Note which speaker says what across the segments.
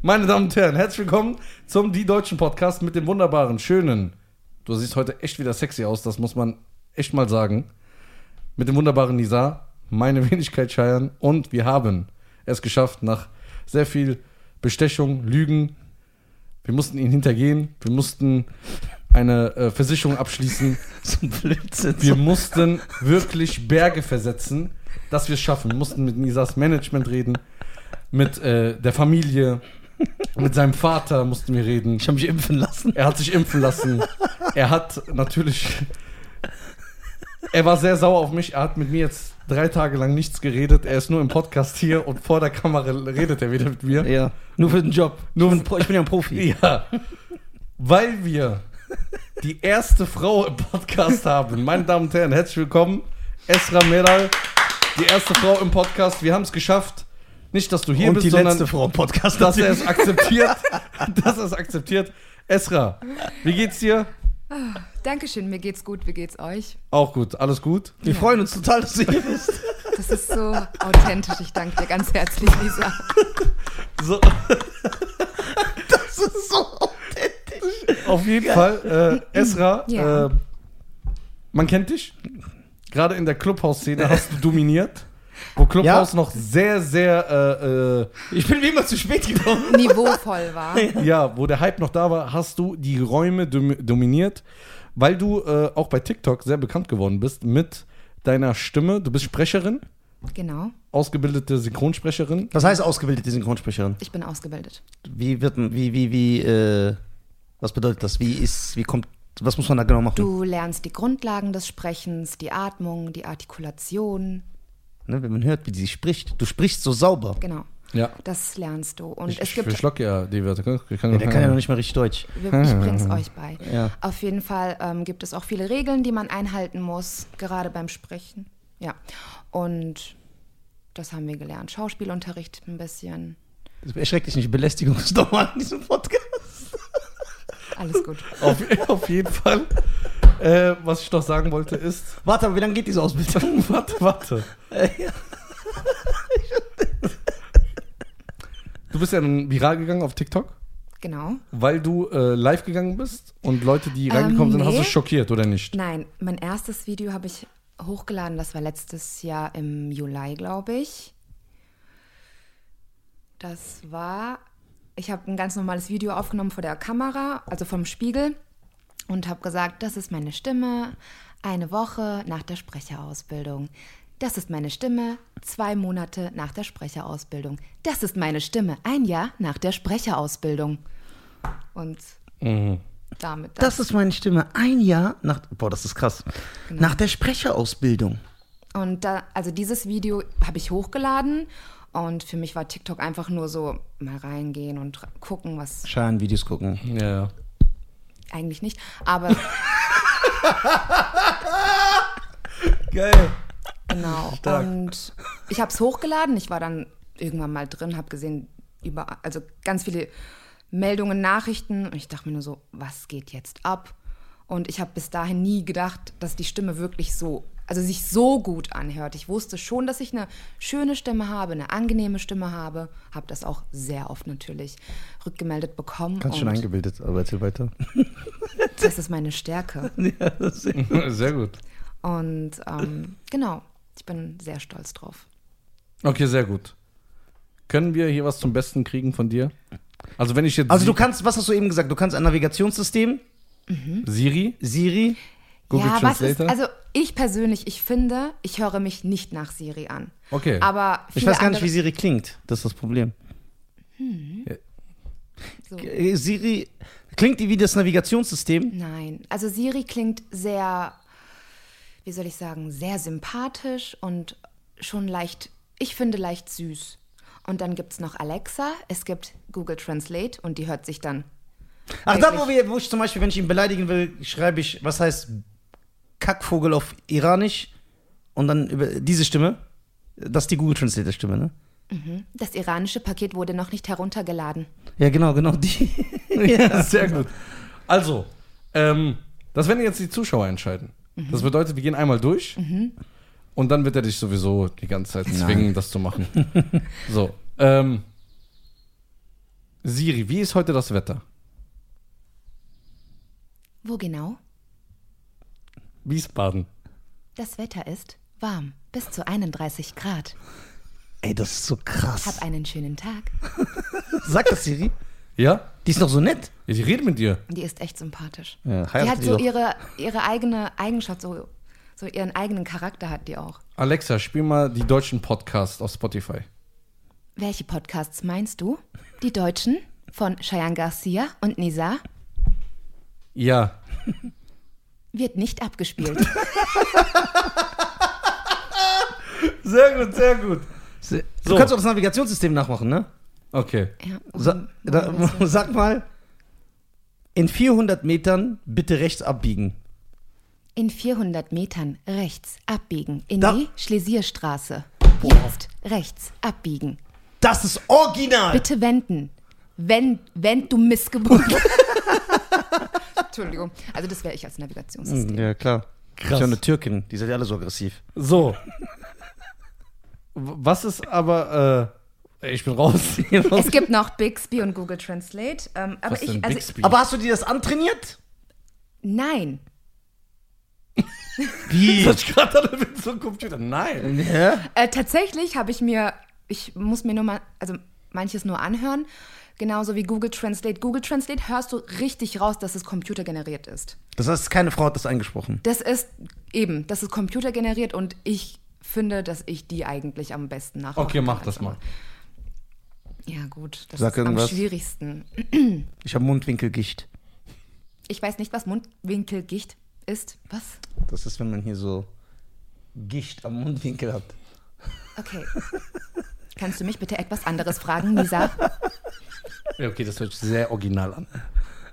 Speaker 1: Meine Damen und Herren, herzlich willkommen zum Die Deutschen Podcast mit dem wunderbaren, schönen. Du siehst heute echt wieder sexy aus, das muss man echt mal sagen. Mit dem wunderbaren Nisa, meine Wenigkeit Scheiern und wir haben es geschafft nach sehr viel Bestechung, Lügen. Wir mussten ihn hintergehen, wir mussten eine äh, Versicherung abschließen.
Speaker 2: So ein Blödsinn.
Speaker 1: Wir mussten wirklich Berge versetzen, dass wir es schaffen. Wir mussten mit Nisas Management reden, mit äh, der Familie, mit seinem Vater mussten wir reden.
Speaker 2: Ich habe mich impfen lassen.
Speaker 1: Er hat sich impfen lassen. Er hat natürlich. Er war sehr sauer auf mich. Er hat mit mir jetzt drei Tage lang nichts geredet. Er ist nur im Podcast hier und vor der Kamera redet er wieder mit mir.
Speaker 2: Ja. Nur für den Job. Nur für den Pro ich bin ja ein Profi.
Speaker 1: Ja. Weil wir die erste Frau im Podcast haben. Meine Damen und Herren, herzlich willkommen. Esra Meral, die erste Frau im Podcast. Wir haben es geschafft. Nicht, dass du hier
Speaker 2: Und
Speaker 1: bist,
Speaker 2: die
Speaker 1: sondern
Speaker 2: letzte Frau im Podcast.
Speaker 1: dass er
Speaker 2: natürlich.
Speaker 1: es akzeptiert. dass er es akzeptiert. Esra, wie geht's dir?
Speaker 3: Dankeschön, mir geht's gut, wie geht's euch?
Speaker 1: Auch gut, alles gut.
Speaker 2: Wir freuen uns total, dass du hier bist.
Speaker 3: Das ist so authentisch. Ich danke dir ganz herzlich, Lisa.
Speaker 1: So,
Speaker 2: Das ist so authentisch.
Speaker 1: auf jeden Fall, äh, Esra,
Speaker 3: Ja.
Speaker 1: äh, man kennt dich. Gerade in der Clubhouse-Szene hast du dominiert. Wo Clubhouse noch sehr, sehr äh, äh,
Speaker 2: Ich bin wie immer zu spät gekommen.
Speaker 3: Niveauvoll war.
Speaker 1: Ja, wo der Hype noch da war, hast du die Räume dom dominiert, weil du äh, auch bei TikTok sehr bekannt geworden bist mit deiner Stimme. Du bist Sprecherin,
Speaker 3: Genau.
Speaker 1: ausgebildete Synchronsprecherin.
Speaker 2: Was heißt ausgebildete Synchronsprecherin?
Speaker 3: Ich bin ausgebildet.
Speaker 2: Wie wird man, wie, wie, wie, äh, was bedeutet das? Wie ist, wie kommt, was muss man da genau machen?
Speaker 3: Du lernst die Grundlagen des Sprechens, die Atmung, die Artikulation.
Speaker 2: Ne, wenn man hört, wie sie spricht. Du sprichst so sauber.
Speaker 3: Genau.
Speaker 1: Ja.
Speaker 3: Das lernst du. Und
Speaker 1: Ich,
Speaker 3: es
Speaker 1: ich
Speaker 3: gibt.
Speaker 1: verschluck ja die Wörter. ne? Ich kann
Speaker 2: Ja, der kann ja noch nicht mal richtig Deutsch.
Speaker 3: wir- Ich bring's euch bei.
Speaker 2: Ja.
Speaker 3: Auf jeden Fall ähm, gibt es auch viele Regeln, die man einhalten muss, gerade beim Sprechen. Ja. Und das haben wir gelernt. Schauspielunterricht ein bisschen.
Speaker 2: Erschreck dich nicht, Belästigungsdauer an diesem Podcast.
Speaker 3: Alles gut.
Speaker 1: Auf, auf jeden Fall. Äh, was ich noch sagen wollte ist.
Speaker 2: Warte, aber wie lange geht diese Ausbildung?
Speaker 1: Warte, warte. Du bist ja dann viral gegangen auf TikTok,
Speaker 3: Genau.
Speaker 1: weil du äh, live gegangen bist und Leute, die
Speaker 3: Ähm,
Speaker 1: reingekommen sind, hast du
Speaker 3: nee.
Speaker 1: schockiert oder nicht?
Speaker 3: Nein, mein erstes Video habe ich hochgeladen, das war letztes Jahr im Juli, glaube ich. Das war, ich habe ein ganz normales Video aufgenommen vor der Kamera, also vom Spiegel und habe gesagt, das ist meine Stimme, eine Woche nach der Sprecherausbildung. Das ist meine Stimme, zwei Monate nach der Sprecherausbildung. Das ist meine Stimme, ein Jahr nach der Sprecherausbildung. Und damit
Speaker 2: Das ist meine Stimme. Ein Jahr nach. Boah, das ist krass. Nach der Sprecherausbildung.
Speaker 3: Und da, also dieses Video habe ich hochgeladen und für mich war TikTok einfach nur so mal reingehen und r- gucken, was
Speaker 2: Schein Videos gucken.
Speaker 1: Ja, ja.
Speaker 3: eigentlich nicht. Aber
Speaker 1: Geil.
Speaker 3: genau. Und ich habe es hochgeladen. Ich war dann irgendwann mal drin, habe gesehen, über, also ganz viele Meldungen, Nachrichten. Und ich dachte mir nur so, was geht jetzt ab? Und ich habe bis dahin nie gedacht, dass die Stimme wirklich so, also sich so gut anhört. Ich wusste schon, dass ich eine schöne Stimme habe, eine angenehme Stimme habe. Habe das auch sehr oft natürlich rückgemeldet bekommen.
Speaker 2: Ganz schön
Speaker 3: und
Speaker 2: eingebildet, aber erzähl weiter.
Speaker 3: das ist meine Stärke.
Speaker 2: ja, das ist
Speaker 1: Sehr gut.
Speaker 3: Und ähm, genau, ich bin sehr stolz drauf.
Speaker 1: Okay, sehr gut. Können wir hier was zum Besten kriegen von dir? Also wenn ich jetzt
Speaker 2: also du
Speaker 1: Si-
Speaker 2: kannst, was hast du eben gesagt? Du kannst ein Navigationssystem,
Speaker 1: Siri,
Speaker 2: Siri.
Speaker 1: Google
Speaker 3: ja, was ist,
Speaker 1: Translator.
Speaker 3: also ich persönlich, ich finde, ich höre mich nicht nach Siri an.
Speaker 1: okay.
Speaker 3: Aber
Speaker 2: Ich
Speaker 3: viele
Speaker 2: weiß gar nicht, wie
Speaker 3: andere-
Speaker 2: Siri klingt. Das ist das Problem.
Speaker 3: So.
Speaker 2: Äh, Siri klingt die wie das Navigationssystem.
Speaker 3: Nein, also Siri klingt sehr, wie soll ich sagen, sehr sympathisch und schon leicht, ich finde leicht süß. Und dann gibt es noch Alexa, es gibt Google Translate und die hört sich dann
Speaker 2: Ach, da wo,
Speaker 3: Wirklich?
Speaker 2: wir, wo ich zum Beispiel, wenn ich ihn beleidigen will, schreibe ich, was heißt Kackvogel auf Iranisch und dann über diese Stimme. Das ist die Google Translator Stimme, ne?
Speaker 3: das iranische Paket wurde noch nicht heruntergeladen.
Speaker 2: Ja, genau, genau die.
Speaker 1: ja, sehr gut. Also, ähm, Mhm. das werden jetzt die Zuschauer entscheiden. Das bedeutet, wir gehen einmal durch und dann wird er dich sowieso die ganze Zeit zwingen, das zu machen. so. Ähm, Siri, wie ist heute das Wetter?
Speaker 3: Wo genau?
Speaker 1: Wiesbaden.
Speaker 3: Das Wetter ist warm, bis zu 31 Grad.
Speaker 2: Ey, das ist so krass.
Speaker 3: Hab einen schönen Tag.
Speaker 2: Sag das, Siri.
Speaker 1: Ja?
Speaker 2: Die ist doch so nett.
Speaker 1: Ich rede mit dir.
Speaker 3: Die ist echt sympathisch.
Speaker 2: Ja,
Speaker 3: die
Speaker 2: heiratet
Speaker 3: hat
Speaker 2: die
Speaker 3: so
Speaker 2: doch.
Speaker 3: ihre, ihre eigene Eigenschaft, so, so ihren eigenen Charakter hat die auch.
Speaker 1: Alexa, spiel mal die deutschen Podcasts auf Spotify.
Speaker 3: Welche Podcasts meinst du? Die Deutschen von Cheyenne Garcia und Nisa
Speaker 1: Ja.
Speaker 3: wird nicht abgespielt.
Speaker 1: Sehr gut, sehr gut.
Speaker 2: Du
Speaker 1: So.
Speaker 2: kannst auch das Navigationssystem nachmachen, ne?
Speaker 1: Okay.
Speaker 3: ja, um,
Speaker 1: Mhm.
Speaker 2: Sa da, sag mal, in 400 Metern bitte rechts abbiegen.
Speaker 3: In 400 Metern rechts abbiegen in
Speaker 2: Da-
Speaker 3: die Schlesierstraße. Jetzt rechts abbiegen.
Speaker 2: Das ist original.
Speaker 3: Bitte wenden. Wenn, wenn du Missgeburt. Entschuldigung. Also das wäre ich als Navigationssystem.
Speaker 2: Ja, klar. Krass. Ist ja eine Türkin, die sind ja alle so aggressiv.
Speaker 1: So. W- Was ist aber. Äh, ich bin raus.
Speaker 3: Es gibt noch Bixby und Google Translate. Ähm, aber
Speaker 1: Was
Speaker 3: ich,
Speaker 1: denn
Speaker 3: also,
Speaker 1: Bixby?
Speaker 2: Aber hast du dir das antrainiert?
Speaker 3: Nein.
Speaker 2: Wie?
Speaker 1: Das ist gerade an mit so einem Computer. Nein.
Speaker 2: Ja?
Speaker 3: Äh, tatsächlich habe ich mir, ich muss mir nur mal, also manches nur anhören, genauso wie Google Translate. Google Translate hörst du richtig raus, dass es computergeneriert ist.
Speaker 2: Das heißt, keine Frau hat das eingesprochen.
Speaker 3: Das ist eben, das ist computergeneriert und ich finde, dass ich die eigentlich am besten nachmache.
Speaker 1: Okay, mach das mal.
Speaker 3: Ja, gut, das
Speaker 2: Sag
Speaker 3: ist
Speaker 2: irgendwas.
Speaker 3: am schwierigsten.
Speaker 2: Ich habe Mundwinkelgicht.
Speaker 3: Ich weiß nicht, was Mundwinkelgicht ist. Was?
Speaker 2: Das ist, wenn man hier so Gicht am Mundwinkel hat.
Speaker 3: Okay. Kannst du mich bitte etwas anderes fragen, Lisa?
Speaker 1: Ja, okay, das hört sich sehr original an.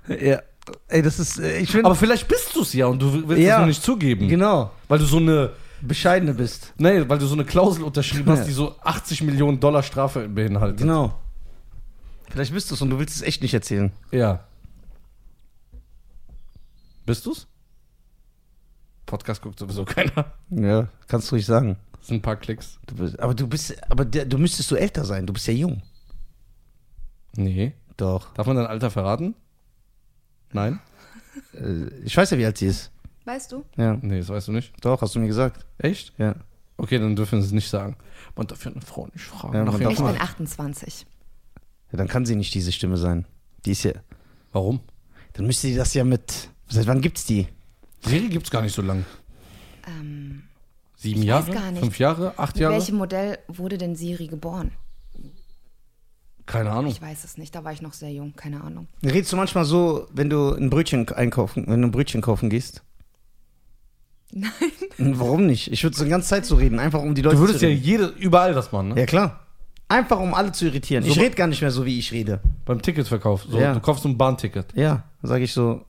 Speaker 2: Ja. Ey, das ist, äh, ich finde,
Speaker 1: Aber vielleicht bist du es ja und du willst es
Speaker 2: Ja.
Speaker 1: nur nicht zugeben.
Speaker 2: genau,
Speaker 1: Weil du so eine.
Speaker 2: bescheidene bist.
Speaker 1: Nee, weil du so eine Klausel unterschrieben
Speaker 2: Ja.
Speaker 1: hast, die so 80 Millionen Dollar Strafe beinhaltet.
Speaker 2: Genau. Vielleicht bist du es und du willst es echt nicht erzählen.
Speaker 1: Ja. Bist du's? Podcast guckt sowieso keiner.
Speaker 2: Ja, kannst du ruhig sagen.
Speaker 1: Das sind ein paar Klicks.
Speaker 2: Du bist, aber du bist, aber der, du müsstest so älter sein. Du bist ja jung.
Speaker 1: Nee.
Speaker 2: Doch.
Speaker 1: Darf man dein Alter verraten? Nein?
Speaker 2: Äh, Ich weiß ja, wie alt sie ist.
Speaker 3: Weißt du?
Speaker 2: Ja.
Speaker 1: Nee, das weißt du nicht.
Speaker 2: Doch, hast du mir gesagt.
Speaker 1: Echt?
Speaker 2: Ja.
Speaker 1: Okay, dann dürfen wir es nicht sagen. Man darf ja eine Frau nicht fragen.
Speaker 2: Ja,
Speaker 1: nach
Speaker 2: man
Speaker 1: ihrem
Speaker 2: darf
Speaker 3: Ich
Speaker 2: mal.
Speaker 1: Alter.
Speaker 3: bin 28.
Speaker 2: ja. Dann kann sie nicht diese Stimme sein. Die ist ja.
Speaker 1: Warum?
Speaker 2: Dann müsste die das ja mit. Seit wann gibt's die?
Speaker 1: Serie gibt's gar nicht so lang.
Speaker 3: Ähm,
Speaker 1: Sieben
Speaker 3: weiß
Speaker 1: Jahre?
Speaker 3: gar nicht.
Speaker 1: Fünf Jahre? Acht
Speaker 3: mit
Speaker 1: Jahre?
Speaker 3: welchem Modell wurde denn Siri geboren?
Speaker 1: Keine Ahnung.
Speaker 3: Ich weiß es nicht, da war ich noch sehr jung, keine Ahnung.
Speaker 2: Redest du manchmal so, wenn du ein Brötchen einkaufen, wenn du ein Brötchen kaufen gehst?
Speaker 3: Nein.
Speaker 2: Warum nicht? Ich würde so die ganze Zeit so reden, einfach um die Leute
Speaker 1: Du würdest
Speaker 2: zu
Speaker 1: ja
Speaker 2: irritieren.
Speaker 1: jede, überall das machen, ne?
Speaker 2: Ja, klar. Einfach um alle zu irritieren. Ich
Speaker 1: So-
Speaker 2: rede gar nicht mehr so, wie ich rede.
Speaker 1: Beim Ticketverkauf. So,
Speaker 2: Ja.
Speaker 1: Du kaufst so ein Bahnticket.
Speaker 2: Ja, sage ich so.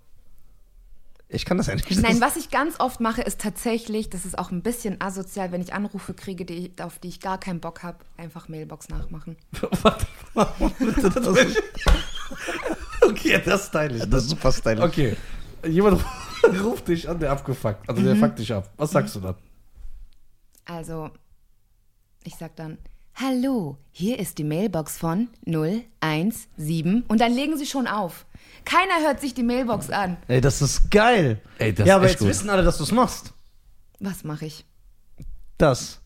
Speaker 2: Ich kann das ja nicht.
Speaker 3: Nein, was ich ganz oft mache, ist tatsächlich, das ist auch ein bisschen asozial, wenn ich Anrufe kriege, die, auf die ich gar keinen Bock habe, einfach Mailbox nachmachen.
Speaker 1: Warte, warum bitte das nicht? Okay, das teile ich.
Speaker 2: Das ist super stylisch.
Speaker 1: Okay. Jemand ruft dich an, der abgefuckt. Also der fuckt dich ab. Was sagst du dann?
Speaker 3: Also, ich sag dann, hallo, hier ist die Mailbox von 017 und dann legen sie schon auf. Keiner hört sich die Mailbox an.
Speaker 2: Ey, das ist geil.
Speaker 1: Ey, das
Speaker 2: ja,
Speaker 1: ist
Speaker 2: aber
Speaker 1: echt
Speaker 2: jetzt
Speaker 1: gut.
Speaker 2: wissen alle, dass du es machst.
Speaker 3: Was mache ich?
Speaker 2: Das.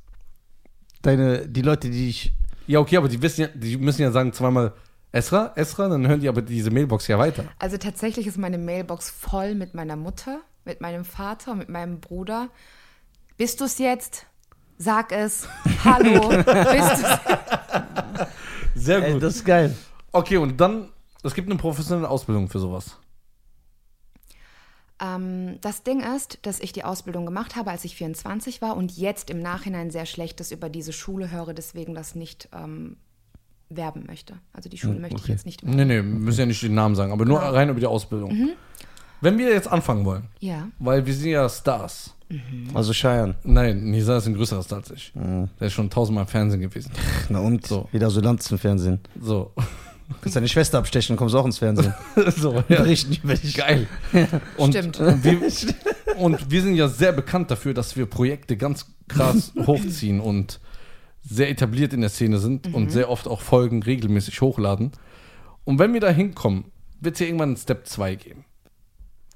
Speaker 2: Deine, die Leute, die dich.
Speaker 1: Ja, okay, aber die wissen ja, die müssen ja sagen zweimal Esra, Esra, dann hören die aber diese Mailbox ja weiter.
Speaker 3: Also tatsächlich ist meine Mailbox voll mit meiner Mutter, mit meinem Vater, mit meinem Bruder. Bist du es jetzt? Sag es. Hallo. Bist du's?
Speaker 1: Sehr
Speaker 2: Ey, Äh, das ist geil.
Speaker 1: okay, und dann, es gibt eine professionelle Ausbildung für sowas.
Speaker 3: Ähm, das Ding ist, dass ich die Ausbildung gemacht habe, als ich 24 war und jetzt im Nachhinein sehr schlechtes über diese Schule höre, deswegen das nicht ähm, werben möchte. Also die
Speaker 2: Hm,
Speaker 3: Schule möchte ich jetzt nicht Genau. Mhm. werben.
Speaker 1: Nee, nee, wir müssen ja nicht den Namen sagen, aber nur rein über die Ausbildung. Wenn wir jetzt anfangen wollen,
Speaker 3: Ja.
Speaker 1: weil wir sind ja Stars.
Speaker 2: Also Scheiern.
Speaker 1: Nein, Nisa ist ein größerer Star als ich. Der ist schon tausendmal im Fernsehen gewesen.
Speaker 2: Na und?
Speaker 1: So.
Speaker 2: Wieder so Lanz im Fernsehen.
Speaker 1: So.
Speaker 2: Kannst deine Schwester abstechen, kommst auch ins Fernsehen.
Speaker 1: so, ja.
Speaker 2: Berichten über dich.
Speaker 1: Geil. Und,
Speaker 3: Stimmt.
Speaker 1: Und wir, und wir sind ja sehr bekannt dafür, dass wir Projekte ganz krass hochziehen
Speaker 2: Mhm.
Speaker 1: und sehr etabliert in der Szene sind und sehr oft auch Folgen regelmäßig hochladen. Und wenn wir da hinkommen, wird es ja irgendwann einen Step 2 geben.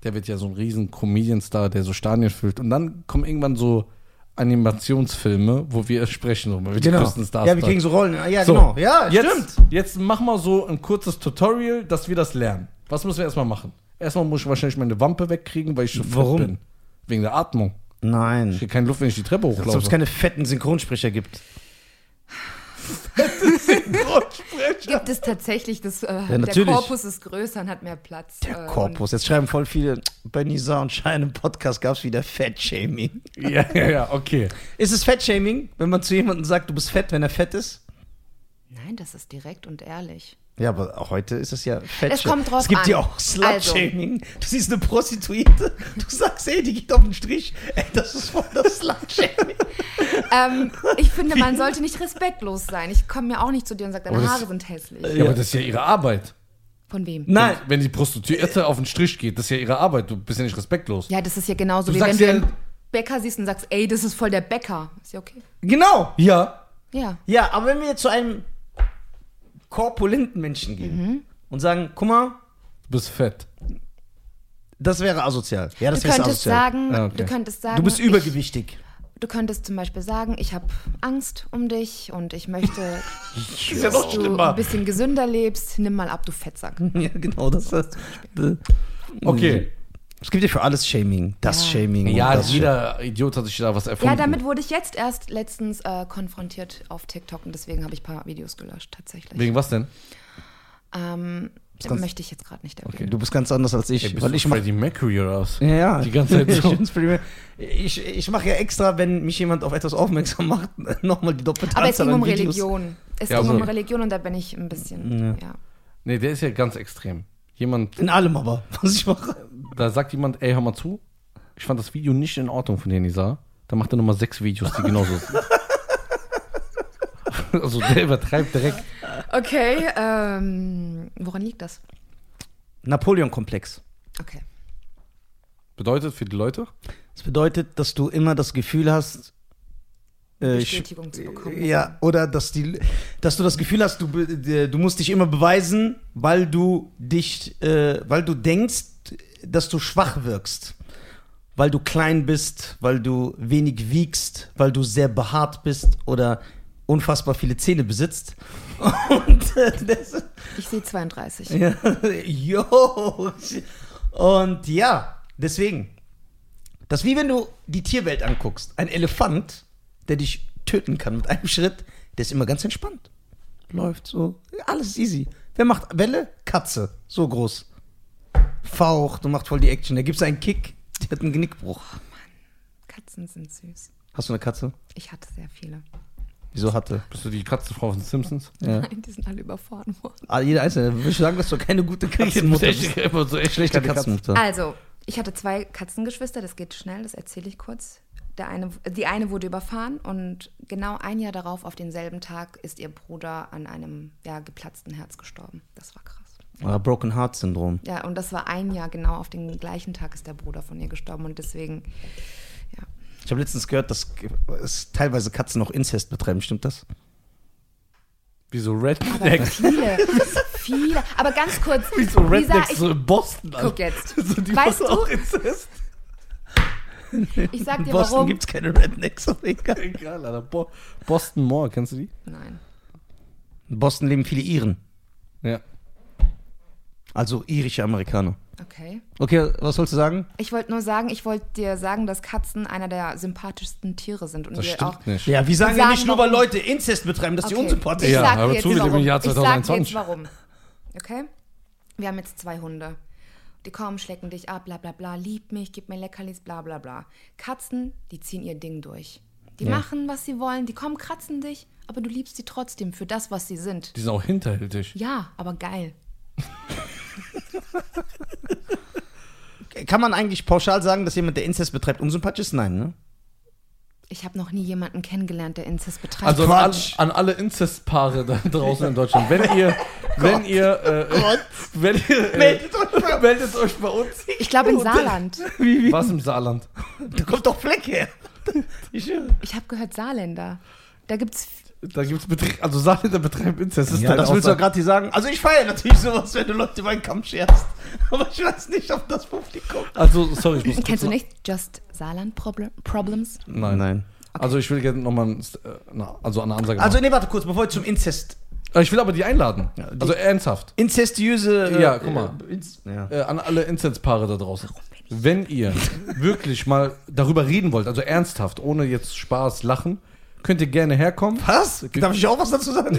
Speaker 1: Der wird ja so ein riesen Comedian-Star, der so Stadien füllt. Und dann kommen irgendwann so Animationsfilme, wo wir sprechen, wo wir die größten Stars
Speaker 2: Genau. Ja, wir kriegen
Speaker 1: sind.
Speaker 2: so Rollen. Ah, Ja,
Speaker 1: So,
Speaker 2: genau. Ja,
Speaker 1: jetzt,
Speaker 2: stimmt.
Speaker 1: jetzt mach mal so ein kurzes Tutorial, dass wir das lernen. Was müssen wir erstmal machen? Erstmal muss ich wahrscheinlich meine Wampe wegkriegen, weil ich so
Speaker 2: Warum?
Speaker 1: fett bin. Wegen der Atmung. Ich
Speaker 2: Nein.
Speaker 1: kriege keine Luft, wenn ich die Treppe
Speaker 2: Als ob es
Speaker 1: hochlaufe.
Speaker 2: keine fetten Synchronsprecher gibt.
Speaker 1: Synchronsprecher.
Speaker 3: Gibt es tatsächlich, das, äh, der
Speaker 2: natürlich.
Speaker 3: Korpus ist größer und hat mehr Platz. äh,
Speaker 2: Der Korpus. Jetzt schreiben voll viele, bei Nisa und Schein im Podcast gab es wieder Fettshaming.
Speaker 1: ja, ja, ja, okay.
Speaker 2: Ist es Fettshaming, wenn man zu jemandem sagt, du bist fett, wenn er fett ist?
Speaker 3: und- Nein, das ist direkt und ehrlich.
Speaker 2: Ja, aber auch heute ist es ja Fettshaming.
Speaker 3: Es kommt drauf
Speaker 2: Es gibt
Speaker 3: an.
Speaker 2: ja auch
Speaker 3: Also.
Speaker 2: Slutshaming. Du siehst eine Prostituierte, du sagst, ey, die geht auf den Strich. Ey, das ist voll das Slutshaming.
Speaker 3: Ähm, ich finde, man sollte nicht respektlos sein. Ich komme mir auch nicht zu dir und sage,
Speaker 1: Aber
Speaker 3: deine
Speaker 1: Oh, das- Äh,
Speaker 3: Haare sind hässlich.
Speaker 1: Ja, aber das ist ja ihre Arbeit.
Speaker 3: Von wem?
Speaker 2: Nein,
Speaker 1: Wenn die Prostituierte auf den Strich geht, das ist ja ihre Arbeit. Du bist ja nicht respektlos.
Speaker 3: Ja, das ist ja genauso
Speaker 1: Du
Speaker 3: wie wenn
Speaker 1: sagst
Speaker 3: du
Speaker 1: ja-
Speaker 3: einen Bäcker siehst und sagst, ey, das ist voll der Bäcker. Ist ja okay.
Speaker 2: genau.
Speaker 1: Ja.
Speaker 3: Ja.
Speaker 2: Ja, aber wenn wir jetzt zu einem korpulenten Menschen gehen
Speaker 3: Mhm.
Speaker 2: und sagen, guck mal,
Speaker 1: Du bist fett.
Speaker 2: das wäre asozial. Ja, das
Speaker 3: Du
Speaker 2: wäre
Speaker 3: könntest,
Speaker 2: asozial.
Speaker 3: sagen,
Speaker 1: Ah, okay.
Speaker 3: du könntest sagen,
Speaker 2: du bist
Speaker 3: ich-
Speaker 2: übergewichtig.
Speaker 3: Du könntest zum Beispiel sagen, ich habe Angst um dich und ich möchte,
Speaker 2: Ist
Speaker 3: dass du ein bisschen gesünder lebst. Nimm mal ab, du Fettsack.
Speaker 2: Ja, genau. Das, das,
Speaker 1: Okay.
Speaker 2: es gibt ja für alles Shaming. Das
Speaker 3: Ja.
Speaker 2: Shaming. und
Speaker 1: Ja,
Speaker 2: das
Speaker 1: jeder Idiot hat sich da was erfunden.
Speaker 3: Ja, damit wurde ich jetzt erst letztens äh, konfrontiert auf TikTok und deswegen habe ich ein paar Videos gelöscht, tatsächlich.
Speaker 1: Wegen was denn?
Speaker 3: Ähm,
Speaker 2: ganz-
Speaker 3: möchte ich jetzt gerade nicht erwähnen.
Speaker 2: Shaming. Du bist ganz anders als ich.
Speaker 1: Ey, bist
Speaker 2: weil
Speaker 1: du
Speaker 2: ich mach,
Speaker 1: Freddie Mercury oder was?
Speaker 2: ja, ja.
Speaker 1: Die ganze Zeit so.
Speaker 2: Ich bin's primär. ich, ich mache ja extra, wenn mich jemand auf etwas aufmerksam macht, nochmal die doppelte
Speaker 3: Aber es
Speaker 2: Anzahl
Speaker 3: ging um
Speaker 2: an Videos.
Speaker 3: Religion. Es
Speaker 1: Ja,
Speaker 3: ging um
Speaker 1: so.
Speaker 3: Religion und da bin ich ein bisschen, ja.
Speaker 1: Nee, der ist ja ganz extrem. Jemand,
Speaker 2: In allem aber, was ich mache.
Speaker 1: da sagt jemand, ey, hör mal zu. Ich fand das Video nicht in Ordnung von dir, Nisa. Da macht er nochmal sechs Videos, die genauso sind. also der übertreibt direkt.
Speaker 3: Okay, ähm, woran liegt das?
Speaker 2: Napoleon-Komplex.
Speaker 3: Okay.
Speaker 1: Bedeutet für die Leute?
Speaker 2: Das bedeutet, dass du immer das Gefühl hast, äh,
Speaker 3: Bestätigung zu bekommen.
Speaker 2: Ja, oder dass, die, dass du das Gefühl hast, du, be- de- du musst dich immer beweisen, weil du dich, äh, weil du denkst, dass du schwach wirkst. Weil du klein bist, weil du wenig wiegst, weil du sehr behaart bist oder unfassbar viele Zähne besitzt. Und äh, das,
Speaker 3: Ich sehe 32.
Speaker 2: ja, jo. Und ja, deswegen. Das ist wie wenn du die Tierwelt anguckst. Ein Elefant, der dich töten kann mit einem Schritt, der ist immer ganz entspannt. Läuft so. Alles easy. Wer macht Welle? Katze. So groß. Faucht und macht voll die Action. Da gibt's einen Kick, die hat einen Genickbruch.
Speaker 3: Katzen sind süß.
Speaker 2: Hast du eine Katze?
Speaker 3: Ich hatte sehr viele.
Speaker 2: Wieso hatte?
Speaker 1: Bist du die Katzenfrau von den Simpsons?
Speaker 2: Ja.
Speaker 3: Nein, die sind alle überfahren worden.
Speaker 2: Ah, Jeder einzelne. Würde ich sagen, dass du keine gute Katzenmutter bist.
Speaker 1: immer so echt
Speaker 2: Schlechte Katzenmutter.
Speaker 3: Also, ich hatte zwei Katzengeschwister, das geht schnell, das erzähle ich kurz. Der eine, die eine wurde überfahren und genau ein Jahr darauf, auf denselben Tag, ist ihr Bruder an einem ja, geplatzten Herz gestorben. Das war krass.
Speaker 2: Ah, Broken Heart Syndrom.
Speaker 3: Ja, und das war ein Jahr genau auf den gleichen Tag ist der Bruder von ihr gestorben und deswegen, ja.
Speaker 2: Ich habe letztens gehört, dass es teilweise Katzen auch Inzest betreiben, stimmt das?
Speaker 1: Wie so
Speaker 3: Aber
Speaker 1: Rednecks.
Speaker 3: viele, viele. Aber ganz kurz,
Speaker 1: Wie so Rednecks
Speaker 3: ich,
Speaker 1: so in Boston. Alter.
Speaker 3: guck jetzt.
Speaker 1: So, die
Speaker 3: Weißt
Speaker 1: machen auch
Speaker 3: du,
Speaker 1: Inzest.
Speaker 3: ich sag
Speaker 2: In
Speaker 3: dir
Speaker 2: Boston
Speaker 3: warum.
Speaker 2: gibt es keine Rednecks, aber egal.
Speaker 1: Egal, Alter. Bo Boston Moore, kennst du die?
Speaker 3: Nein.
Speaker 2: In Boston leben viele Iren,
Speaker 1: Ja.
Speaker 2: also irische Amerikaner.
Speaker 3: Okay.
Speaker 2: Okay, was sollst du sagen?
Speaker 3: Ich wollte nur sagen, ich wollte dir sagen, dass Katzen einer der sympathischsten Tiere sind. Und
Speaker 1: Das
Speaker 3: wir
Speaker 1: stimmt
Speaker 3: auch
Speaker 1: nicht.
Speaker 2: Ja, wir sagen
Speaker 3: sagen
Speaker 2: ja nicht nur, weil
Speaker 3: warum-
Speaker 2: Leute Inzest betreiben, dass die unsympathisch
Speaker 3: Ich
Speaker 1: Ja,
Speaker 3: sag
Speaker 1: aber
Speaker 3: dir jetzt
Speaker 1: zu dem
Speaker 3: warum.
Speaker 1: Jahr
Speaker 3: Ich
Speaker 1: 2021.
Speaker 3: sag dir jetzt warum. Okay? Wir haben jetzt zwei Hunde. Die kommen, schlecken dich ab, bla bla bla, lieb mich, gib mir Leckerlis, bla bla bla. Katzen, die ziehen ihr Ding durch. Die machen, was sie wollen, die kommen, kratzen dich, aber du liebst sie trotzdem für das, was sie sind.
Speaker 1: Die sind auch hinterhältig.
Speaker 3: Ja, aber geil.
Speaker 2: sind. Kann man eigentlich pauschal sagen, dass jemand, der Inzest betreibt, unsympathisch ist? Nein, ne?
Speaker 3: Ich habe noch nie jemanden kennengelernt, der Inzest betreibt.
Speaker 1: Also an, alle-
Speaker 2: Quatsch.
Speaker 1: an alle Inzestpaare da draußen in Deutschland. Wenn ihr, wenn ihr, äh, wenn ihr, äh, meldet, euch bei, uns.
Speaker 3: ich glaube im Saarland.
Speaker 1: Was im Saarland?
Speaker 2: Da kommt doch Fleck her. Ich,
Speaker 3: Ich habe gehört Saarländer. Da gibt's
Speaker 1: Da gibt's Betrieb, also Sachen, der betreibt Inzest. Ist halt
Speaker 2: Ja, das willst du ja gerade dir sagen. Also ich feiere natürlich sowas, wenn du Leute über einen Kamm scherst. Aber ich weiß nicht, ob das Publikum.
Speaker 1: Also, sorry, ich muss kurz
Speaker 3: Kennst du
Speaker 1: mal-
Speaker 3: nicht Just Saarland Problem, Problems?
Speaker 1: Nein. Also, ich will gerne nochmal ein, äh, na, also eine Ansage
Speaker 2: Also, nee, warte kurz, bevor ich zum Inzest.
Speaker 1: machen. Äh, Ich will aber die einladen. also ernsthaft.
Speaker 2: Inzestiöse. äh,
Speaker 1: Ja, guck mal.
Speaker 2: äh, Inz- ja.
Speaker 1: Äh, an alle Inzestpaare da draußen. Wenn ihr wirklich mal darüber reden wollt, also ernsthaft, ohne jetzt Spaß, lachen, könnt ihr gerne herkommen.
Speaker 2: Was? Darf ich auch was dazu sagen?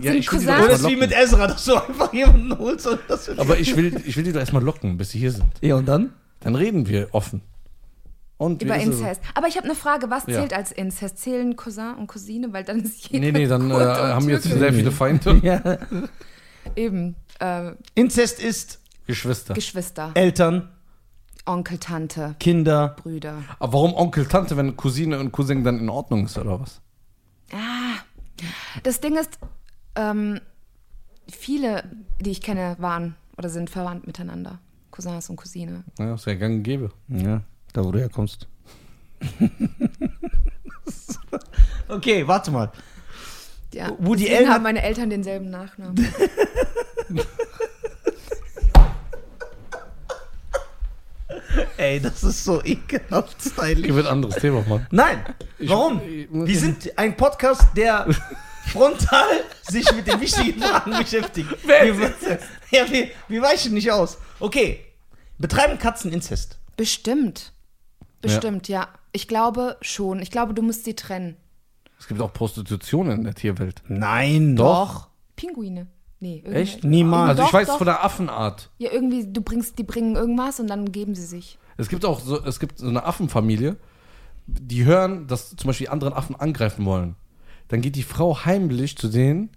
Speaker 1: Ja, ich will die doch
Speaker 3: Cousin-
Speaker 2: Oder
Speaker 1: erstmal
Speaker 2: ist wie
Speaker 1: locken.
Speaker 2: mit Ezra, dass du einfach jemanden holst und das wird-
Speaker 1: Aber ich will, ich will die doch erstmal locken, bis sie hier sind.
Speaker 2: Ja, und dann?
Speaker 1: Dann reden wir offen. Und
Speaker 3: Über
Speaker 1: wie ist es?
Speaker 3: Inzest. Aber ich habe eine Frage, was
Speaker 1: Ja.
Speaker 3: zählt als Inzest? Zählen Cousin und Cousine? Weil dann ist jeder
Speaker 1: Nee, nee, dann äh,
Speaker 3: Kurt und
Speaker 1: haben wir jetzt
Speaker 3: Türke.
Speaker 1: sehr viele Feinde.
Speaker 2: Ja.
Speaker 3: Eben, äh,
Speaker 2: Inzest ist
Speaker 1: Geschwister.
Speaker 3: Geschwister,
Speaker 2: Eltern,
Speaker 3: Onkel, Tante,
Speaker 2: Kinder.
Speaker 3: Brüder.
Speaker 1: Aber warum Onkel, Tante, wenn Cousine und Cousin dann in Ordnung ist, oder was?
Speaker 3: Das Ding ist, ähm, viele, die ich kenne, waren oder sind verwandt miteinander. Cousins und Cousine.
Speaker 1: Ja, ist ja gang und gäbe.
Speaker 2: Ja, da wo du herkommst. okay, warte mal.
Speaker 3: Ja.
Speaker 2: Woody
Speaker 3: Deswegen
Speaker 2: Allen hat-
Speaker 3: haben meine Eltern denselben Nachnamen.
Speaker 2: Ey, das ist so ekelhaft
Speaker 1: Hier
Speaker 2: stylisch.
Speaker 1: wird ein anderes Thema, Mann.
Speaker 2: Nein, warum?
Speaker 1: ich-
Speaker 2: Wir sind ein Podcast, der frontal sich mit den wichtigen Fragen beschäftigt. Wir, ja, wir, wir weichen nicht aus. Okay, betreiben Katzen Inzest?
Speaker 3: Bestimmt. Bestimmt, ja. Ich glaube schon. Ich glaube, du musst sie trennen.
Speaker 1: Es gibt auch Prostitution in der Tierwelt.
Speaker 2: Nein.
Speaker 1: Doch.
Speaker 3: Pinguine. Nee, irgendwie.
Speaker 1: Echt?
Speaker 2: Niemals.
Speaker 1: Also ich
Speaker 3: Doch,
Speaker 1: weiß
Speaker 3: doch.
Speaker 1: von der Affenart.
Speaker 3: Ja, irgendwie, du bringst, die bringen irgendwas und dann geben sie sich.
Speaker 1: Es gibt auch so, es gibt so eine Affenfamilie, die hören, dass zum Beispiel die anderen Affen angreifen wollen. Dann geht die Frau heimlich zu denen,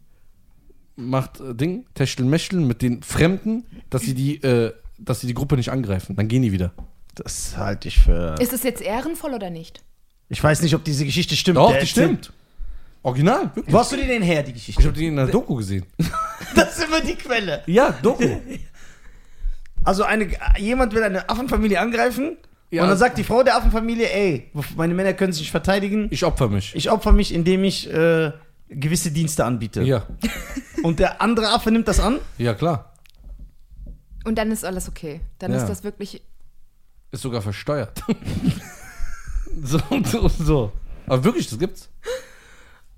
Speaker 1: macht äh, Ding, Techtelmechteln mit den Fremden, dass sie die, äh, dass sie die Gruppe nicht angreifen. Dann gehen die wieder.
Speaker 2: Das halte ich für.
Speaker 3: Ist es jetzt ehrenvoll oder nicht?
Speaker 2: Ich weiß nicht, ob diese Geschichte stimmt.
Speaker 1: Doch,
Speaker 2: Der
Speaker 1: die
Speaker 2: erzählt-
Speaker 1: stimmt. Original, wirklich.
Speaker 2: Wo hast du die denn her, die
Speaker 1: Ich
Speaker 2: Geschichte?
Speaker 1: habe die in der Doku gesehen.
Speaker 2: Das ist immer die Quelle.
Speaker 1: Ja, Doku.
Speaker 2: Also eine, jemand will eine Affenfamilie angreifen
Speaker 1: Ja.
Speaker 2: und dann sagt die Frau der Affenfamilie, ey, meine Männer können sich nicht verteidigen.
Speaker 1: Ich opfer mich.
Speaker 2: Ich opfer mich, indem ich äh, gewisse Dienste anbiete.
Speaker 1: Ja,
Speaker 2: Und der andere Affe nimmt das an.
Speaker 1: ja klar.
Speaker 3: Und dann ist alles okay. Dann
Speaker 1: Ja.
Speaker 3: ist das wirklich.
Speaker 1: Ist sogar versteuert. so, so, so. Aber wirklich, das gibt's.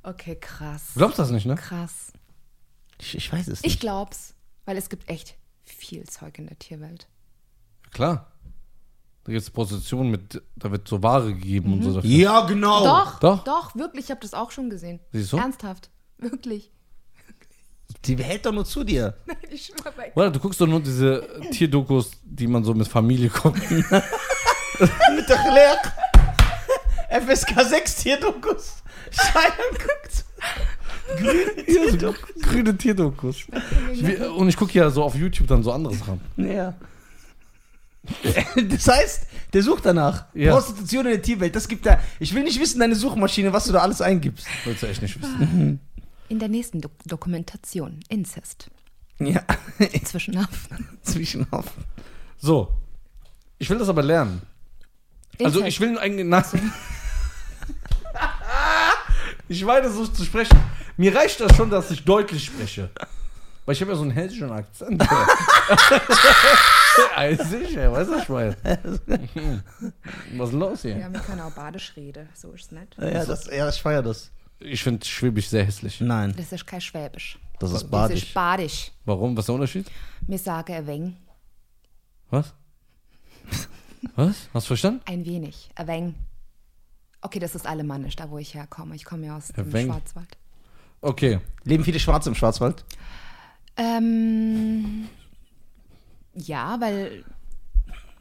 Speaker 3: Okay, krass.
Speaker 1: Du glaubst das nicht, ne?
Speaker 3: Krass.
Speaker 2: Ich, ich weiß es
Speaker 3: Ich glaub's, weil es gibt echt viel Zeug in der Tierwelt.
Speaker 1: Klar. Da gibt es Prostitution mit, da wird so Ware gegeben und so. dafür.
Speaker 2: Ja, genau.
Speaker 3: doch,
Speaker 1: Oh, doch.
Speaker 3: doch, wirklich, ich habe das auch schon gesehen.
Speaker 1: Siehst du?
Speaker 3: Ernsthaft, wirklich.
Speaker 2: Die hält doch nur zu dir.
Speaker 3: Ich schwör bei
Speaker 1: Oder du guckst doch nur diese Tierdokus, die man so mit Familie guckt.
Speaker 2: Mit der Claire. FSK 6 Tierdokus. Scheiern guckt. Grün Tierdokus.
Speaker 1: Grüne Tierdokus. Ich, will- und ich gucke ja so auf YouTube dann so andere Sachen.
Speaker 2: Ja. Das heißt, der sucht danach.
Speaker 1: Ja.
Speaker 2: Prostitution in der Tierwelt. Das gibt da. Ich will nicht wissen, deine Suchmaschine, was du da alles eingibst.
Speaker 1: Wolltest du echt nicht wissen.
Speaker 3: In der nächsten Do Dokumentation, Inzest,
Speaker 2: Ja.
Speaker 3: zwischen
Speaker 2: Zwischenhauf.
Speaker 1: So. Ich will das aber lernen. Also ich will eigentlich. Nein. ich meine so zu sprechen. Mir reicht das schon, dass ich deutlich spreche. Weil ich habe ja so einen hessischen Akzent. Ey, sicher, weißt du, was ich meine? Was ist denn los hier?
Speaker 3: Ja, wir können auch Badisch reden, so ist es nicht.
Speaker 1: Äh.
Speaker 2: Ja, das, ja, ich feiere das.
Speaker 1: Ich finde Schwäbisch sehr hässlich.
Speaker 2: Nein,
Speaker 3: Das ist kein Schwäbisch.
Speaker 2: das ist
Speaker 3: Das ist Badisch.
Speaker 1: Warum? Was ist der Unterschied?
Speaker 3: Mir sage ein wenig,
Speaker 1: Was? Was? Hast du verstanden?
Speaker 3: ein wenig, ein wenig. Okay, das ist alemannisch, da wo ich herkomme. Ich komme ja aus
Speaker 1: Ein
Speaker 3: dem
Speaker 1: wenig.
Speaker 3: Schwarzwald.
Speaker 1: Okay.
Speaker 2: Leben viele Schwarze im Schwarzwald?
Speaker 3: Ähm, ja, weil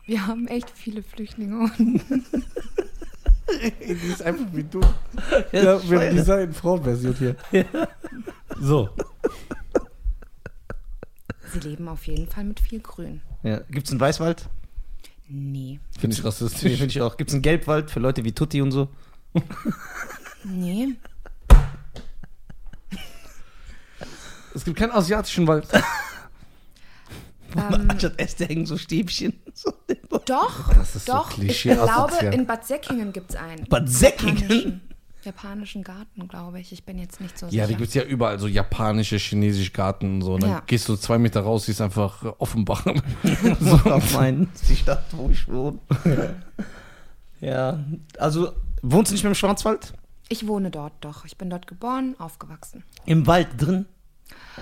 Speaker 3: wir haben echt viele Flüchtlinge und
Speaker 1: Die ist einfach wie du.
Speaker 2: Ja, wir haben die
Speaker 1: Design-Frau-Version hier. So.
Speaker 3: sie leben auf jeden Fall mit viel Grün.
Speaker 2: Ja. Gibt's einen Weißwald?
Speaker 3: Nee.
Speaker 1: Finde ich
Speaker 2: Nee,
Speaker 1: rassistisch.
Speaker 2: Finde ich auch. Gibt's einen Gelbwald für Leute wie Tutti und so?
Speaker 3: Nee.
Speaker 1: Es gibt keinen asiatischen Wald.
Speaker 2: Man Anstatt Äste hängen so Stäbchen. So
Speaker 3: Doch,
Speaker 1: Das ist so
Speaker 3: doch. ich
Speaker 1: klischee-asozial.
Speaker 3: glaube, in Bad Säckingen gibt es einen.
Speaker 2: Bad Säckingen?
Speaker 3: Panischen. japanischen Garten, glaube ich. Ich bin jetzt nicht so
Speaker 1: Ja, die
Speaker 3: sicher.
Speaker 1: gibt es ja überall, so japanische, chinesische Garten und so. Und dann
Speaker 3: Ja.
Speaker 1: gehst du zwei Meter raus, siehst einfach äh, Offenbach.
Speaker 2: so meinen. Die Stadt, wo ich wohne. ja, also wohnst du nicht mehr im Schwarzwald?
Speaker 3: ich wohne dort doch. Ich bin dort geboren, aufgewachsen.
Speaker 2: Im Wald drin?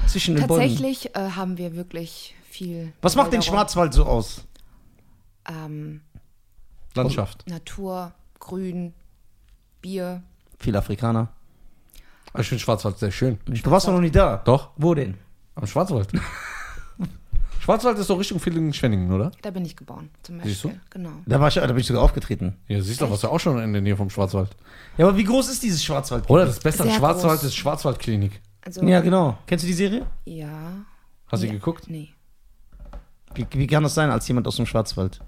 Speaker 2: Zwischen den Bäumen.
Speaker 3: Tatsächlich äh, haben wir wirklich viel.
Speaker 2: Was macht den
Speaker 3: Wälderung.
Speaker 2: Schwarzwald so aus?
Speaker 3: Ähm,
Speaker 1: Landschaft.
Speaker 3: Natur, Grün, Bier.
Speaker 2: Viel Afrikaner.
Speaker 1: Aber Ich finde Schwarzwald sehr schön.
Speaker 2: Du warst doch noch nie da.
Speaker 1: Doch,
Speaker 2: Wo denn?
Speaker 1: am Schwarzwald. Schwarzwald ist so Richtung Villingen-Schwenningen, oder?
Speaker 3: Da bin ich geboren, zum Beispiel.
Speaker 1: Siehst du?
Speaker 3: Genau.
Speaker 2: Da, war ich, da bin ich sogar aufgetreten.
Speaker 1: Ja, siehst du, was ja auch schon in der Nähe vom Schwarzwald.
Speaker 2: Ja, aber wie groß ist dieses Schwarzwald?
Speaker 1: Oder das Beste an
Speaker 3: Sehr
Speaker 1: Schwarzwald
Speaker 3: groß.
Speaker 1: ist Schwarzwaldklinik.
Speaker 3: Also,
Speaker 2: Ja, genau. Kennst du die Serie?
Speaker 3: ja.
Speaker 1: Hast du
Speaker 3: ja.
Speaker 1: geguckt?
Speaker 3: Nee,
Speaker 2: Wie, wie kann das sein, als jemand aus dem Schwarzwald?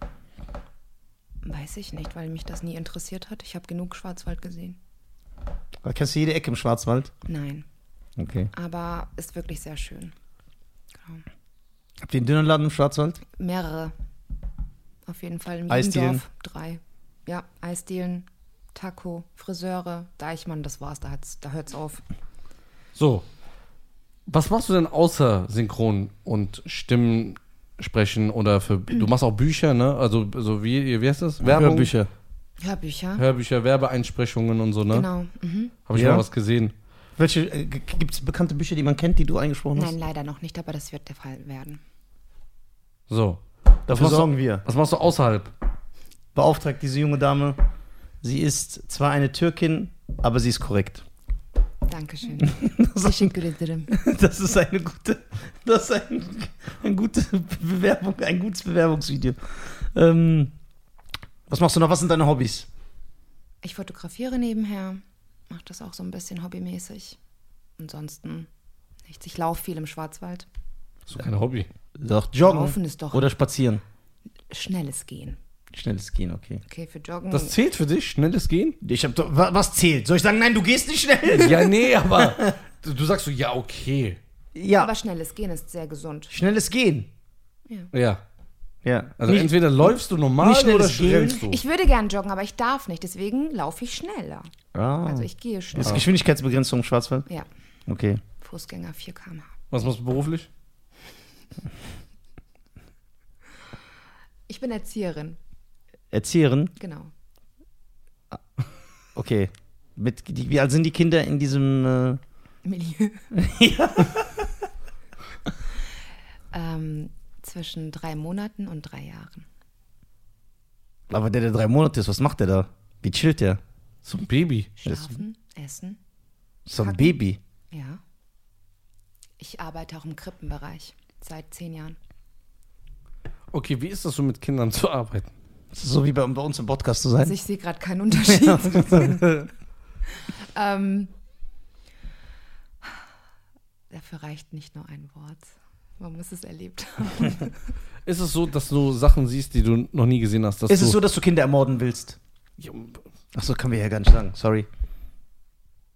Speaker 3: weiß ich nicht, weil mich das nie interessiert hat. Ich habe genug Schwarzwald gesehen.
Speaker 2: Da kennst du jede Ecke im Schwarzwald?
Speaker 3: Nein,
Speaker 2: Okay.
Speaker 3: aber ist wirklich sehr schön. Genau.
Speaker 2: Habt ihr einen Dönerladen im Schwarzwald?
Speaker 3: Mehrere. Auf jeden Fall in
Speaker 2: Eisdielen?
Speaker 3: Eisdielen. Drei. Ja, Eisdielen, Taco, Friseure, Deichmann, das war's, da, hat's, da hört's auf.
Speaker 1: So. Was machst du denn außer Synchron und Stimmen sprechen oder für. Du machst auch Bücher, ne? Also, so wie, wie heißt das? Werbung?
Speaker 2: Hörbücher.
Speaker 3: Hörbücher.
Speaker 1: Hörbücher, Werbeeinsprechungen und so, ne? Genau.
Speaker 3: Genau. Mhm.
Speaker 1: Habe ich
Speaker 2: Ja.
Speaker 1: mal was gesehen.
Speaker 2: Welche äh, gibt es bekannte Bücher, die man kennt, die du eingesprochen hast?
Speaker 3: Nein, leider noch nicht, aber das wird der Fall werden.
Speaker 1: So. machst
Speaker 2: Dafür
Speaker 1: du-
Speaker 2: sorgen wir.
Speaker 1: Was machst du außerhalb?
Speaker 2: Beauftragt diese junge Dame. Sie ist zwar eine Türkin, aber sie ist korrekt.
Speaker 3: Dankeschön. Teşekkür ederim.
Speaker 2: Das ist eine gute, das ist ein, ein, gute Bewerbung, ein gutes Bewerbungsvideo. Ähm, was machst du noch? Was sind deine Hobbys?
Speaker 3: Ich fotografiere nebenher, mache das auch so ein bisschen hobbymäßig. Ansonsten nichts. Ich laufe viel im Schwarzwald.
Speaker 1: So kein Hobby.
Speaker 2: Doch, joggen.
Speaker 3: Laufen ist doch-
Speaker 2: Oder spazieren.
Speaker 3: Schnelles Gehen.
Speaker 2: Schnelles Gehen, okay.
Speaker 3: Okay, für Joggen.
Speaker 1: Das zählt für dich? Schnelles Gehen?
Speaker 2: Ich hab doch, wa- was zählt? Soll ich sagen, nein, du gehst nicht schnell?
Speaker 1: Ja, nee, aber. Du, du sagst so, ja, okay.
Speaker 2: Ja,
Speaker 3: aber schnelles Gehen ist sehr gesund.
Speaker 2: schnelles Gehen.
Speaker 1: Ja.
Speaker 2: Ja.
Speaker 1: Also
Speaker 2: nicht,
Speaker 1: entweder läufst du normal
Speaker 2: nicht
Speaker 1: oder
Speaker 2: schnelles Gehen.
Speaker 1: rennst du.
Speaker 3: Ich würde gern joggen, aber ich darf nicht, deswegen laufe ich schneller.
Speaker 2: ah.
Speaker 3: Also ich gehe
Speaker 2: ist
Speaker 3: schneller.
Speaker 2: Geschwindigkeitsbegrenzung im Schwarzwald?
Speaker 3: Ja,
Speaker 2: Okay.
Speaker 3: Fußgänger 4 km/h.
Speaker 1: Was machst du beruflich?
Speaker 3: Ich bin Erzieherin,
Speaker 2: Erzieherin?
Speaker 3: genau.
Speaker 2: Okay. Mit, die, wie alt sind die Kinder in diesem. äh,
Speaker 3: Milieu. ähm, zwischen drei Monaten und drei Jahren.
Speaker 2: Äh, aber der, der drei Monate ist, was macht der da? Wie chillt der?
Speaker 1: So ein Baby.
Speaker 3: Schlafen, essen,
Speaker 2: So ein Baby.
Speaker 3: ja. Ich arbeite auch im Krippenbereich seit zehn Jahren.
Speaker 1: Okay, wie ist das so mit Kindern zu arbeiten?
Speaker 2: So wie bei, bei uns im Podcast zu
Speaker 3: Also
Speaker 2: sein.
Speaker 3: ich sehe gerade keinen Unterschied. ähm, dafür reicht nicht nur ein Wort. Man muss es erlebt haben.
Speaker 1: Ist es so, dass du Sachen siehst, die du noch nie gesehen hast? Dass
Speaker 2: Ist
Speaker 1: du
Speaker 2: es so, dass du Kinder ermorden willst?
Speaker 1: Ja,
Speaker 2: Achso, können wir ja gar nicht sagen. Sorry.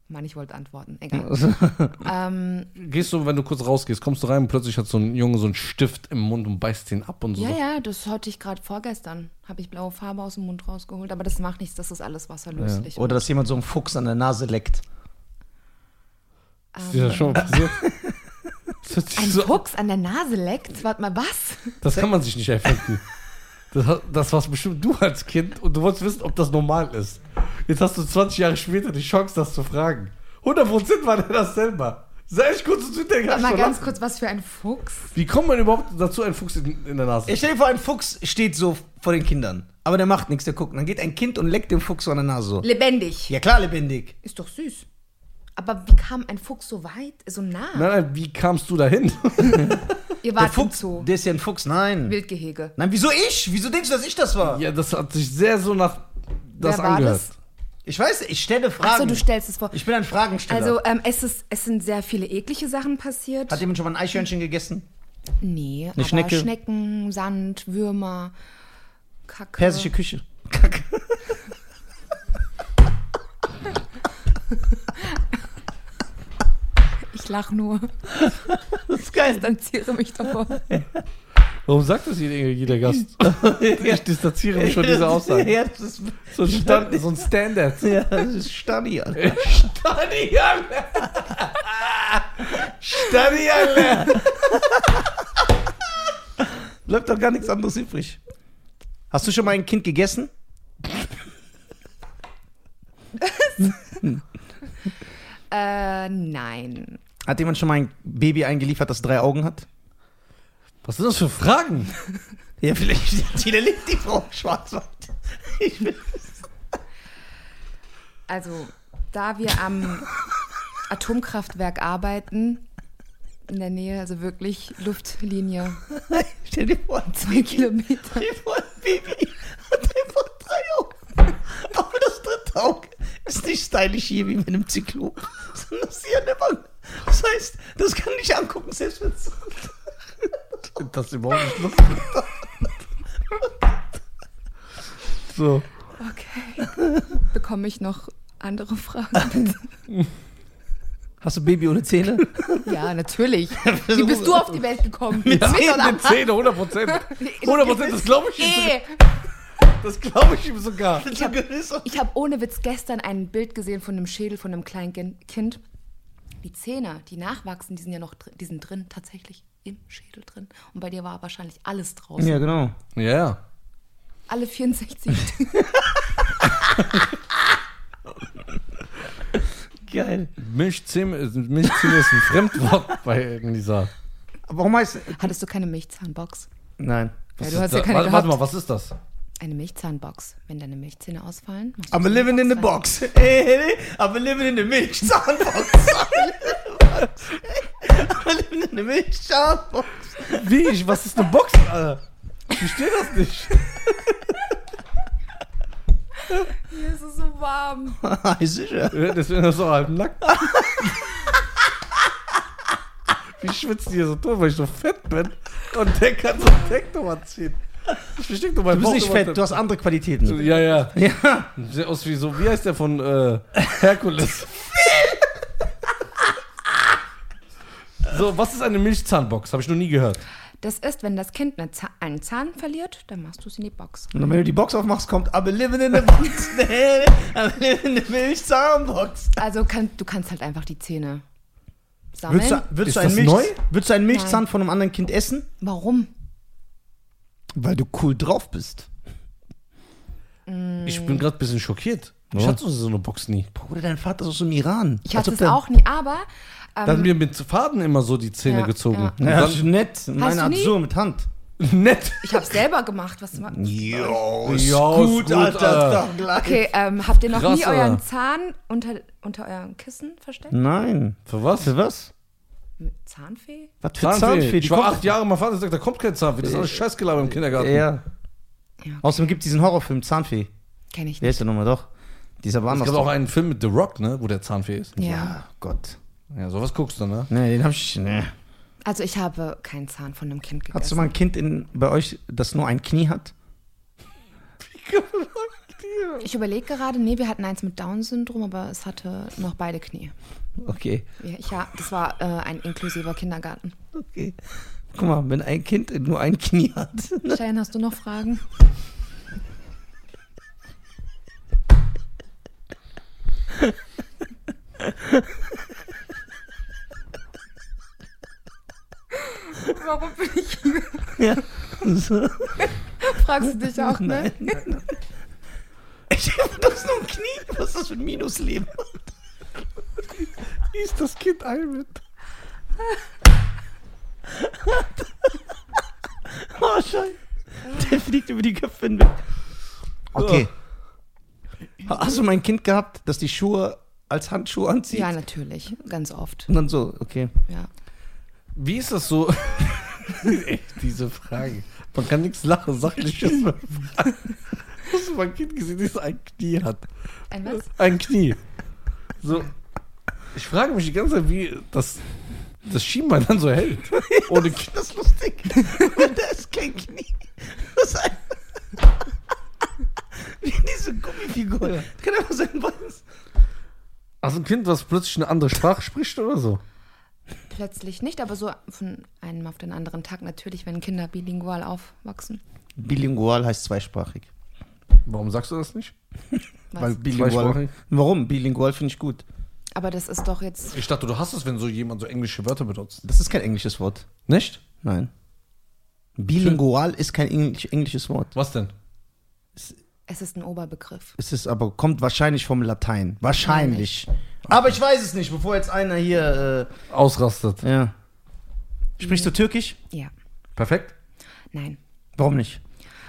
Speaker 3: Mann, ich wollte antworten. Egal. ähm,
Speaker 1: Gehst du, wenn du kurz rausgehst, kommst du rein und plötzlich hat so ein Junge so einen Stift im Mund und beißt den ab und so.
Speaker 3: ja, ja, das hatte ich gerade vorgestern. Habe ich blaue Farbe aus dem Mund rausgeholt. Aber das macht nichts, das ist alles wasserlöslich.
Speaker 2: Oder dass jemand so einen Fuchs an der Nase leckt.
Speaker 1: Ist dir das schon mal passiert? Das, hört sich
Speaker 3: Ein
Speaker 1: so,
Speaker 3: Ähm, Fuchs an der Nase leckt? Warte mal, was?
Speaker 1: das kann man sich nicht erfinden. Das, hat- das warst bestimmt du als Kind und du wolltest wissen, ob das normal ist. Jetzt hast du 20 Jahre später die Chance, das zu fragen. 100% war der das selber. Sei ich kurz zu denken.
Speaker 3: Warte mal ganz kurz, was für ein Fuchs?
Speaker 1: Wie kommt man überhaupt dazu, einen Fuchs in, in der Nase?
Speaker 2: Ich stell dir vor, ein Fuchs steht so vor den Kindern. Aber der macht nichts, der guckt. Und Dann geht ein Kind und leckt den Fuchs so an der Nase so.
Speaker 3: Lebendig.
Speaker 2: Ja klar, lebendig.
Speaker 3: Ist doch süß. Aber wie kam ein Fuchs so weit, so nah?
Speaker 1: Nein, nein, wie kamst du dahin?
Speaker 3: Ihr
Speaker 2: Ne? Der
Speaker 3: wart im
Speaker 2: Fuchs,
Speaker 3: Zoo.
Speaker 2: der ist ja ein Fuchs, nein.
Speaker 3: Wildgehege.
Speaker 2: Nein, wieso ich? Wieso denkst du, dass ich das war?
Speaker 1: Ja, das hat sich sehr so nach das
Speaker 3: Wer war
Speaker 1: angehört.
Speaker 3: das?
Speaker 2: Ich weiß, ich stelle Fragen.
Speaker 3: Achso, du stellst es vor.
Speaker 2: ich bin ein Fragensteller.
Speaker 3: Also, ähm, es, ist, es sind sehr viele eklige Sachen passiert.
Speaker 2: Hat jemand schon mal ein Eichhörnchen gegessen?
Speaker 3: nee, aber
Speaker 2: Schnecke?
Speaker 3: Schnecken, Sand, Würmer, Kacke.
Speaker 2: Persische Küche.
Speaker 3: Ich lach nur,
Speaker 2: Das ist geil.
Speaker 3: distanziere mich davon.
Speaker 1: Warum sagt das jeder, jeder Gast? Ich distanziere mich von dieser Aussage.
Speaker 2: Ja, das ist,
Speaker 1: So ein, Stand, so ein Standard.
Speaker 2: ja, das ist Stani, Alter.
Speaker 1: Stani, Alter. Stani, Alter.
Speaker 2: Bleibt doch gar nichts anderes übrig. Hast du schon mal ein Kind gegessen?
Speaker 3: Äh, nein.
Speaker 2: Hat jemand schon mal ein Baby eingeliefert, das drei Augen hat?
Speaker 1: Was sind das für Fragen?
Speaker 2: Ja, vielleicht lebt die Frau im Schwarzwald. Ich will
Speaker 3: Also, da wir am Atomkraftwerk arbeiten, in der Nähe, also wirklich Luftlinie,
Speaker 2: Stell dir vor,
Speaker 3: zwei Kilometer.
Speaker 2: stell dir vor, ein Baby hat einfach drei Augen. Aber das dritte Auge ist nicht stylisch hier wie bei einem Zyklop, sondern das ist hier an der Wand. Das heißt, das kann ich angucken, selbst wenn es.
Speaker 1: Das ist überhaupt nicht lustig. So.
Speaker 3: Okay. Bekomme ich noch andere Fragen?
Speaker 2: Hast du Baby ohne Zähne?
Speaker 3: Ja, natürlich. Wie bist du auf die Welt gekommen? Mit oder
Speaker 1: Mit Zähne, 100 Prozent. 100 Prozent, das glaube ich ihm sogar.
Speaker 3: Eh,
Speaker 1: Das glaube ich ihm sogar.
Speaker 2: Ich hab, das
Speaker 3: ich habe ohne Witz gestern ein Bild gesehen von einem Schädel von einem kleinen Gen- Kind. Die Zähne, die nachwachsen, die sind ja noch drin, die sind drin, tatsächlich im Schädel drin. Und bei dir war wahrscheinlich alles draußen.
Speaker 2: genau.
Speaker 1: Ja, ja.
Speaker 3: Alle 64 Stück.
Speaker 2: Geil.
Speaker 1: Milchzähne ist Milchzähne äh, ist ein Fremdwort bei Nisa.
Speaker 2: Aber warum heißt.
Speaker 3: Hattest du keine Milchzahnbox?
Speaker 2: Nein.
Speaker 3: Ja,
Speaker 1: Was
Speaker 3: du
Speaker 1: ist
Speaker 3: hast ja
Speaker 1: da-
Speaker 3: keine
Speaker 1: warte, warte
Speaker 3: gehabt.
Speaker 1: mal, was ist das?
Speaker 3: Eine Milchzahnbox. Wenn deine Milchzähne ausfallen, machst du
Speaker 2: I'm
Speaker 3: so eine
Speaker 2: living in the
Speaker 3: rein.
Speaker 2: box. Hey, hey, hey. I'm living in the Milchzahnbox. I'm living in the Milchzahnbox.
Speaker 1: Wie? Ich, was ist eine Box, Alter? Ich verstehe das nicht.
Speaker 3: Mir ist es so warm.
Speaker 2: Ah, sicher.
Speaker 1: Ja, Deswegen ist er so halb nackt. Wie schwitzt ihr so tot, weil ich so fett bin? Und der kann so ein Decknummer ziehen. Ich versteck doch mein
Speaker 2: Du bist nicht fett, du hast andere Qualitäten.
Speaker 1: Ja, ja.
Speaker 2: Ja.
Speaker 1: Sieht aus wie so, wie heißt der von äh, Herkules? so, was ist eine Milchzahnbox? Habe ich noch nie gehört.
Speaker 3: Das ist, wenn das Kind eine Za einen Zahn verliert, dann machst du es in die Box.
Speaker 2: Und wenn du die Box aufmachst, kommt I'm living in the box. Hey, I'm living in the Milchzahnbox.
Speaker 3: Also kann, du kannst halt einfach die Zähne sammeln.
Speaker 2: Würdest du, würdest,
Speaker 1: Ist
Speaker 2: du einen
Speaker 1: das
Speaker 2: Milch,
Speaker 1: neu?
Speaker 2: würdest du einen Milchzahn
Speaker 3: Nein.
Speaker 2: von einem anderen Kind essen?
Speaker 3: Warum?
Speaker 2: Weil du cool drauf bist.
Speaker 1: Ich
Speaker 3: Mm.
Speaker 1: bin gerade ein bisschen schockiert. Ich
Speaker 2: Ja.
Speaker 1: hatte so eine Box nie.
Speaker 3: Ähm.
Speaker 2: Bruder, dein Vater ist aus dem Iran.
Speaker 3: Ich hatte es auch nie, aber
Speaker 1: Da
Speaker 3: ähm,
Speaker 1: haben wir mit Faden immer so die Zähne
Speaker 3: Ja,
Speaker 1: gezogen.
Speaker 3: ja.
Speaker 1: Und
Speaker 2: Ja, das ist
Speaker 1: dann,
Speaker 2: nett. Meine
Speaker 3: du
Speaker 2: hat
Speaker 3: nie?
Speaker 2: so mit Hand.
Speaker 1: nett.
Speaker 3: ich habe es selber gemacht. Was ma-
Speaker 2: Jo,
Speaker 1: ist gut, Alter.
Speaker 2: Ist doch gleich.
Speaker 3: okay, ähm, habt ihr noch
Speaker 1: Krass,
Speaker 3: nie euren
Speaker 1: Alter.
Speaker 3: Zahn unter, unter eurem Kissen versteckt?
Speaker 2: Nein.
Speaker 1: Für was?
Speaker 2: Für was?
Speaker 3: Zahnfee?
Speaker 2: Was für
Speaker 1: Zahnfee.
Speaker 2: Zahnfee? Die
Speaker 1: Ich war
Speaker 2: kommt-
Speaker 1: acht Jahre, mein Vater sagt, da kommt kein Zahnfee. Das ist alles Scheißgelaber im Kindergarten.
Speaker 2: Ja.
Speaker 3: Ja, okay.
Speaker 2: Außerdem gibt es diesen Horrorfilm Zahnfee.
Speaker 3: Kenn ich
Speaker 2: Wer
Speaker 3: nicht.
Speaker 2: ist der nochmal doch? Dieser war
Speaker 1: Es
Speaker 2: anders.
Speaker 1: gab auch
Speaker 2: doch.
Speaker 1: einen Film mit The Rock, ne, wo der Zahnfee ist.
Speaker 3: Ja.
Speaker 2: Ja, Gott.
Speaker 1: Ja, sowas guckst du, ne?
Speaker 2: Nee, den hab ich. Nee.
Speaker 3: Also ich habe keinen Zahn von einem Kind
Speaker 2: Hattest du
Speaker 3: gegessen.
Speaker 2: mal ein Kind in, bei euch, das nur ein Knie hat?
Speaker 3: Ich überlege gerade, nee, wir hatten eins mit Down-Syndrom, aber es hatte noch beide Knie.
Speaker 2: Okay.
Speaker 3: Ja, Ich, ja, das war äh, ein inklusiver Kindergarten.
Speaker 2: Okay. Guck mal, wenn ein Kind nur ein Knie hat.
Speaker 3: Stein, hast du noch Fragen? Warum bin ich hier?
Speaker 2: Ja. So.
Speaker 3: Fragst du dich auch, ne?
Speaker 2: Nein. nein. Ich hab das nur ein Knie. Was ist das für ein Minusleben?
Speaker 1: Ist das Kind Almit?
Speaker 2: Oh, scheiße. Der fliegt über die Köpfe hinweg. Okay. Hast du mal ein Kind gehabt, das die Schuhe als Handschuhe anzieht?
Speaker 3: Ja, natürlich. Ganz oft.
Speaker 2: Und dann so, okay.
Speaker 3: Ja.
Speaker 1: Wie ist das so? Ey, diese Frage. Man kann nichts lachen, sachliches fragen. Hast du mal ein Kind gesehen, das ein Knie hat?
Speaker 3: Ein was?
Speaker 1: Ein Knie. So. Ich frage mich die ganze Zeit, wie das, das Schienbein dann so hält. Ohne Knie.
Speaker 2: Das ist lustig. Und da ist kein Knie. Das ist ein Wie diese Gummifigur.
Speaker 1: Ja.
Speaker 2: Kann einfach sein, was.
Speaker 1: Also ein Kind, was plötzlich eine andere Sprache spricht oder so.
Speaker 3: plötzlich nicht, aber so von einem auf den anderen Tag natürlich, wenn Kinder bilingual aufwachsen.
Speaker 2: Bilingual heißt zweisprachig.
Speaker 1: Warum sagst du das nicht?
Speaker 3: Was?
Speaker 2: Weil bilingual.
Speaker 1: Zweisprachig?
Speaker 2: Warum? Bilingual finde ich gut.
Speaker 3: aber das ist doch jetzt.
Speaker 1: Ich dachte, du hast es, wenn so jemand so englische Wörter benutzt.
Speaker 2: Das ist kein englisches Wort.
Speaker 1: Nicht?
Speaker 2: Nein. Bilingual ist kein englisch, englisches Wort.
Speaker 1: Was denn?
Speaker 3: Es ist ein Oberbegriff.
Speaker 2: Es ist aber, kommt wahrscheinlich vom Latein. Wahrscheinlich. Aber ich weiß es nicht, bevor jetzt einer hier.
Speaker 1: Ausrastet.
Speaker 2: Äh, ja. Sprichst du Türkisch?
Speaker 3: Ja.
Speaker 1: Perfekt.
Speaker 3: Nein.
Speaker 2: Warum nicht?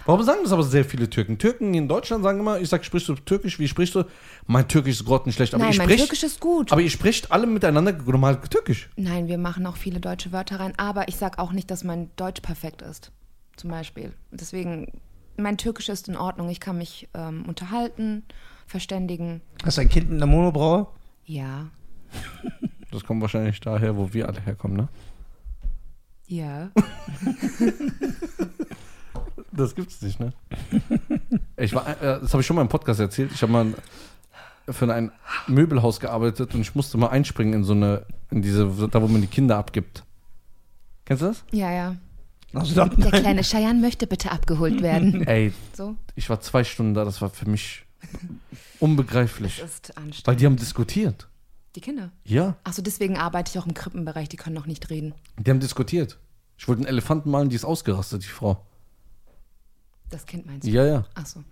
Speaker 1: Warum sagen das aber sehr viele Türken? Türken in Deutschland sagen immer, ich sag, sprichst du Türkisch, wie sprichst du? Mein Türkisch ist grottenschlecht, aber
Speaker 3: Nein,
Speaker 1: ich
Speaker 3: mein
Speaker 1: sprich,
Speaker 3: Türkisch ist gut.
Speaker 1: aber ihr spricht alle miteinander normal Türkisch.
Speaker 3: Nein, wir machen auch viele deutsche Wörter rein, aber ich sag auch nicht, dass mein Deutsch perfekt ist. Zum Beispiel. Deswegen, mein Türkisch ist in Ordnung. Ich kann mich ähm, unterhalten, verständigen.
Speaker 2: Hast du ein Kind in der Monobraue?
Speaker 3: Ja.
Speaker 1: Das kommt wahrscheinlich daher, wo wir alle herkommen, ne?
Speaker 3: Ja.
Speaker 1: Das gibt's nicht, ne? Ich war, äh, das habe ich schon mal im Podcast erzählt. Ich habe mal für ein Möbelhaus gearbeitet und ich musste mal einspringen in so eine, in diese, da wo man die Kinder abgibt. Kennst du das?
Speaker 3: Ja, ja.
Speaker 2: Also dann,
Speaker 3: Der kleine Cheyenne möchte bitte abgeholt werden.
Speaker 1: Ey,
Speaker 3: So?
Speaker 1: ich war zwei Stunden da, das war für mich unbegreiflich.
Speaker 3: Das ist
Speaker 1: Weil
Speaker 3: anstrengend.
Speaker 1: die haben diskutiert.
Speaker 3: Die Kinder.
Speaker 1: Ja,
Speaker 3: Achso, deswegen arbeite ich auch im Krippenbereich. Die können noch nicht reden.
Speaker 1: die haben diskutiert. Ich wollte einen Elefanten malen, die ist ausgerastet, die Frau.
Speaker 3: Das Kind meinst du?
Speaker 1: Ja, ja.
Speaker 3: Achso.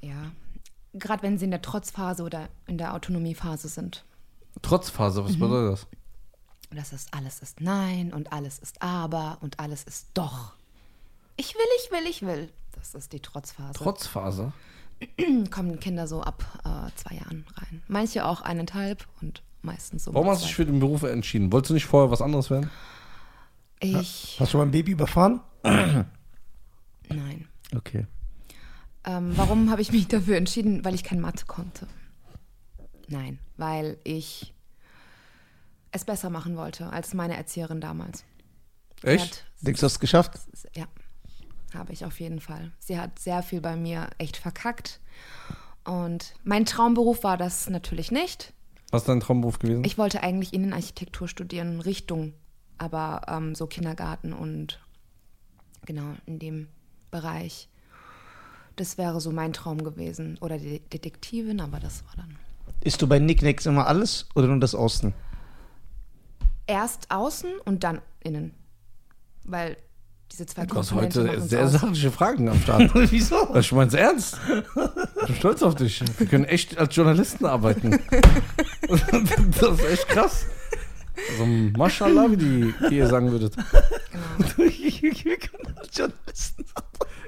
Speaker 3: Ja. Gerade wenn sie in der Trotzphase oder in der Autonomiephase sind.
Speaker 1: Trotzphase, was
Speaker 3: Mhm.
Speaker 1: bedeutet das?
Speaker 3: Das ist alles ist nein und alles ist aber und alles ist doch. Ich will, ich will, ich will. Das ist die Trotzphase.
Speaker 1: Trotzphase?
Speaker 3: Kommen Kinder so ab äh, zwei Jahren rein. Manche auch eineinhalb und meistens so.
Speaker 1: Warum
Speaker 3: mit
Speaker 1: hast du dich
Speaker 3: zwei.
Speaker 1: für den Beruf entschieden? Wolltest du nicht vorher was anderes werden?
Speaker 3: Ich.
Speaker 2: hast du mal ein Baby überfahren?
Speaker 3: Nein.
Speaker 2: Okay.
Speaker 3: Ähm, warum habe ich mich dafür entschieden? Weil ich kein Mathe konnte. Nein, weil ich es besser machen wollte als meine Erzieherin damals. Sie
Speaker 1: Echt?
Speaker 3: hat
Speaker 2: Denkst du, hast es geschafft?
Speaker 3: Ja, habe ich auf jeden Fall. Sie hat sehr viel bei mir echt verkackt. Und mein Traumberuf war das natürlich nicht.
Speaker 1: Was ist dein Traumberuf gewesen?
Speaker 3: Ich wollte eigentlich Innenarchitektur studieren, Richtung, aber ähm, so Kindergarten und genau in dem Bereich. Das wäre so mein Traum gewesen. Oder die Detektivin, aber das war dann.
Speaker 2: Isst du bei Nicknacks immer alles oder nur das Außen?
Speaker 3: Erst außen und dann innen. Weil diese zwei
Speaker 1: Du hast
Speaker 3: Komponenten
Speaker 1: heute
Speaker 3: machen uns
Speaker 1: sehr
Speaker 3: aus.
Speaker 1: sachliche Fragen am Start. Also
Speaker 2: Wieso?
Speaker 1: Ich mein's ernst. Ich bin stolz auf dich. Wir können echt als Journalisten arbeiten. Das ist echt krass. So ein Maschallah, wie, die, wie ihr sagen würdet.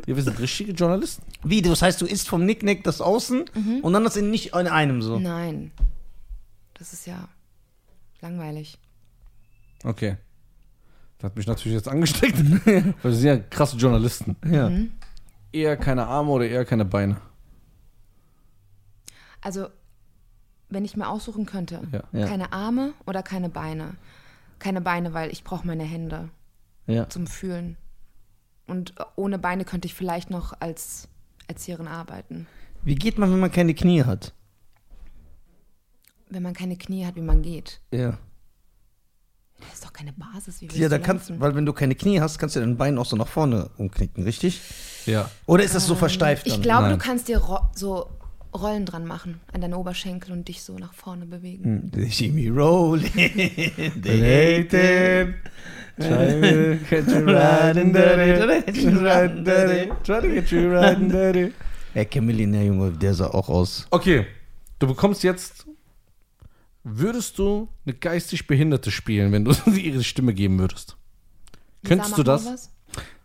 Speaker 1: Ihr wisst, richtige Journalisten.
Speaker 2: Wie, das heißt, du isst vom Nicknack das Außen und dann das in nicht in einem so.
Speaker 3: Mhm. Nein. Das ist ja langweilig.
Speaker 1: Okay. Das hat mich natürlich jetzt angesteckt. Weil wir sind ja krasse Journalisten.
Speaker 2: Ja.
Speaker 3: Mhm.
Speaker 1: Eher keine Arme oder eher keine Beine.
Speaker 3: Also, wenn ich mir aussuchen könnte,
Speaker 1: Ja.
Speaker 2: Ja.
Speaker 3: keine Arme oder keine Beine. Keine Beine, weil ich brauche meine Hände
Speaker 2: ja.
Speaker 3: zum Fühlen. Und ohne Beine könnte ich vielleicht noch als Erzieherin arbeiten.
Speaker 2: Wie geht man, wenn man keine Knie hat?
Speaker 3: Wenn man keine Knie hat, wie man geht.
Speaker 2: Ja.
Speaker 3: Das ist doch keine Basis, wie willst
Speaker 2: Ja, da
Speaker 3: du
Speaker 2: kannst,
Speaker 3: laufen?
Speaker 2: weil wenn du keine Knie hast, kannst du dein Bein auch so nach vorne umknicken, richtig?
Speaker 1: Ja.
Speaker 2: Oder ist das so versteift?
Speaker 3: Ah. Ich
Speaker 2: dann?
Speaker 3: glaube, du
Speaker 2: Nein.
Speaker 3: kannst dir ro so Rollen dran machen an deinen Oberschenkel und dich so nach vorne bewegen.
Speaker 2: They see me rolling, they hate it. Er kennt Millionär, Junge, der sah auch aus.
Speaker 1: Okay, du bekommst jetzt. Würdest du eine geistig Behinderte spielen, wenn du sie ihre Stimme geben würdest?
Speaker 3: Lisa,
Speaker 1: Könntest du
Speaker 3: mach mal
Speaker 1: das?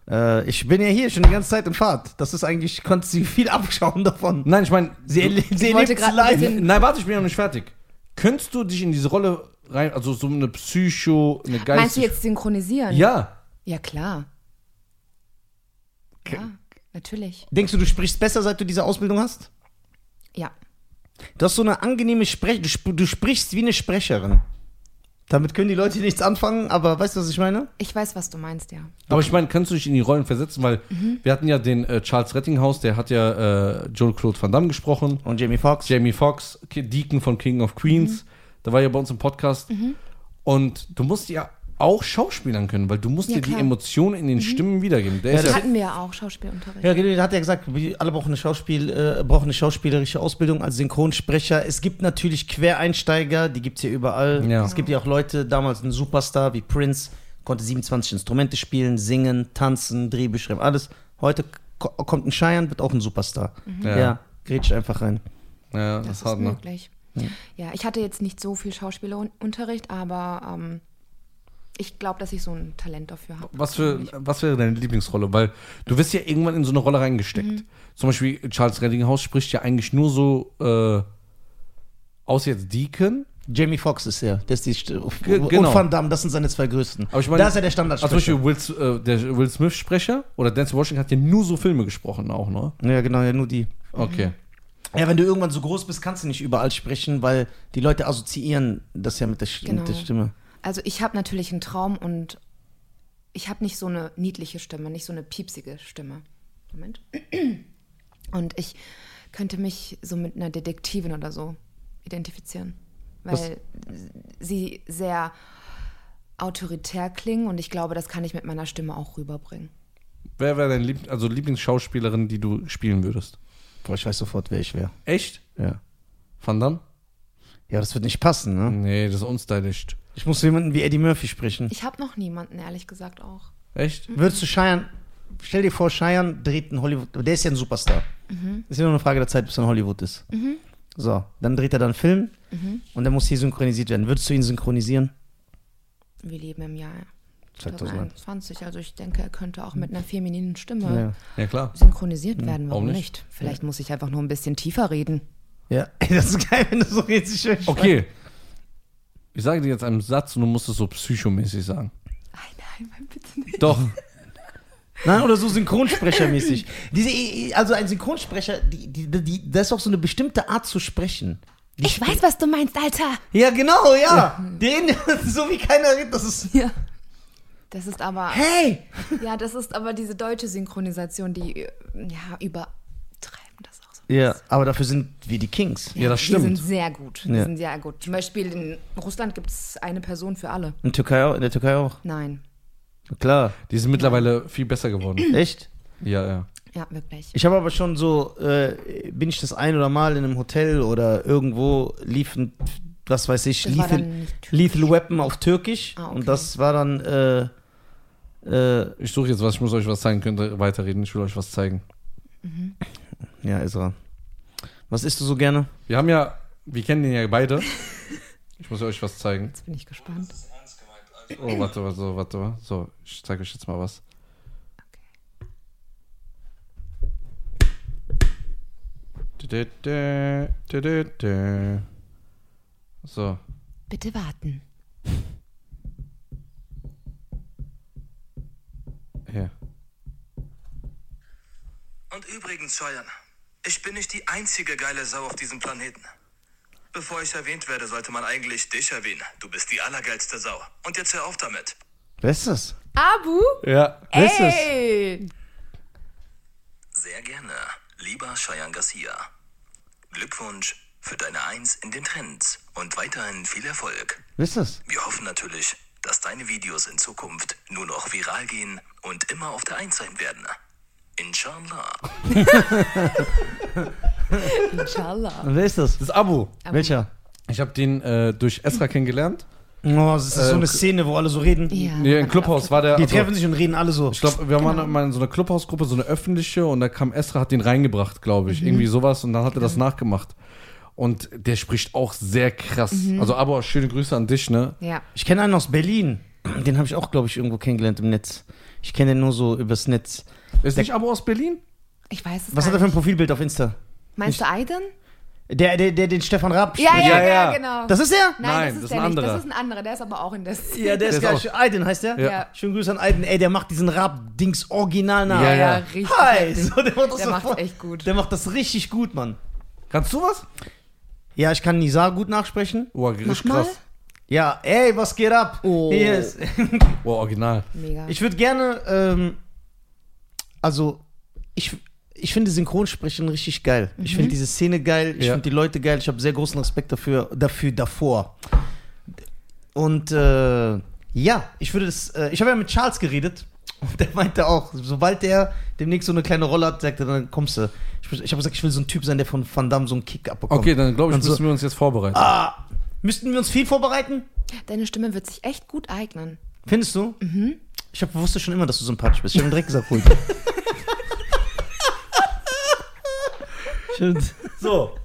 Speaker 3: was?
Speaker 2: Äh, ich bin ja hier schon die ganze Zeit in Fahrt. Das ist eigentlich, konntest sie viel abschauen davon.
Speaker 1: Nein, ich meine,
Speaker 2: Sie, erle- sie
Speaker 3: wollte
Speaker 2: erlebt
Speaker 3: grad
Speaker 2: live.
Speaker 3: ein
Speaker 1: nein, warte, ich bin ja noch nicht fertig. Könntest du dich in diese Rolle rein, also so eine Psycho, eine geistig.
Speaker 3: Meinst du jetzt synchronisieren?
Speaker 1: Ja.
Speaker 3: Ja, klar. Ja, natürlich.
Speaker 2: Denkst du, du sprichst besser, seit du diese Ausbildung hast?
Speaker 3: Ja.
Speaker 2: Du hast so eine angenehme Sprech... Du, sp du sprichst wie eine Sprecherin. Damit können die Leute nichts anfangen, aber weißt du, was ich meine?
Speaker 3: Ich weiß, was du meinst, ja.
Speaker 1: Aber ich meine, kannst du dich in die Rollen versetzen, weil wir hatten ja den äh, Charles Rettinghaus, der hat ja äh, Joel Claude Van Damme gesprochen.
Speaker 2: Und Jamie Foxx.
Speaker 1: Jamie Foxx, Ki- Deacon von King of Queens. Da war ja bei uns im Podcast. Und du musst ja auch schauspielern können, weil du musst
Speaker 3: Ja,
Speaker 1: dir die
Speaker 3: klar.
Speaker 1: Emotionen in den Stimmen wiedergeben. Der ist
Speaker 2: das-
Speaker 1: ja,
Speaker 3: Hatten wir ja auch Schauspielunterricht.
Speaker 2: Ja, genau, da hat er gesagt, wir alle brauchen eine, Schauspiel, äh, brauchen eine schauspielerische Ausbildung als Synchronsprecher. Es gibt natürlich Quereinsteiger, die gibt es hier überall.
Speaker 1: Ja.
Speaker 2: Es gibt ja auch Leute, damals ein Superstar wie Prince, konnte 27 Instrumente spielen, singen, tanzen, Drehbücher schreiben, alles. Heute ko kommt ein Scheiern, wird auch ein Superstar.
Speaker 1: Mhm. Ja.
Speaker 2: Ja, grätsch einfach rein.
Speaker 1: ja, das,
Speaker 3: Das
Speaker 1: ist
Speaker 3: ist
Speaker 1: hart, ne?
Speaker 3: möglich. Ja, ich hatte jetzt nicht so viel Schauspielunterricht, aber ähm, ich glaube, dass ich so ein Talent dafür habe.
Speaker 1: Was, für, was wäre deine Lieblingsrolle? Weil du wirst ja irgendwann in so eine Rolle reingesteckt. Zum Beispiel Charles Reddinghaus spricht ja eigentlich nur so, äh, außer jetzt Deacon.
Speaker 2: Jamie Foxx ist er, der ist die St
Speaker 1: Ge- genau.
Speaker 2: und Van Damme, das sind seine zwei größten.
Speaker 1: Aber ich meine-
Speaker 2: da ist er der
Speaker 1: Also
Speaker 2: Standardsprecher.
Speaker 1: zum Beispiel Will, S- äh, der Will Smith-Sprecher oder Denzel Washington hat ja nur so Filme gesprochen auch, ne?
Speaker 2: ja, genau, ja, nur die.
Speaker 1: Okay.
Speaker 2: Ja, wenn du irgendwann so groß bist, kannst du nicht überall sprechen, weil die Leute assoziieren das ja mit der, Sch-
Speaker 3: Genau.
Speaker 2: mit der Stimme.
Speaker 3: Also ich habe natürlich einen Traum und ich habe nicht so eine niedliche Stimme, nicht so eine piepsige Stimme. Moment. Und ich könnte mich so mit einer Detektivin oder so identifizieren, weil sie sehr autoritär klingen und ich glaube, das kann ich mit meiner Stimme auch rüberbringen.
Speaker 1: Wer wäre deine Lieb also Lieblingsschauspielerin, die du spielen würdest?
Speaker 2: Boah, ich weiß sofort, wer ich wäre.
Speaker 1: Echt?
Speaker 2: Ja.
Speaker 1: Van Damme?
Speaker 2: ja, das wird nicht passen, ne?
Speaker 1: Nee, das ist unstylisch.
Speaker 2: Ich muss jemanden wie Eddie Murphy sprechen.
Speaker 3: Ich habe noch niemanden, ehrlich gesagt auch.
Speaker 1: Echt?
Speaker 2: Würdest du Cheyenne, stell dir vor, Cheyenne dreht einen Hollywood, der ist ja ein Superstar.
Speaker 3: Mhm.
Speaker 2: Ist ja nur eine Frage der Zeit, bis er in Hollywood ist. So, dann dreht er dann einen Film
Speaker 3: Mhm.
Speaker 2: und dann muss hier synchronisiert werden. Würdest du ihn synchronisieren?
Speaker 3: Wir leben im Jahr
Speaker 2: 2001.
Speaker 3: 2021, also ich denke, er könnte auch mit einer femininen Stimme
Speaker 2: Ja.
Speaker 1: Ja, klar.
Speaker 2: Hm,
Speaker 3: synchronisiert werden. Warum
Speaker 1: nicht?
Speaker 3: nicht? Vielleicht muss ich einfach nur ein bisschen tiefer reden.
Speaker 2: Ja, das ist geil, wenn du so richtig schön
Speaker 1: Okay. Ich sage dir jetzt einen Satz und du musst es so psychomäßig sagen.
Speaker 3: Nein, nein, bitte nicht.
Speaker 1: Doch.
Speaker 2: Nein, oder so synchronsprechermäßig. Diese, also ein Synchronsprecher, die, die, die, das ist auch so eine bestimmte Art zu sprechen. Die
Speaker 3: Ich weiß, was du meinst, Alter.
Speaker 2: Ja, genau, ja. Den, so wie keiner redet, das ist.
Speaker 3: Ja. Das ist aber,
Speaker 2: Hey!
Speaker 3: ja, das ist aber diese deutsche Synchronisation, die, äh, ja, übertreiben das auch so.
Speaker 2: Ja, aber dafür sind wir die Kings.
Speaker 1: Ja, das
Speaker 3: Die sind
Speaker 1: stimmt.
Speaker 3: sehr gut. Die
Speaker 2: Ja.
Speaker 3: sind sehr gut. Zum Beispiel in Russland gibt es eine Person für alle.
Speaker 2: In, Türkei, auch- in der Türkei auch.
Speaker 3: Nein.
Speaker 2: Klar.
Speaker 1: Die sind mittlerweile viel besser geworden.
Speaker 2: Echt?
Speaker 1: Ja, ja.
Speaker 3: Ja, wirklich.
Speaker 2: Ich habe aber schon so, äh, bin ich das ein oder mal in einem Hotel oder irgendwo lief ein, was weiß ich,
Speaker 3: Das war
Speaker 2: Lethal,
Speaker 3: dann nicht türkisch.
Speaker 2: Lethal Weapon auf Türkisch.
Speaker 3: Ah, okay.
Speaker 2: Und das war dann, äh, äh,
Speaker 1: Ich suche jetzt was, ich muss euch was zeigen, könnt ihr weiterreden, ich will euch was zeigen.
Speaker 2: ja, Ezra. Was isst du so gerne?
Speaker 1: Wir haben ja, wir kennen den ja beide. Ich muss euch was zeigen.
Speaker 3: Jetzt bin ich gespannt.
Speaker 1: Oh, warte, warte, so, warte, warte. So, ich zeige euch jetzt mal was. Dü, dü, dü, dü, dü. So.
Speaker 3: Bitte warten.
Speaker 1: Hier.
Speaker 4: Und übrigens, Scheuern, ich bin nicht die einzige geile Sau auf diesem Planeten. Bevor ich erwähnt werde, sollte man eigentlich dich erwähnen. Du bist die allergeilste Sau. Und jetzt hör auf damit.
Speaker 2: Wer ist das?
Speaker 3: Abu?
Speaker 1: Ja.
Speaker 2: Wer ist das?
Speaker 3: Ey!
Speaker 4: Sehr gerne, lieber Scheuern Garcia. Glückwunsch für deine Eins in den Trends und weiterhin viel Erfolg.
Speaker 2: Wer ist das?
Speaker 4: Wir hoffen natürlich, dass deine Videos in Zukunft nur noch viral gehen und immer auf der Eins sein werden. Inshallah.
Speaker 3: Inshallah.
Speaker 2: Wer ist das?
Speaker 1: Das Abo.
Speaker 2: Welcher?
Speaker 1: Ich habe den äh, durch Esra kennengelernt.
Speaker 2: Oh, es ist so eine Szene, wo alle so reden.
Speaker 3: Ja.
Speaker 1: Nee, im Clubhaus war der.
Speaker 2: Die
Speaker 1: also-
Speaker 2: treffen Genau. sich und reden alle so.
Speaker 1: Ich glaube, wir waren mal in so einer Clubhausgruppe, so eine öffentliche, und da kam Esra, hat den reingebracht, glaube
Speaker 2: Mhm.
Speaker 1: ich. Irgendwie sowas, und dann hat er
Speaker 2: Genau.
Speaker 1: das nachgemacht. Und der spricht auch sehr krass.
Speaker 2: Mhm.
Speaker 1: Also, aber schöne Grüße an dich, ne?
Speaker 3: Ja.
Speaker 2: Ich kenne einen aus Berlin. Den habe ich auch, glaube ich, irgendwo kennengelernt im Netz. Ich kenne den nur so übers Netz.
Speaker 1: Ist nicht Abo aus Berlin?
Speaker 3: Ich weiß es
Speaker 2: Was hat
Speaker 3: gar
Speaker 2: er für ein
Speaker 3: nicht.
Speaker 2: Profilbild auf Insta?
Speaker 3: Meinst du Aiden?
Speaker 2: Der, der, der den Stefan Raab
Speaker 3: Ja,
Speaker 2: spricht.
Speaker 1: Ja,
Speaker 3: ja, ja,
Speaker 1: ja.
Speaker 3: genau.
Speaker 2: Das ist er?
Speaker 1: Nein, das ist
Speaker 3: der
Speaker 1: ein
Speaker 3: nicht.
Speaker 1: anderer.
Speaker 3: Das ist ein anderer, der ist aber auch in der Szene.
Speaker 2: Ja, der ist
Speaker 1: Der
Speaker 2: geil.
Speaker 1: ist
Speaker 2: Aiden heißt der?
Speaker 1: Ja.
Speaker 2: Schönen Grüße an Aiden. Ey, der macht diesen Raab-Dings original nach.
Speaker 1: Ja, ja.
Speaker 3: richtig.
Speaker 2: Hi.
Speaker 3: heftig.
Speaker 2: So, der macht das
Speaker 3: der
Speaker 2: so
Speaker 3: macht's
Speaker 2: voll-
Speaker 3: echt gut.
Speaker 2: Der macht das richtig gut, Mann.
Speaker 1: Kannst du was?
Speaker 2: Ja, ich kann Nizar gut nachsprechen.
Speaker 1: Boah, richtig
Speaker 3: Mach mal.
Speaker 1: Oh, krass.
Speaker 2: Ja, ey, was geht ab?
Speaker 3: Oh.
Speaker 2: Hier ist,
Speaker 1: Boah, Oh, original.
Speaker 3: Mega.
Speaker 2: Ich würde gerne, ähm, also ich, ich finde Synchronsprechen richtig geil. Ich finde diese Szene geil, ich
Speaker 1: Mhm. Ja.
Speaker 2: finde die Leute geil, ich habe sehr großen Respekt dafür, dafür davor. Und äh, ja, ich würde das. Äh, ich habe ja mit Charles geredet und der meinte auch, sobald der demnächst so eine kleine Rolle hat, sagt er, dann kommst du. Ich, ich habe gesagt, ich will so ein Typ sein, der von Van Damme so einen Kick abbekommt.
Speaker 1: Okay, dann glaube ich,
Speaker 2: so-
Speaker 1: müssen wir uns jetzt vorbereiten.
Speaker 2: Ah, müssten wir uns viel vorbereiten?
Speaker 3: Deine Stimme wird sich echt gut eignen.
Speaker 2: Findest du? Mhm. Ich hab, wusste schon immer, dass du sympathisch bist. Ich habe direkt gesagt, cool. so.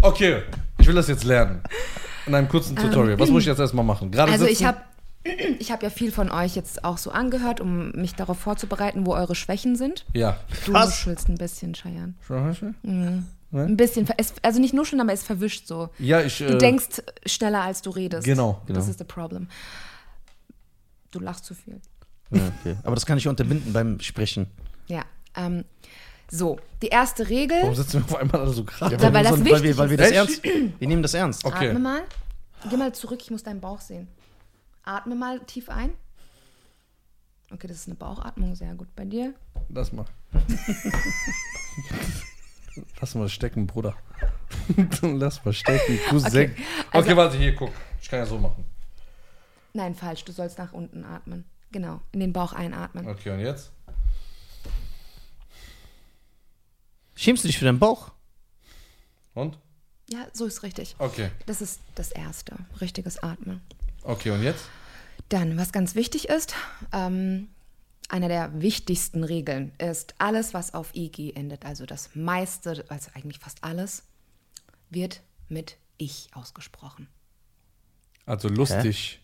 Speaker 1: Okay, ich will das jetzt lernen. In einem kurzen Tutorial. Was muss ich jetzt erstmal machen? Gerade
Speaker 3: Ähm. Also ich
Speaker 1: sitzen?
Speaker 3: habe ich hab ja viel von euch jetzt auch so angehört, um mich darauf vorzubereiten, wo eure Schwächen sind.
Speaker 1: Ja.
Speaker 3: Du
Speaker 2: Was?
Speaker 3: nuschelst ein bisschen, Cheyenne. Hm. Ein bisschen. ver- Es, also nicht nuscheln, aber es verwischt so.
Speaker 1: Ja, ich. äh,
Speaker 3: Du denkst schneller, als du redest.
Speaker 1: Genau, genau.
Speaker 3: Das ist das Problem. Du lachst zu viel.
Speaker 2: Ja, okay. Aber das kann ich unterbinden beim Sprechen.
Speaker 3: Ja. Ähm, so, die erste Regel.
Speaker 1: Warum sitzen wir auf einmal alle so gerade?
Speaker 3: Ja, weil das
Speaker 2: weil wir,
Speaker 3: wichtig
Speaker 2: weil wir
Speaker 3: ist.
Speaker 2: das ernst.
Speaker 1: Echt?
Speaker 2: Wir nehmen das ernst.
Speaker 1: Okay.
Speaker 3: Atme mal. Geh mal zurück, ich muss deinen Bauch sehen. Atme mal tief ein. Okay, das ist eine Bauchatmung, sehr gut bei dir.
Speaker 1: Lass mal. Lass mal stecken, Bruder. Lass mal stecken. Du okay. Sekt.
Speaker 3: Also-
Speaker 1: Okay, warte, hier, guck. Ich kann ja so machen.
Speaker 3: Nein, falsch, du sollst nach unten atmen. Genau, in den Bauch einatmen.
Speaker 1: Okay, und jetzt?
Speaker 2: Schämst du dich für deinen Bauch?
Speaker 1: Und?
Speaker 3: Ja, so ist richtig.
Speaker 1: Okay.
Speaker 3: Das ist das Erste, richtiges Atmen.
Speaker 1: Okay, und jetzt?
Speaker 3: Dann, was ganz wichtig ist, ähm, einer der wichtigsten Regeln ist, alles, was auf IG endet, also das meiste, also eigentlich fast alles, wird mit Ich ausgesprochen.
Speaker 1: Also lustig.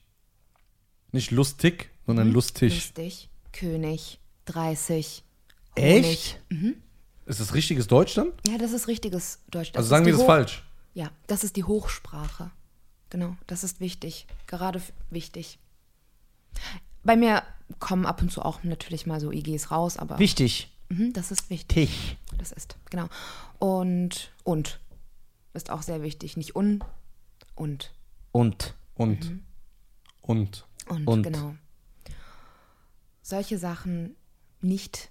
Speaker 1: Nicht lustig, sondern lustig.
Speaker 3: Lustig, König, 30.
Speaker 2: Echt?
Speaker 1: Ist das richtiges Deutsch dann?
Speaker 3: Ja, das ist richtiges Deutsch.
Speaker 1: Also sagen wir
Speaker 3: ist die
Speaker 1: das
Speaker 3: Hoch-
Speaker 1: falsch.
Speaker 3: Ja, das ist die Hochsprache. Genau, das ist wichtig. Gerade f- wichtig. Bei mir kommen ab und zu auch natürlich mal so IGs raus, aber
Speaker 2: Wichtig.
Speaker 3: mhm, das ist wichtig.
Speaker 2: Dich.
Speaker 3: Das ist, genau. Und, und. Ist auch sehr wichtig. Nicht un, und.
Speaker 2: Und.
Speaker 1: Und. Und.
Speaker 3: Und,
Speaker 2: Und.
Speaker 3: genau. Solche Sachen nicht,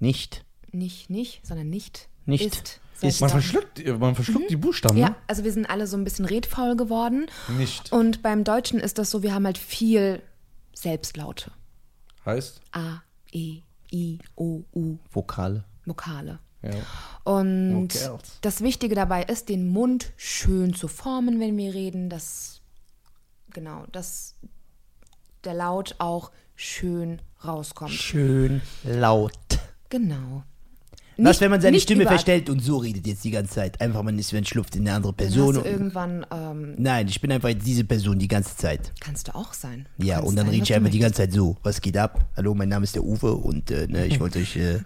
Speaker 2: Nicht.
Speaker 3: nicht, nicht, sondern nicht.
Speaker 2: Nicht.
Speaker 3: Ist. solche
Speaker 2: Ist.
Speaker 1: Man
Speaker 3: Sachen.
Speaker 1: verschluckt, äh, man verschluckt die Buchstaben.
Speaker 3: Ja,
Speaker 1: Ne?
Speaker 3: also wir sind alle so ein bisschen redfaul geworden.
Speaker 1: Nicht.
Speaker 3: Und beim Deutschen ist das so, wir haben halt viel Selbstlaute.
Speaker 1: Heißt?
Speaker 3: A, E, I, O, U,
Speaker 2: Vokale.
Speaker 3: Vokale.
Speaker 1: Ja.
Speaker 3: Und
Speaker 1: Vokals.
Speaker 3: das Wichtige dabei ist, den Mund schön zu formen, wenn wir reden, dass genau, dass der Laut auch schön rauskommt.
Speaker 2: Schön laut.
Speaker 3: Genau.
Speaker 2: Was, wenn man seine
Speaker 3: nicht
Speaker 2: Stimme
Speaker 3: überall-
Speaker 2: verstellt und so redet jetzt die ganze Zeit? Einfach, man ist wie ein Schlupf in eine andere
Speaker 3: Dann hast
Speaker 2: Person.
Speaker 3: du
Speaker 2: und-
Speaker 3: irgendwann ähm,
Speaker 2: Nein, ich bin einfach jetzt diese Person die ganze Zeit.
Speaker 3: kannst du auch sein. Du
Speaker 2: Ja,
Speaker 3: kannst
Speaker 2: und dann
Speaker 3: sein,
Speaker 2: rede
Speaker 3: was
Speaker 2: ich
Speaker 3: du
Speaker 2: einfach die
Speaker 3: möchtest.
Speaker 2: ganze Zeit so. Was geht ab? Hallo, mein Name ist der Uwe und äh, ne, ich wollte euch. Äh,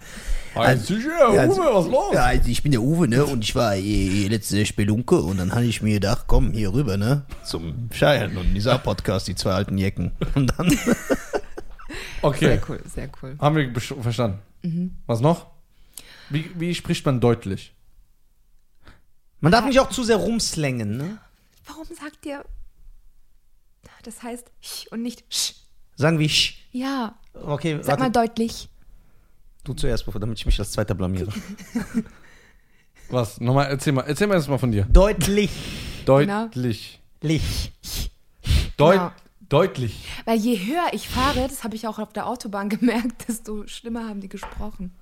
Speaker 1: Also, ja, Uwe, was los?
Speaker 2: Ja, also ich bin der Uwe, ne? Und ich war äh, letzte Spelunke und dann habe ich mir gedacht, komm hier rüber, ne? Zum Scheiern und dieser Podcast, die zwei alten Jecken. Und dann.
Speaker 1: Okay.
Speaker 3: Sehr cool, sehr cool.
Speaker 1: Haben wir besch- verstanden. Was noch? Wie, wie spricht man deutlich?
Speaker 2: Man darf nicht auch zu sehr rumslängen, ne?
Speaker 3: Warum sagt ihr, das heißt sch und nicht sch?
Speaker 2: Sagen wir sch.
Speaker 3: Ja,
Speaker 2: Okay,
Speaker 3: sag mal deutlich.
Speaker 2: du zuerst, bevor damit ich mich als Zweiter blamiere.
Speaker 1: Was? Nochmal, erzähl mal. Erzähl mal erst mal von dir.
Speaker 2: Deutlich.
Speaker 1: Deutlich.
Speaker 2: Lich.
Speaker 1: Deut
Speaker 3: Genau.
Speaker 1: Deutlich.
Speaker 3: Weil je höher ich fahre, das habe ich auch auf der Autobahn gemerkt, desto schlimmer haben die gesprochen.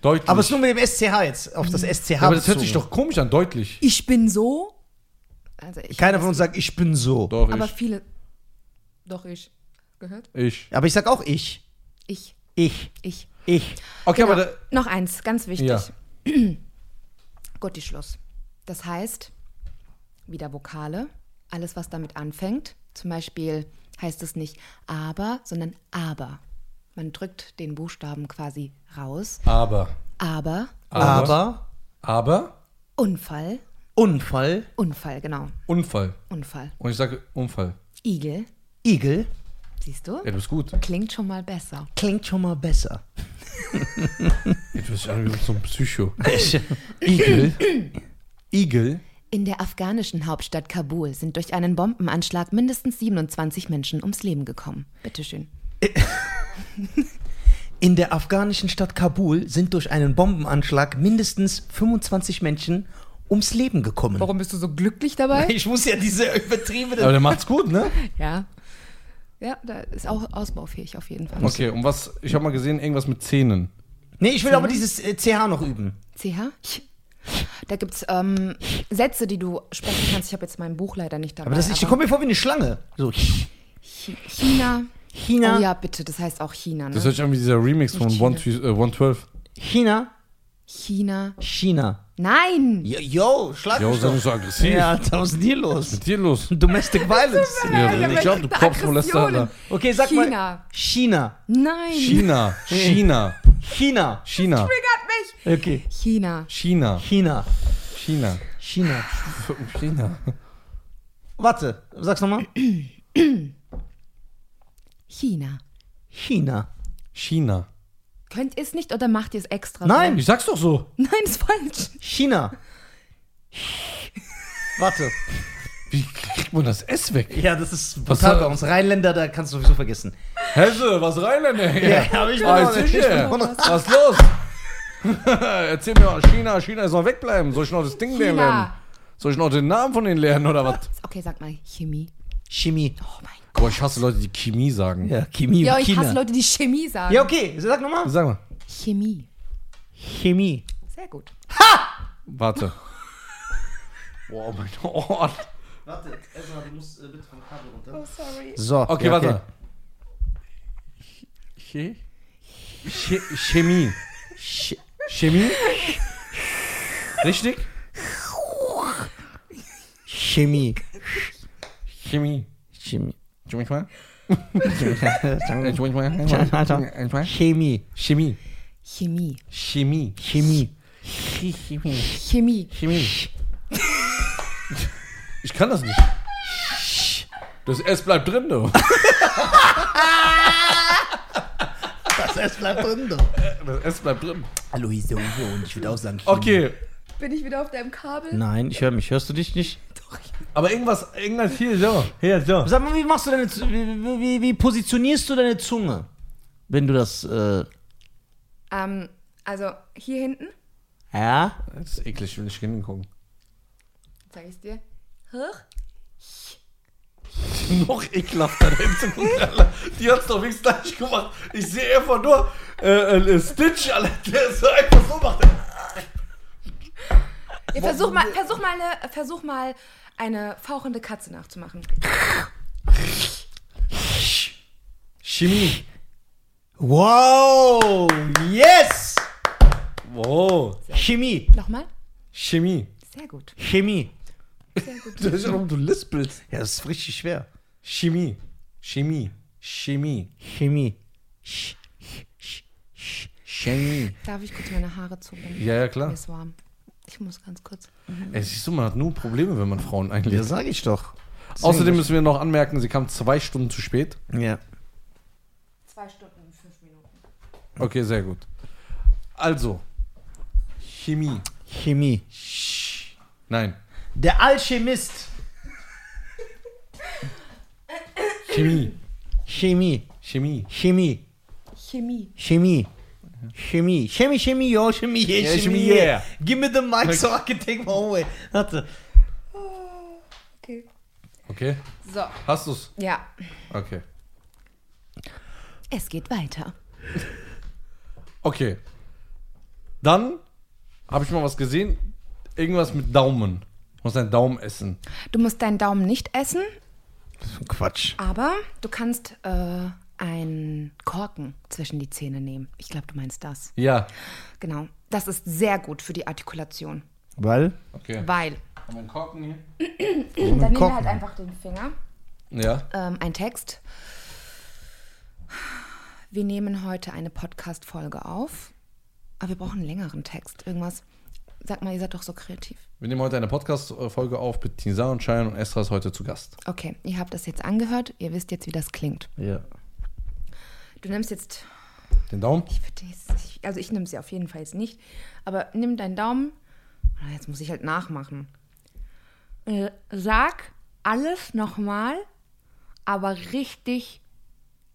Speaker 1: Deutlich.
Speaker 2: Aber es ist nur mit dem SCH jetzt, auf das SCH.
Speaker 1: Aber das hört sich
Speaker 2: bezogen.
Speaker 1: doch komisch an. Deutlich.
Speaker 3: Ich bin so. Also ich
Speaker 2: Keiner von uns sagt, ich bin so.
Speaker 1: Doch,
Speaker 3: aber
Speaker 1: ich.
Speaker 3: viele. Doch ich. Gehört?
Speaker 1: Ich.
Speaker 2: Aber ich sag auch ich.
Speaker 3: Ich.
Speaker 2: Ich.
Speaker 3: Ich.
Speaker 2: Ich.
Speaker 1: Okay,
Speaker 3: Genau.
Speaker 1: aber da,
Speaker 3: Noch eins, ganz wichtig.
Speaker 1: Ja.
Speaker 3: Gotti Schluss. Das heißt, wieder Vokale, alles was damit anfängt. Zum Beispiel heißt es nicht aber, sondern aber. Man drückt den Buchstaben quasi raus.
Speaker 1: aber.
Speaker 3: Aber
Speaker 2: Aber.
Speaker 1: Aber.
Speaker 3: Unfall.
Speaker 2: Unfall.
Speaker 3: Unfall, genau.
Speaker 1: Unfall.
Speaker 3: Unfall.
Speaker 1: Und ich sage Unfall.
Speaker 3: Igel,
Speaker 2: Igel.
Speaker 3: siehst du?
Speaker 1: Ja, du bist gut.
Speaker 3: Klingt schon mal besser.
Speaker 2: Klingt schon mal besser.
Speaker 1: Du bist ja irgendwie so ein Psycho. Igel. Igel.
Speaker 3: In der afghanischen Hauptstadt Kabul sind durch einen Bombenanschlag mindestens 27 Menschen ums Leben gekommen. Bitteschön.
Speaker 2: In der afghanischen Stadt Kabul sind durch einen Bombenanschlag mindestens 25 Menschen ums Leben gekommen.
Speaker 3: Warum bist du so glücklich dabei?
Speaker 2: Ich muss ja diese übertriebene.
Speaker 1: Aber der macht's gut, ne?
Speaker 3: Ja. Ja, da ist auch ausbaufähig auf jeden Fall.
Speaker 1: Okay, und was, ich habe mal gesehen, irgendwas mit Zähnen.
Speaker 2: Nee, ich will aber dieses äh, CH noch üben.
Speaker 3: CH? Da gibt es ähm, Sätze, die du sprechen kannst. Ich habe jetzt mein Buch leider nicht dabei.
Speaker 2: Aber das ist, ich komme mir vor wie eine Schlange. So.
Speaker 3: Chi- China.
Speaker 2: China.
Speaker 3: Oh ja, bitte, das heißt auch China, ne?
Speaker 1: Das hört sich an wie dieser Remix von
Speaker 3: Nicht
Speaker 1: 112. Äh, 112.
Speaker 2: China.
Speaker 3: China.
Speaker 2: China.
Speaker 3: Nein!
Speaker 2: Yo, yo schlag
Speaker 1: Jo,
Speaker 2: mich
Speaker 1: sei
Speaker 2: doch.
Speaker 1: nicht so aggressiv.
Speaker 2: Ja, da was ist denn hier los?
Speaker 1: Mit dir los.
Speaker 2: Domestic Violence.
Speaker 1: Ja,
Speaker 3: Alter,
Speaker 1: ich glaube,
Speaker 3: wer
Speaker 1: du
Speaker 3: kriegt da
Speaker 1: Kopfmolester.
Speaker 3: Aggressionen?
Speaker 1: Alter.
Speaker 2: ne? Okay, sag mal.
Speaker 3: China.
Speaker 2: China.
Speaker 3: Nein!
Speaker 1: China, China,
Speaker 2: China.
Speaker 1: China,
Speaker 3: Triggert mich!
Speaker 2: Okay.
Speaker 3: China.
Speaker 1: China,
Speaker 2: China.
Speaker 1: China,
Speaker 2: China.
Speaker 1: China.
Speaker 2: Warte, sag's nochmal.
Speaker 3: China.
Speaker 2: China.
Speaker 1: China.
Speaker 3: Könnt ihr es nicht oder macht ihr es extra?
Speaker 2: Nein.
Speaker 1: Ich sag's doch so.
Speaker 3: so? Nein, ist falsch.
Speaker 2: China. Warte.
Speaker 1: Wie kriegt man das S weg?
Speaker 2: Ja, das ist
Speaker 1: Was
Speaker 2: brutal
Speaker 1: soll-
Speaker 2: bei uns. Rheinländer, da kannst du sowieso vergessen.
Speaker 1: Hesse, was Rheinländer hier?
Speaker 2: Ja, Oh, hab ich
Speaker 1: Ah,
Speaker 2: noch-
Speaker 1: ich
Speaker 2: ich
Speaker 1: sehe.
Speaker 2: noch-
Speaker 1: Was ist los? Erzähl mir, China, China ist noch wegbleiben. Soll ich noch das Ding
Speaker 3: China.
Speaker 1: lernen? Soll ich noch den Namen von denen lernen oder was?
Speaker 3: Okay, sag mal Chemie.
Speaker 2: Chemie.
Speaker 3: Oh mein Gott.
Speaker 1: Boah, ich hasse Leute, die Chemie sagen.
Speaker 2: Ja, Chemie. und
Speaker 3: Ja, ich
Speaker 2: China.
Speaker 3: hasse Leute, die Chemie sagen.
Speaker 2: Ja, okay, sag nochmal.
Speaker 1: Sag mal,
Speaker 3: Chemie.
Speaker 2: Chemie.
Speaker 3: Sehr gut.
Speaker 1: warte. Boah, oh mein Ohr.
Speaker 2: Warte, Ezra, du musst bitte vom Kabel runter.
Speaker 3: Oh, sorry.
Speaker 2: So,
Speaker 1: Okay,
Speaker 2: ja,
Speaker 1: warte. Che Che Chemie.
Speaker 2: Che-
Speaker 1: Chemie? Richtig?
Speaker 2: Chemie.
Speaker 1: Chemie.
Speaker 2: Chemie.
Speaker 1: Entschuldigung mal.
Speaker 2: Chemie.
Speaker 1: Entschuldigung mal.
Speaker 2: Chemie.
Speaker 1: Chemie.
Speaker 3: Chemie.
Speaker 1: Chemie.
Speaker 2: Chemie.
Speaker 1: Chemie.
Speaker 3: Chemie.
Speaker 1: Chemie. Ich kann das nicht. Das S bleibt drin, du.
Speaker 2: Das erst bleibt drin, du.
Speaker 1: Das S bleibt drin.
Speaker 2: Luise und ich würde auch sagen. Chemie.
Speaker 1: Okay,
Speaker 3: Bin ich wieder auf deinem Kabel?
Speaker 2: Nein, ich höre mich. Hörst du dich nicht?
Speaker 1: aber irgendwas, irgendwas hier so. Hier so.
Speaker 2: Sag mal, wie machst du deine. Z- Wie, wie- wie, wie positionierst du deine Zunge? Wenn du das. Äh,
Speaker 3: Ähm, also hier hinten,
Speaker 2: ja?
Speaker 1: Das ist eklig, ich will nicht hingucken.
Speaker 3: zeig ich dir. Hoch.
Speaker 1: noch ekelhafter da hinzugucken, Alter. Die hat's doch wenigstens gleich gemacht. Ich sehe einfach nur äh, äh, Stitch, Alter, der so einfach so macht.
Speaker 3: Ja, versuch mal, versuch mal eine, versuch mal eine fauchende Katze nachzumachen.
Speaker 1: Chemie.
Speaker 2: Wow! Yes!
Speaker 1: Wow.
Speaker 2: Chemie.
Speaker 3: Nochmal?
Speaker 1: Chemie.
Speaker 3: Sehr gut.
Speaker 2: Chemie.
Speaker 3: Sehr gut.
Speaker 1: Du weißt ja, warum du lispelst.
Speaker 2: Ja, das ist richtig schwer.
Speaker 1: Chemie. Chemie. Chemie.
Speaker 2: Chemie.
Speaker 1: Chemie.
Speaker 3: Darf ich kurz meine Haare zubinden?
Speaker 1: Ja, ja, klar.
Speaker 3: Mir ist warm. Ich muss ganz kurz.
Speaker 1: Ey, siehst du, man hat nur Probleme, wenn man Frauen
Speaker 2: Ja,
Speaker 1: einlädt.
Speaker 2: sag ich doch.
Speaker 1: Außerdem müssen wir noch anmerken, sie kam zwei Stunden zu spät.
Speaker 2: Ja.
Speaker 3: Zwei Stunden und fünf Minuten.
Speaker 1: Okay, sehr gut. Also. Chemie.
Speaker 2: Chemie.
Speaker 1: Nein.
Speaker 2: Der Alchemist.
Speaker 1: Chemie.
Speaker 2: Chemie.
Speaker 1: Chemie.
Speaker 2: Chemie.
Speaker 3: Chemie.
Speaker 2: Chemie. Chemie. Chemie, Chemie, yo, Chemie, yeah,
Speaker 1: Yeah,
Speaker 2: Chemie,
Speaker 1: Chemie,
Speaker 2: yeah.
Speaker 1: yeah.
Speaker 2: Give me the mic so I can take my own way. Warte.
Speaker 3: Okay.
Speaker 1: Okay.
Speaker 3: So.
Speaker 1: Hast du's?
Speaker 3: Ja.
Speaker 1: Okay.
Speaker 3: Es geht weiter.
Speaker 1: Okay. Dann habe ich mal was gesehen. Irgendwas mit Daumen. Ich muss einen Daumen essen.
Speaker 3: Du musst deinen Daumen nicht essen,
Speaker 2: Quatsch.
Speaker 3: aber du kannst äh, einen Korken zwischen die Zähne nehmen. Ich glaube, du meinst das.
Speaker 1: Ja.
Speaker 3: Genau. Das ist sehr gut für die Artikulation,
Speaker 2: Weil?
Speaker 1: Okay.
Speaker 3: weil
Speaker 1: Haben wir einen Korken hier?
Speaker 3: dann nehmen wir
Speaker 2: Korken.
Speaker 3: halt einfach den Finger,
Speaker 1: Ja.
Speaker 3: ähm, ein Text. Wir nehmen heute eine Podcast-Folge auf, aber wir brauchen einen längeren Text. Irgendwas. Sag mal, ihr seid doch so kreativ.
Speaker 1: Wir nehmen heute eine Podcast-Folge auf mit Tisa und Cheyenne und Esra ist heute zu Gast.
Speaker 3: Okay, ihr habt das jetzt angehört, ihr wisst jetzt, wie das klingt.
Speaker 2: Ja.
Speaker 3: Du nimmst jetzt,
Speaker 1: Den Daumen?
Speaker 3: ich würde jetzt- ich- also ich nehme sie auf jeden Fall jetzt nicht, aber nimm deinen Daumen, Ah, jetzt muss ich halt nachmachen. Äh, Sag alles nochmal, aber richtig,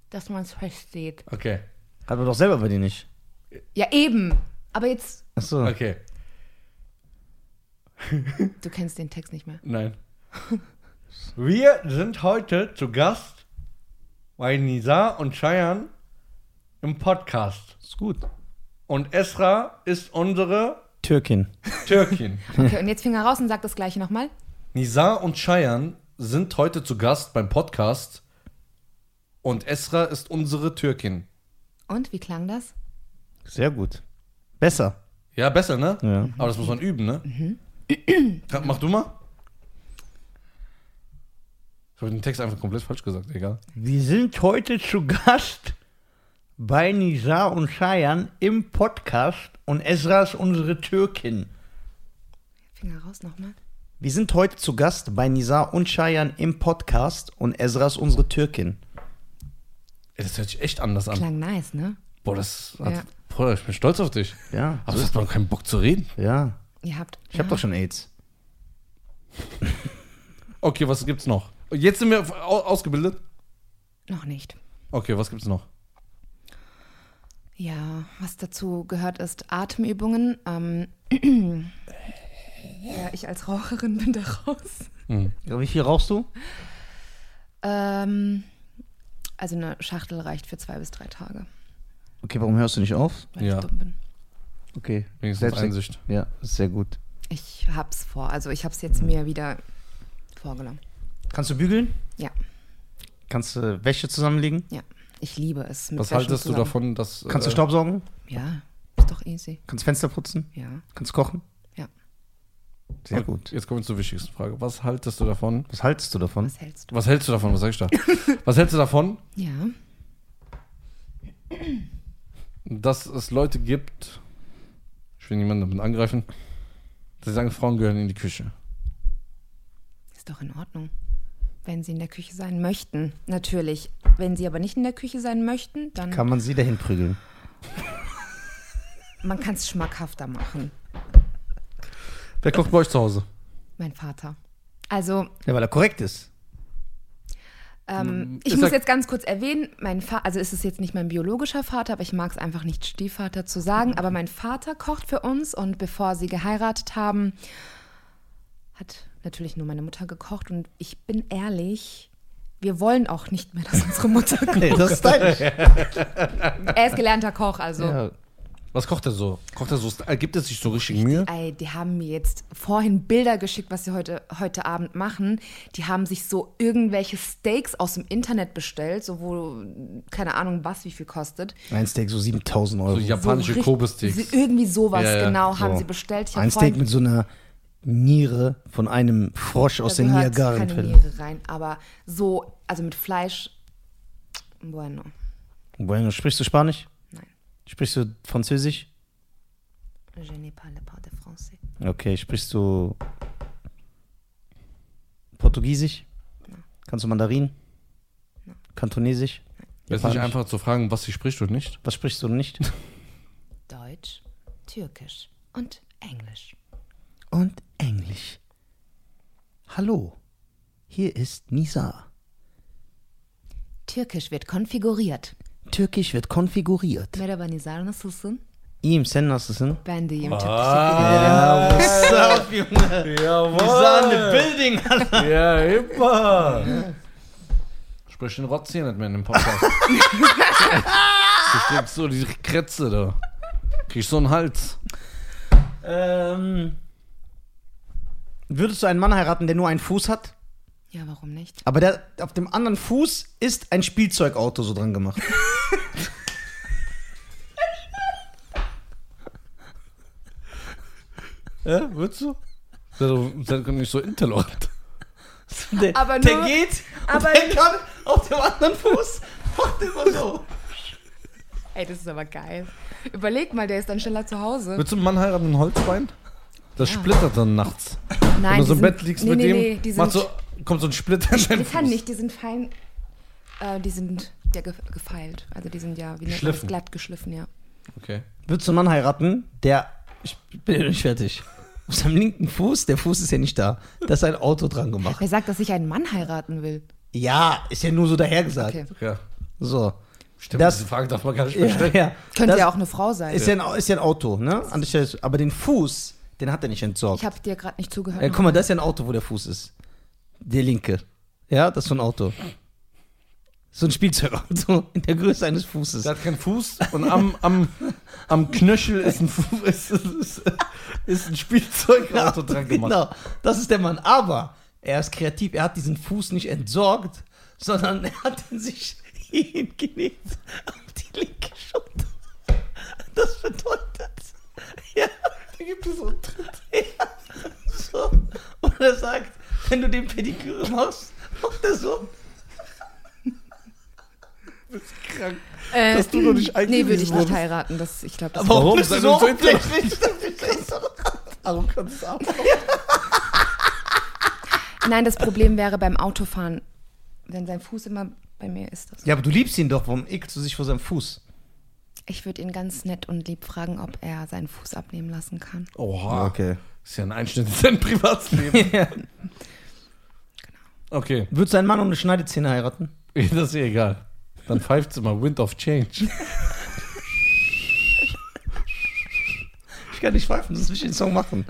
Speaker 3: dass man es versteht.
Speaker 1: Okay.
Speaker 2: Hat man doch selber bei dir nicht.
Speaker 3: Ja, eben, aber jetzt,
Speaker 2: Achso.
Speaker 1: Okay.
Speaker 3: du kennst den Text nicht mehr.
Speaker 1: Nein. Wir sind heute zu Gast weil Nisa und Cheyenne im Podcast.
Speaker 2: Ist gut.
Speaker 1: Und Esra ist unsere
Speaker 2: Türkin.
Speaker 1: Türkin.
Speaker 3: Okay, und jetzt Finger raus und sag das gleiche nochmal.
Speaker 1: Nisa und Cheyenne sind heute zu Gast beim Podcast. Und Esra ist unsere Türkin.
Speaker 3: Und wie klang das?
Speaker 2: Sehr gut. Besser.
Speaker 1: Ja, besser, ne?
Speaker 2: Ja.
Speaker 1: Aber das muss man üben, ne?
Speaker 3: Mhm.
Speaker 1: Ja, Mach du mal. Ich habe den Text einfach komplett falsch gesagt, egal.
Speaker 2: Wir sind heute zu Gast bei Nisa und Shayan im Podcast und Ezra ist unsere Türkin.
Speaker 3: Finger raus nochmal.
Speaker 2: Wir sind heute zu Gast bei Nisa und Shayan im Podcast und Ezra ist unsere Türkin.
Speaker 1: Ey, Das hört sich echt anders an.
Speaker 3: Klang nice, ne?
Speaker 1: Boah, das hat,
Speaker 3: Ja.
Speaker 1: boah, ich bin stolz auf dich.
Speaker 2: Ja,
Speaker 1: Aber du hast doch keinen Bock zu reden.
Speaker 2: ja.
Speaker 3: Ihr habt.
Speaker 2: Ich habe doch schon AIDS.
Speaker 1: Okay, was gibt's noch? Jetzt sind wir au- ausgebildet.
Speaker 3: Noch nicht.
Speaker 1: Okay, was gibt's noch?
Speaker 3: Ja, was dazu gehört ist Atemübungen. Ähm, ja, ich als Raucherin bin da raus.
Speaker 2: Ja, wie viel rauchst du?
Speaker 3: Ähm, also eine Schachtel reicht für zwei bis drei Tage,
Speaker 2: Okay, warum hörst du nicht auf?
Speaker 3: weil
Speaker 1: Ja.
Speaker 3: ich dumm bin.
Speaker 2: Okay.
Speaker 1: Wenigstens
Speaker 2: Selbst-
Speaker 1: Einsicht.
Speaker 2: Ja, ist sehr gut.
Speaker 3: Ich hab's vor. Also ich hab's jetzt mir wieder vorgenommen.
Speaker 2: Kannst du bügeln?
Speaker 3: Ja,
Speaker 2: Kannst du Wäsche zusammenlegen?
Speaker 3: ja. Ich liebe es. mit
Speaker 1: Was
Speaker 3: Wäsche
Speaker 1: haltest du
Speaker 3: zusammen-
Speaker 1: davon, dass.
Speaker 2: Kannst
Speaker 1: äh,
Speaker 2: du Staubsaugen?
Speaker 3: Ja, ist doch easy.
Speaker 2: Kannst Fenster putzen?
Speaker 3: Ja,
Speaker 2: Kannst kochen?
Speaker 3: ja.
Speaker 2: Sehr gut.
Speaker 1: Jetzt kommen wir zur wichtigsten Frage. Was haltest du davon?
Speaker 2: Was hältst du davon?
Speaker 3: Was hältst du?
Speaker 1: Was hältst du davon? Was sag ich da? Was hältst du davon,
Speaker 3: Ja.
Speaker 1: dass es Leute gibt, ich will niemanden damit angreifen, die sagen, Frauen gehören in die Küche.
Speaker 3: Ist doch in Ordnung, wenn sie in der Küche sein möchten. Natürlich. Wenn sie aber nicht in der Küche sein möchten, dann
Speaker 2: Kann man sie dahin prügeln?
Speaker 3: man kann es schmackhafter machen.
Speaker 1: Wer kocht bei euch zu Hause?
Speaker 3: Mein Vater. Also,
Speaker 2: Ja, weil er korrekt ist.
Speaker 3: ähm, ich
Speaker 1: ist
Speaker 3: muss
Speaker 1: er-
Speaker 3: jetzt ganz kurz erwähnen, mein Vater, also ist es jetzt nicht mein biologischer Vater, aber ich mag es einfach nicht, Stiefvater zu sagen, aber mein Vater kocht für uns und bevor sie geheiratet haben, hat natürlich nur meine Mutter gekocht und ich bin ehrlich, wir wollen auch nicht mehr, dass unsere Mutter kocht.
Speaker 2: Hey, das ist dein.
Speaker 3: er ist gelernter Koch, also.
Speaker 2: ja.
Speaker 1: Was kocht er so? Kocht er so? äh, Gibt es sich so richtig Mühe?
Speaker 3: Ey, die haben mir jetzt vorhin Bilder geschickt, was sie heute, heute Abend machen. Die haben sich so irgendwelche Steaks aus dem Internet bestellt, so wo, keine Ahnung was, wie viel kostet.
Speaker 2: Ein Steak, so 7000 Euro.
Speaker 1: So japanische
Speaker 3: so richt-
Speaker 1: Kobe-Steaks.
Speaker 3: so Irgendwie sowas,
Speaker 1: Ja, ja,
Speaker 3: genau, haben
Speaker 2: So.
Speaker 3: sie bestellt. Ich hab
Speaker 2: Ein Steak
Speaker 3: vorhin-
Speaker 2: mit so einer Niere von einem Frosch aus
Speaker 3: da
Speaker 2: den
Speaker 3: gehört keine
Speaker 2: Niagarenfällen.
Speaker 3: Niere rein, aber so, also mit Fleisch, bueno,
Speaker 2: Bueno, sprichst du Spanisch?
Speaker 3: nein.
Speaker 2: Sprichst du Französisch?
Speaker 3: Je n'ai pas le pas de français.
Speaker 2: Okay, sprichst du Portugiesisch? Kannst du Mandarin? Kantonesisch?
Speaker 1: Es ist nicht einfach zu fragen, was sie spricht und nicht.
Speaker 2: Was sprichst du nicht?
Speaker 3: Deutsch, Türkisch und Englisch.
Speaker 2: und Englisch. Hallo, hier ist Nisa.
Speaker 3: Türkisch wird konfiguriert.
Speaker 2: Türkisch wird konfiguriert.
Speaker 3: Merhaba Nizar, nasılsın?
Speaker 2: Ihm sen ne? nasılsın?
Speaker 3: Ben de iyiyim, çok
Speaker 1: Ah.
Speaker 2: What's up, Junge? Nisa in the building.
Speaker 1: Ja, immer. Sprich den Rotz hier nicht mehr in dem Podcast. du kriegst so die Krätze da. Kriegst so einen Hals.
Speaker 2: ähm, würdest du einen Mann heiraten, der nur einen Fuß hat?
Speaker 3: Ja, warum nicht?
Speaker 2: Aber der, auf dem anderen Fuß ist ein Spielzeugauto so dran gemacht.
Speaker 1: Ja, würdest du? Seid ihr nicht so intolerant?
Speaker 2: Der,
Speaker 3: Aber
Speaker 2: der
Speaker 3: nur-
Speaker 2: geht
Speaker 3: aber-
Speaker 2: und der kann auf dem anderen Fuß macht immer so.
Speaker 3: Ey, das ist aber geil. Überleg mal, der ist dann schneller zu Hause.
Speaker 1: Würdest du einen Mann heiraten, ein Holzbein? Das splittert dann nachts. Wenn
Speaker 3: Nein,
Speaker 1: du
Speaker 3: die
Speaker 1: so im
Speaker 3: sind-
Speaker 1: Bett liegst
Speaker 3: nee,
Speaker 1: mit
Speaker 3: nee,
Speaker 1: dem,
Speaker 3: nee, die sind,
Speaker 1: macht so, kommt so ein Splitter in
Speaker 3: die
Speaker 1: deinen
Speaker 3: kann
Speaker 1: Fuß.
Speaker 3: nicht, die sind fein, äh, die sind ja ge gefeilt. Also die sind ja, wie nennt man das,
Speaker 1: Geschliffen.
Speaker 3: glatt geschliffen, ja.
Speaker 1: Okay.
Speaker 2: Würdest du einen Mann heiraten, der. Ich bin ja nicht fertig. Auf seinem linken Fuß, der Fuß ist ja nicht da. Da ist ein Auto dran gemacht.
Speaker 3: Wer sagt, dass ich einen Mann heiraten will?
Speaker 2: Ja, ist ja nur so dahergesagt.
Speaker 3: Okay.
Speaker 1: Ja.
Speaker 2: So.
Speaker 1: Stimmt,
Speaker 2: Das-
Speaker 1: diese Frage darf man gar nicht mehr
Speaker 2: Ja,
Speaker 1: stellen.
Speaker 2: ja.
Speaker 3: Könnte
Speaker 2: Das
Speaker 3: ja auch eine Frau sein.
Speaker 2: Ist ja ein, Au- ist ja ein Auto, ne? An der Stelle ist- Aber den Fuß, den hat er nicht entsorgt.
Speaker 3: Ich habe dir gerade nicht zugehört.
Speaker 2: ja, guck mal, das ist ja ein Auto, wo der Fuß ist. Der linke. Ja, das ist so ein Auto. So ein Spielzeugauto in der Größe eines Fußes.
Speaker 1: Der hat keinen Fuß und am, am, am Knöchel ist ein, Fu- ist, ist, ist ein Spielzeugauto dran gemacht.
Speaker 2: Genau, das ist der Mann. Aber er ist kreativ. Er hat diesen Fuß nicht entsorgt, sondern er hat ihn sich hingelegt auf die linke Schulter. Das bedeutet, ja, da gibt es so einen Tritt. Ja, so. Und er sagt, wenn du den Pediküre machst, macht er so.
Speaker 3: Äh,
Speaker 1: Dass du noch nicht
Speaker 3: nee,
Speaker 1: eingewiesen
Speaker 3: würde ich nicht
Speaker 1: wurdest.
Speaker 3: heiraten. Das, ich glaube, das
Speaker 2: Aber warum
Speaker 1: Warum?
Speaker 2: bist du
Speaker 1: Sei
Speaker 2: so
Speaker 1: doch so
Speaker 2: oberflächlich?
Speaker 1: Arrogantes Arschloch.
Speaker 3: Nein, das Problem wäre beim Autofahren, wenn sein Fuß immer bei mir ist. Das.
Speaker 2: Ja, aber du liebst ihn doch. Warum ekelst du dich vor seinem Fuß?
Speaker 3: Ich würde ihn ganz nett und lieb fragen, ob er seinen Fuß abnehmen lassen kann.
Speaker 1: Oha.
Speaker 2: Okay.
Speaker 1: Ist ja ein Einschnitt in sein Privatleben. Genau. Okay,
Speaker 2: Würdest du einen Mann ohne Schneidezähne heiraten?
Speaker 1: das ist eh egal. Dann pfeift sie mal Wind of Change.
Speaker 2: Ich kann nicht pfeifen, sonst will ich den Song machen.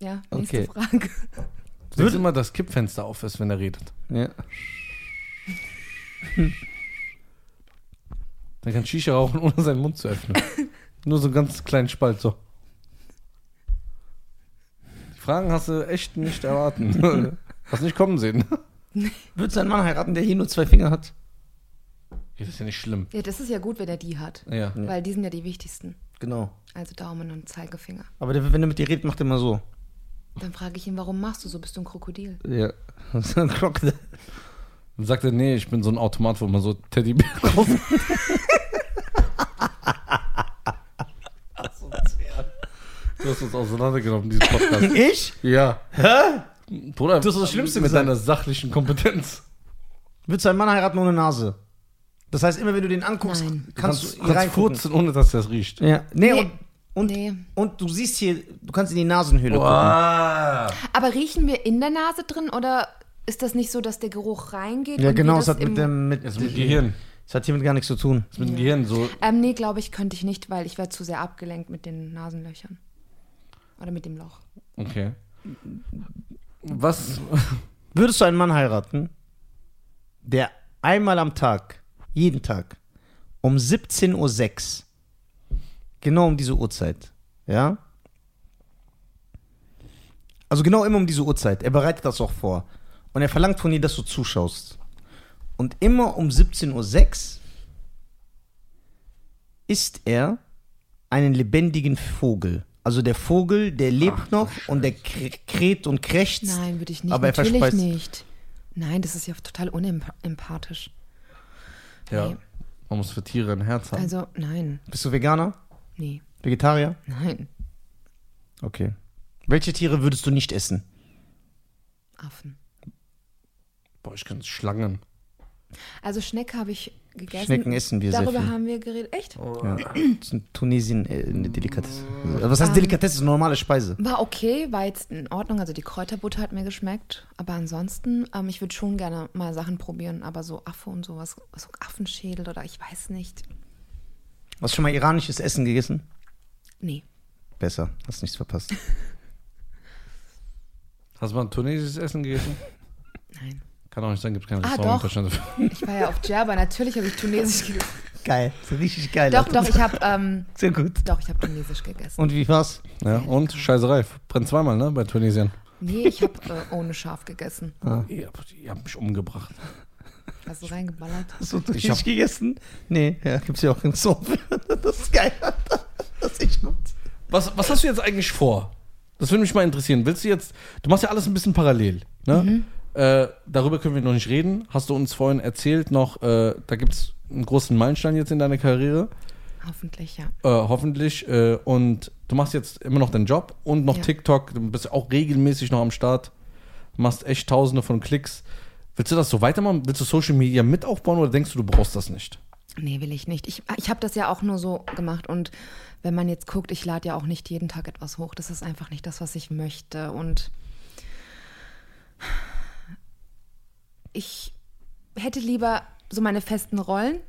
Speaker 3: Ja, nächste
Speaker 2: Okay.
Speaker 3: Frage.
Speaker 1: Siehst immer, dass Kippfenster auf ist, wenn er redet.
Speaker 2: Ja.
Speaker 1: Dann kann Shisha rauchen, ohne seinen Mund zu öffnen. Nur so einen ganz kleinen Spalt so. Die Fragen hast du echt nicht erwarten. hast nicht kommen sehen.
Speaker 2: Würdest du einen Mann heiraten, der hier nur zwei Finger hat?
Speaker 1: Das ist ja nicht schlimm.
Speaker 3: Ja, das ist ja gut, wenn er die hat.
Speaker 1: Ja.
Speaker 3: Weil die sind ja die wichtigsten.
Speaker 2: Genau.
Speaker 3: Also Daumen und Zeigefinger.
Speaker 2: Aber der, wenn er mit dir redet, macht er immer so.
Speaker 3: Dann frage ich ihn, warum machst du so? Bist du ein Krokodil?
Speaker 2: Ja. Das ist ein Crocodile.
Speaker 1: Dann sagt er, nee, ich bin so ein Automat, wo man so Teddybär raus. du hast uns auseinandergenommen in diesem Podcast.
Speaker 2: Ich?
Speaker 1: ja. Hä? Bruder, du
Speaker 2: hast das Schlimmste
Speaker 1: mit
Speaker 2: gesagt.
Speaker 1: deiner sachlichen Kompetenz.
Speaker 2: Würdest du einen Mann heiraten ohne Nase? Das heißt, immer wenn du den anguckst,
Speaker 3: Nein.
Speaker 2: kannst du ihn
Speaker 1: kannst
Speaker 2: reingucken.
Speaker 1: furzen, ohne dass das riecht.
Speaker 2: Ja. Nee,
Speaker 3: Nee.
Speaker 2: Und, und,
Speaker 3: Nee.
Speaker 2: und du siehst hier, du kannst in die Nasenhöhle
Speaker 1: Wow.
Speaker 3: Aber riechen wir in der Nase drin oder ist das nicht so, dass der Geruch reingeht?
Speaker 2: gucken. Ja,
Speaker 3: und wir
Speaker 2: genau, es
Speaker 3: das
Speaker 2: hat
Speaker 3: im-
Speaker 2: mit dem. Mit,
Speaker 1: Jetzt mit Gehirn.
Speaker 2: Es hat hiermit gar nichts zu tun.
Speaker 1: Jetzt mit dem Gehirn so.
Speaker 3: Ähm, nee, glaube ich, könnte ich nicht, weil ich wäre zu sehr abgelenkt mit den Nasenlöchern. Oder mit dem Loch.
Speaker 1: Okay. Was?
Speaker 2: Würdest du einen Mann heiraten, der einmal am Tag, jeden Tag, um 17.06 Uhr, genau um diese Uhrzeit, ja? Also genau immer um diese Uhrzeit, er bereitet das auch vor. Und er verlangt von dir, dass du zuschaust. Und immer um 17.06 Uhr isst er einen lebendigen Vogel. Also der Vogel, der lebt noch und der kr- kräht und krächzt.
Speaker 3: Nein, würde ich nicht.
Speaker 2: Aber er
Speaker 3: Natürlich
Speaker 2: verspeist
Speaker 3: nicht. Nein, das ist ja total unempathisch.
Speaker 1: Ja.
Speaker 3: Nee.
Speaker 1: Man muss für Tiere ein Herz haben.
Speaker 3: Also, nein.
Speaker 2: Bist du Veganer?
Speaker 3: Nee.
Speaker 2: Vegetarier?
Speaker 3: Nein.
Speaker 2: Okay. Welche Tiere würdest du nicht essen?
Speaker 3: Affen.
Speaker 1: Boah, ich kann Schlangen.
Speaker 3: Also Schnecke habe ich gegessen.
Speaker 2: Schnecken essen wir sehr
Speaker 3: Darüber
Speaker 2: viel.
Speaker 3: haben wir geredet. Echt?
Speaker 2: Ja. Das ist in Tunesien äh, eine Delikatesse. Was heißt Delikatesse? Das ist eine normale Speise.
Speaker 3: War okay, war jetzt in Ordnung. Also die Kräuterbutter hat mir geschmeckt. Aber ansonsten, ähm, ich würde schon gerne mal Sachen probieren. Aber so Affe und sowas, so Affenschädel oder ich weiß nicht.
Speaker 2: Hast du schon mal iranisches Essen gegessen?
Speaker 3: Nee.
Speaker 2: Besser, hast nichts verpasst.
Speaker 1: Hast du mal ein tunesisches Essen gegessen?
Speaker 3: Nein.
Speaker 1: Kann auch nicht sein, gibt kein
Speaker 3: Ah,
Speaker 1: Restaurant.
Speaker 3: doch.
Speaker 1: in Deutschland.
Speaker 3: Ich war ja auf Djerba, natürlich habe ich Tunesisch gegessen.
Speaker 2: Geil, das ist richtig geil.
Speaker 3: Doch,
Speaker 2: Alter.
Speaker 3: doch, ich habe ähm,
Speaker 2: Sehr gut.
Speaker 3: doch, ich habe Tunesisch gegessen.
Speaker 2: Und wie war's?
Speaker 1: Ja, und Scheißerei. Brennt zweimal, ne? Bei Tunesien.
Speaker 3: Nee, ich habe äh, ohne Schaf gegessen.
Speaker 1: Ihr habt, ihr habt mich umgebracht.
Speaker 3: Hast du reingeballert?
Speaker 2: Hast du
Speaker 1: Ich hab-
Speaker 2: Tunesisch gegessen? Nee, ja, gibt's ja auch in Soap. Das ist geil. Alter. Das ist echt gut.
Speaker 1: Was, was hast du jetzt eigentlich vor? Das würde mich mal interessieren. Willst du jetzt, du machst ja alles ein bisschen parallel, ne? Äh, darüber können wir noch nicht reden. Hast du uns vorhin erzählt noch, äh, da gibt es einen großen Meilenstein jetzt in deiner Karriere,
Speaker 3: Hoffentlich, ja.
Speaker 1: äh, hoffentlich. Äh, und du machst jetzt immer noch deinen Job und noch
Speaker 3: Ja.
Speaker 1: TikTok. Du bist auch regelmäßig noch am Start. Machst echt Tausende von Klicks. Willst du das so weitermachen? Willst du Social Media mit aufbauen oder denkst du, du brauchst das nicht?
Speaker 3: Nee, will ich nicht. Ich, ich habe das ja auch nur so gemacht und wenn man jetzt guckt, ich lade ja auch nicht jeden Tag etwas hoch. Das ist einfach nicht das, was ich möchte. Und ich hätte lieber so meine festen Rollen.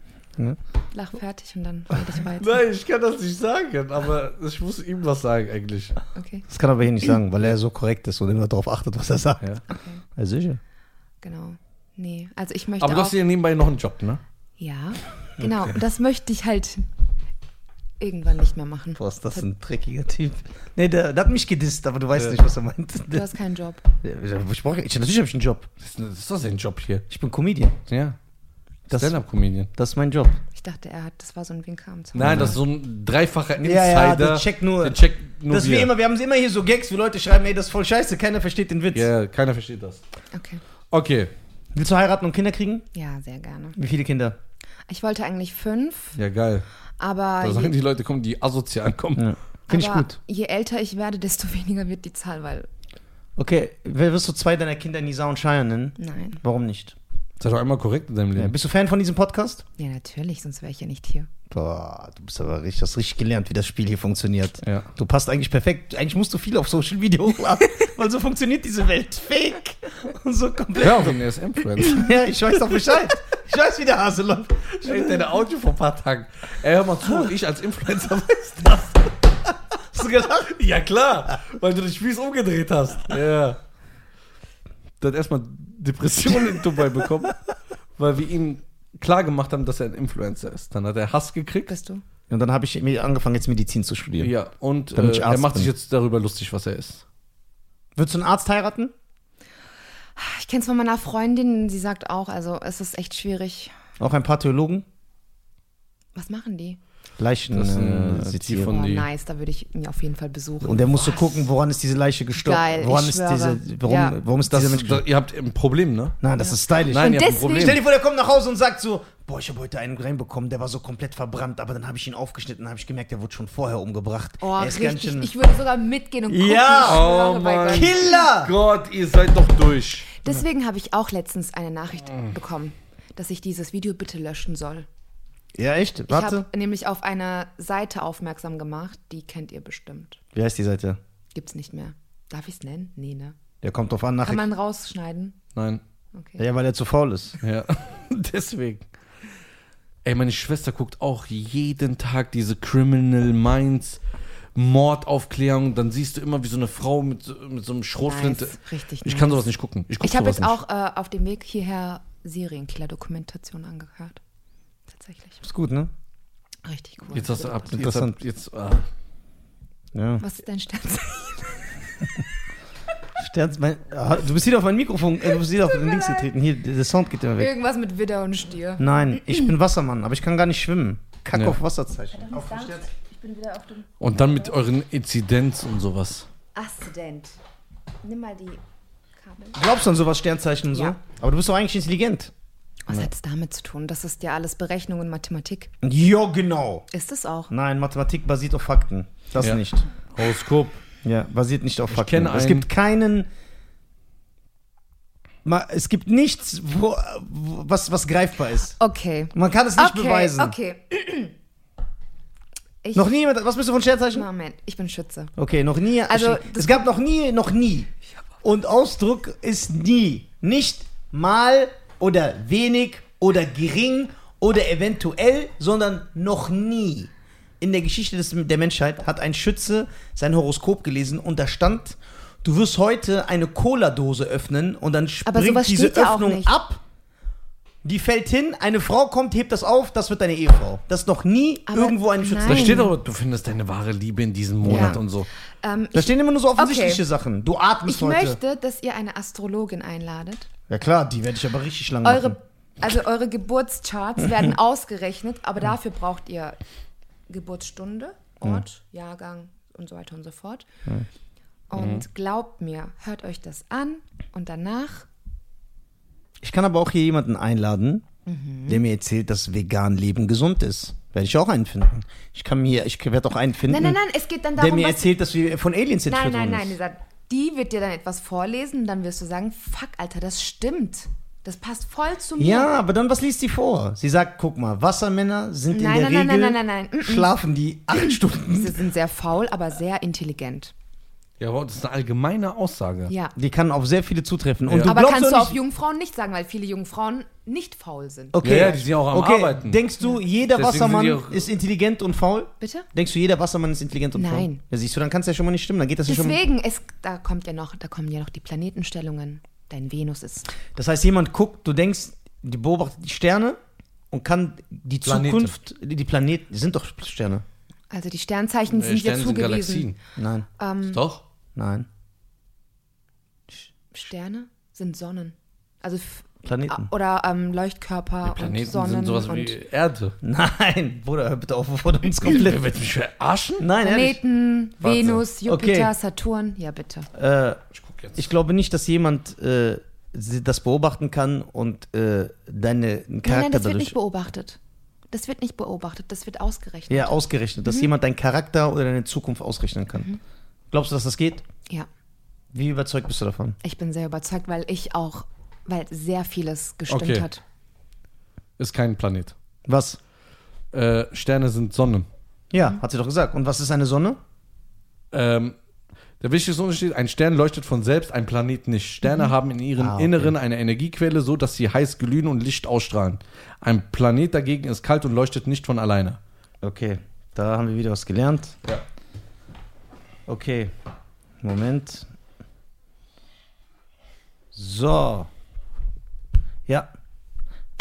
Speaker 3: Lach fertig und dann rede ich weiter.
Speaker 1: ich kann das nicht sagen, aber ich muss ihm was sagen eigentlich.
Speaker 3: Okay.
Speaker 2: Das kann er aber hier nicht sagen, weil er so korrekt ist und immer darauf achtet, was er sagt.
Speaker 1: Ja.
Speaker 2: Ja, sicher.
Speaker 3: Genau. Nee, also ich möchte
Speaker 1: Aber du
Speaker 3: auch.
Speaker 1: hast ja nebenbei noch einen Job, ne?
Speaker 3: ja, genau. Und das möchte ich halt irgendwann nicht mehr machen.
Speaker 2: Boah, ist das ein dreckiger Typ. Nee, der, der hat mich gedisst, aber du weißt nicht, was er meint.
Speaker 3: Du hast keinen Job.
Speaker 2: Der- der- ich brauch, ich, natürlich habe ich einen Job.
Speaker 1: Das ist, das ist doch sein Job hier.
Speaker 2: Ich bin Comedian.
Speaker 1: Ja.
Speaker 2: Das-
Speaker 1: Stand-up-Comedian.
Speaker 2: Das ist mein Job.
Speaker 3: Ich dachte, er hat, das war so ein Wink am Zaun.
Speaker 1: Nein, das ist so ein dreifacher Insider.
Speaker 2: Ja, ja, der checkt nur.
Speaker 1: Der checkt nur
Speaker 2: Dass wir.
Speaker 1: wir.
Speaker 2: immer, wir haben immer hier so Gags, wo Leute schreiben, ey, das ist voll scheiße, keiner versteht den Witz.
Speaker 1: Ja, keiner versteht das.
Speaker 3: Okay.
Speaker 1: Okay.
Speaker 2: Willst du heiraten und Kinder kriegen?
Speaker 3: Ja, sehr gerne.
Speaker 2: Wie viele Kinder?
Speaker 3: Ich wollte eigentlich fünf,
Speaker 1: Ja, geil.
Speaker 3: aber.
Speaker 1: Da
Speaker 3: je-
Speaker 1: sagen die Leute, kommen, die asozial kommen.
Speaker 2: Finde ich
Speaker 3: aber
Speaker 2: gut.
Speaker 3: Je älter ich werde, desto weniger wird die Zahl, weil.
Speaker 2: Okay, wer wirst du zwei deiner Kinder Nisa und Shire nennen?
Speaker 3: Nein.
Speaker 2: Warum nicht?
Speaker 1: Sei doch einmal korrekt in deinem
Speaker 2: Ja,
Speaker 1: Leben.
Speaker 2: bist du Fan von diesem Podcast?
Speaker 3: Ja, natürlich, sonst wäre ich ja nicht hier.
Speaker 2: Boah, du bist aber richtig, hast richtig gelernt, wie das Spiel hier funktioniert.
Speaker 1: Ja.
Speaker 2: Du passt eigentlich perfekt. Eigentlich musst du viel auf Social Media hochladen, weil so funktioniert diese Welt. Fake und so komplett.
Speaker 1: Hör auf den SM-Friends.
Speaker 2: Ja, ich weiß doch Bescheid. Ich weiß, wie der Hase läuft. Ich
Speaker 1: Ey,
Speaker 2: weiß,
Speaker 1: deine Audio vor ein paar Tagen. Ey, hör mal zu, ich als Influencer weiß
Speaker 2: hast du gedacht?
Speaker 1: Ja, klar, weil du das Spiel umgedreht hast. Ja. Der hat erstmal Depressionen in Dubai bekommen, weil wir ihm klar gemacht haben, dass er ein Influencer ist. Dann hat er Hass gekriegt.
Speaker 3: Bist du?
Speaker 2: Und dann habe ich mir angefangen, jetzt Medizin zu studieren.
Speaker 1: Ja, und äh,
Speaker 2: Damit ich
Speaker 1: er
Speaker 2: Arzt
Speaker 1: macht sich
Speaker 2: bin.
Speaker 1: jetzt darüber lustig, was er ist.
Speaker 2: Würdest du einen Arzt heiraten?
Speaker 3: Ah, Ich kenne es von meiner Freundin, sie sagt auch, also es ist echt schwierig.
Speaker 2: Auch ein paar Theologen?
Speaker 3: Was machen die?
Speaker 2: Leichen.
Speaker 1: Das sind
Speaker 2: äh,
Speaker 1: die
Speaker 2: sezieren.
Speaker 1: von-
Speaker 3: Oh,
Speaker 1: Nee.
Speaker 3: nice, da würde ich ihn auf jeden Fall besuchen.
Speaker 2: und er musste
Speaker 3: Boah,
Speaker 2: gucken, woran ist diese Leiche gestorben?
Speaker 3: Geil, ich
Speaker 2: woran ist
Speaker 3: schwöre.
Speaker 2: diese, warum,
Speaker 3: Ja.
Speaker 2: warum ist
Speaker 1: Das,
Speaker 2: dieser Mensch
Speaker 1: da, ihr habt ein Problem, ne?
Speaker 2: Nein, das ist stylisch.
Speaker 1: Nein, ihr habt ein
Speaker 3: deswegen-
Speaker 1: Problem.
Speaker 2: Stell dir vor, der kommt nach Hause und sagt so, boah, ich habe heute einen reinbekommen, der war so komplett verbrannt, aber dann habe ich ihn aufgeschnitten und habe ich gemerkt, der wurde schon vorher umgebracht.
Speaker 3: Oh,
Speaker 2: er ist ganz
Speaker 3: richtig.
Speaker 2: schön
Speaker 3: Ich würde sogar mitgehen und gucken.
Speaker 2: Ja.
Speaker 3: ich schwöre
Speaker 1: Oh
Speaker 3: bei
Speaker 1: Mann.
Speaker 3: Gott.
Speaker 2: Killer!
Speaker 1: Gott, ihr seid doch durch.
Speaker 3: Deswegen habe ich auch letztens eine Nachricht
Speaker 1: Ah.
Speaker 3: bekommen, dass ich dieses Video bitte löschen soll.
Speaker 2: Ja, echt?
Speaker 3: Ich habe nämlich auf eine Seite aufmerksam gemacht, die kennt ihr bestimmt.
Speaker 2: Wie heißt die Seite?
Speaker 3: Gibt's nicht mehr. Darf ich's nennen? Nee, ne?
Speaker 2: Der kommt drauf an, nachher.
Speaker 3: Kann man rausschneiden?
Speaker 1: Nein.
Speaker 3: Okay.
Speaker 2: ja, weil er zu faul ist.
Speaker 1: Ja, deswegen. Ey, meine Schwester guckt auch jeden Tag diese Criminal Minds Mordaufklärung. Dann siehst du immer, wie so eine Frau mit, so- mit so einem Schrotflinte.
Speaker 3: Nice, richtig
Speaker 1: Ich
Speaker 3: nice.
Speaker 1: kann sowas nicht gucken. Ich, guck
Speaker 3: Ich habe
Speaker 1: sowas
Speaker 3: jetzt auch äh, auf dem Weg hierher Serienkiller-Dokumentation angehört. Tatsächlich.
Speaker 2: Ist gut, ne?
Speaker 3: Richtig cool.
Speaker 1: Nicht. Jetzt hast du ab. Jetzt,
Speaker 2: Interessant.
Speaker 1: ab, jetzt, ah.
Speaker 2: Ja.
Speaker 3: Was ist dein Sternzeichen?
Speaker 2: Sterns, mein, ah, du bist wieder auf mein Mikrofon, äh, du bist wieder auf den Links getreten. Hier, der Sound geht immer weg.
Speaker 3: Irgendwas mit Widder und Stier.
Speaker 2: Nein, ich bin Wassermann, aber ich kann gar nicht schwimmen. Kack
Speaker 1: Ja.
Speaker 2: auf Wasserzeichen. Auf den Stern-
Speaker 1: Und dann mit euren Inzidenz und sowas.
Speaker 3: Aszendent. Nimm mal die Kabel.
Speaker 2: Glaubst du an sowas, Sternzeichen und so?
Speaker 3: Ja.
Speaker 2: Aber du bist doch eigentlich intelligent.
Speaker 3: Was hat es damit zu tun? Das ist ja alles Berechnung und Mathematik.
Speaker 2: Ja, genau.
Speaker 3: Ist es auch.
Speaker 2: Nein, Mathematik basiert auf Fakten. Das
Speaker 1: Ja.
Speaker 2: nicht.
Speaker 1: Horoskop.
Speaker 2: Ja, basiert nicht auf Fakten.
Speaker 1: kenne
Speaker 2: es
Speaker 1: einen-
Speaker 2: gibt keinen. Ma, es gibt nichts, wo, wo, was, was greifbar ist.
Speaker 3: Okay.
Speaker 2: Man kann es nicht
Speaker 3: okay,
Speaker 2: beweisen.
Speaker 3: Okay. Ich,
Speaker 2: Noch nie jemand. Was bist du von Sternzeichen?
Speaker 3: Moment, ich bin Schütze.
Speaker 2: Okay, noch nie.
Speaker 3: Also,
Speaker 2: es gab noch nie, noch nie. Und Ausdruck ist nie. Nicht mal oder wenig oder gering oder eventuell, sondern noch nie. In der Geschichte des, der Menschheit hat ein Schütze sein Horoskop gelesen und da stand, du wirst heute eine Cola-Dose öffnen und dann
Speaker 3: Aber
Speaker 2: springt
Speaker 3: sowas
Speaker 2: diese
Speaker 3: steht ja auch
Speaker 2: Öffnung
Speaker 3: nicht.
Speaker 2: ab. Die fällt hin, eine Frau kommt, hebt das auf, das wird deine Ehefrau. Das ist noch nie
Speaker 3: Aber
Speaker 2: irgendwo ein Schütze.
Speaker 1: Da
Speaker 3: Nein.
Speaker 1: steht aber, du findest deine wahre Liebe in diesem Monat
Speaker 3: Ja.
Speaker 1: und so.
Speaker 3: Ähm,
Speaker 2: Da
Speaker 3: ich
Speaker 2: stehen immer nur so offensichtliche
Speaker 3: Okay.
Speaker 2: Sachen. Du atmest
Speaker 3: ich
Speaker 2: heute.
Speaker 3: möchte, dass ihr eine Astrologin einladet.
Speaker 2: Ja klar, die werde ich aber richtig lang machen.
Speaker 3: Eure, also eure Geburtscharts werden ausgerechnet, aber dafür braucht ihr Geburtsstunde, Ort, Jahrgang und so weiter und so fort.
Speaker 2: Mhm.
Speaker 3: Und glaubt mir, hört euch das an und danach
Speaker 2: Ich kann aber auch hier jemanden einladen, der mir erzählt, dass vegan Leben gesund ist. Werde ich auch einen finden. Ich kann mir, ich werde auch einen finden.
Speaker 3: Nein, nein, nein, es geht dann
Speaker 2: der
Speaker 3: darum,
Speaker 2: mir
Speaker 3: was-
Speaker 2: erzählt, dass wir von Aliens entführt
Speaker 3: Nein, nein, nein,
Speaker 2: worden ist.
Speaker 3: Lisa. Die wird dir dann etwas vorlesen und dann wirst du sagen, fuck, Alter, das stimmt. Das passt voll zu mir.
Speaker 2: Ja, aber dann was liest sie vor? Sie sagt, guck mal, Wassermänner sind
Speaker 3: Nein,
Speaker 2: in der
Speaker 3: nein, nein,
Speaker 2: Regel
Speaker 3: nein, nein, nein, Mhm. nein.
Speaker 2: schlafen die acht Stunden.
Speaker 3: Sie sind sehr faul, aber sehr intelligent.
Speaker 1: Ja, wow, das ist eine allgemeine Aussage. Äh,
Speaker 3: Ja.
Speaker 2: Die kann auf sehr viele zutreffen. Und du
Speaker 3: aber
Speaker 2: glaubst
Speaker 3: kannst
Speaker 2: doch
Speaker 3: du
Speaker 2: nicht,
Speaker 3: auf Jungfrauen nicht sagen, weil viele Jungfrauen nicht faul sind.
Speaker 2: Okay.
Speaker 1: Ja, ja, die sind ja auch am
Speaker 2: okay.
Speaker 1: Arbeiten.
Speaker 2: Denkst du,
Speaker 1: Deswegen sind
Speaker 2: jeder
Speaker 1: die
Speaker 2: Wassermann
Speaker 1: auch-
Speaker 2: ist intelligent und faul?
Speaker 3: Bitte?
Speaker 2: Denkst du, jeder Wassermann ist intelligent und faul?
Speaker 3: Nein.
Speaker 2: Ja, siehst du, dann kann es ja schon mal nicht stimmen. Dann geht das ja schon mal.
Speaker 3: Deswegen, es, da kommt ja noch, da kommen ja noch die Planetenstellungen. dein Venus ist.
Speaker 2: Das heißt, jemand guckt, du denkst, die beobachtet die Sterne und kann die
Speaker 1: Planete.
Speaker 2: Zukunft, die Planeten, die sind doch Sterne.
Speaker 3: Also die Sternzeichen sind
Speaker 1: Sterne
Speaker 3: dir
Speaker 1: sind
Speaker 3: zugewiesen.
Speaker 1: Galaxien.
Speaker 2: Nein,
Speaker 3: Hm.
Speaker 1: Doch.
Speaker 2: nein.
Speaker 3: Sterne sind Sonnen. Also f-
Speaker 2: Planeten.
Speaker 3: oder ähm, Leuchtkörper und
Speaker 1: Planeten
Speaker 3: Sonnen
Speaker 1: sind sowas
Speaker 3: und
Speaker 1: wie Erde.
Speaker 2: Nein, Bruder, hör bitte auf, bevor du uns komplett.
Speaker 1: wird mich verarschen?
Speaker 2: Nein, ehrlich.
Speaker 3: Planeten,
Speaker 1: Warte.
Speaker 3: Venus, Jupiter,
Speaker 2: Okay.
Speaker 3: Saturn. Ja, bitte.
Speaker 2: Äh,
Speaker 1: Ich guck jetzt.
Speaker 2: ich glaube nicht, dass jemand äh, sie- das beobachten kann und äh, deine einen
Speaker 3: Nein,
Speaker 2: Charakter
Speaker 3: nein, das wird
Speaker 2: dadurch.
Speaker 3: nicht beobachtet. Das wird nicht beobachtet, das wird ausgerechnet.
Speaker 2: ja, ausgerechnet,
Speaker 3: Mhm.
Speaker 2: dass jemand deinen Charakter oder deine Zukunft ausrechnen kann. Glaubst du, dass das geht?
Speaker 3: Ja,
Speaker 2: Wie überzeugt bist du davon?
Speaker 3: ich bin sehr überzeugt, weil ich auch, weil sehr vieles gestimmt
Speaker 1: Okay.
Speaker 3: hat.
Speaker 1: Ist kein Planet.
Speaker 2: Was?
Speaker 1: Äh, Sterne sind Sonnen.
Speaker 2: Ja,
Speaker 3: Mhm.
Speaker 2: hat sie doch gesagt. Und was ist eine Sonne?
Speaker 1: Ähm, der wichtigste Unterschied, ein Stern leuchtet von selbst, ein Planet nicht. Sterne
Speaker 3: Mhm.
Speaker 1: haben in ihrem
Speaker 2: Ah, okay.
Speaker 1: Inneren eine Energiequelle, so dass sie heiß glühen und Licht ausstrahlen. Ein Planet dagegen ist kalt und leuchtet nicht von alleine.
Speaker 2: Okay, da haben wir wieder was gelernt.
Speaker 1: Ja.
Speaker 2: Okay, Moment. So. Ja.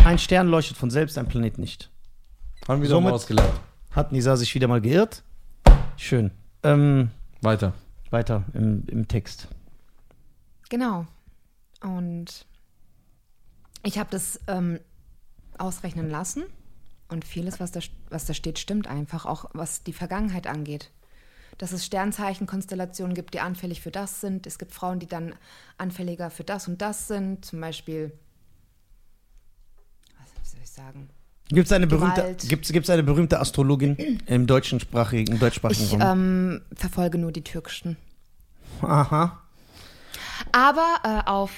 Speaker 2: Ein Stern leuchtet von selbst, ein Planet nicht.
Speaker 1: Haben wir
Speaker 2: Somit-
Speaker 1: mal ausgelernt.
Speaker 2: Hat Nisa sich wieder mal geirrt? Schön. Ähm,
Speaker 1: Weiter.
Speaker 2: weiter im, im Text.
Speaker 3: Genau. Und ich habe das ähm, ausrechnen lassen. Und vieles, was da, was da steht, stimmt einfach, auch was die Vergangenheit angeht. Dass es Sternzeichen, Konstellationen gibt, die anfällig für das sind. Es gibt Frauen, die dann anfälliger für das und das sind. Zum Beispiel, was soll ich sagen?
Speaker 2: Gibt es eine, berühmte,
Speaker 3: Gewalt.
Speaker 2: gibt's, gibt's eine berühmte Astrologin im deutschen sprachigen, im deutschsprachigen
Speaker 3: Ich
Speaker 2: Raum?
Speaker 3: ähm, verfolge nur die türkischen.
Speaker 2: Aha.
Speaker 3: Aber äh, auf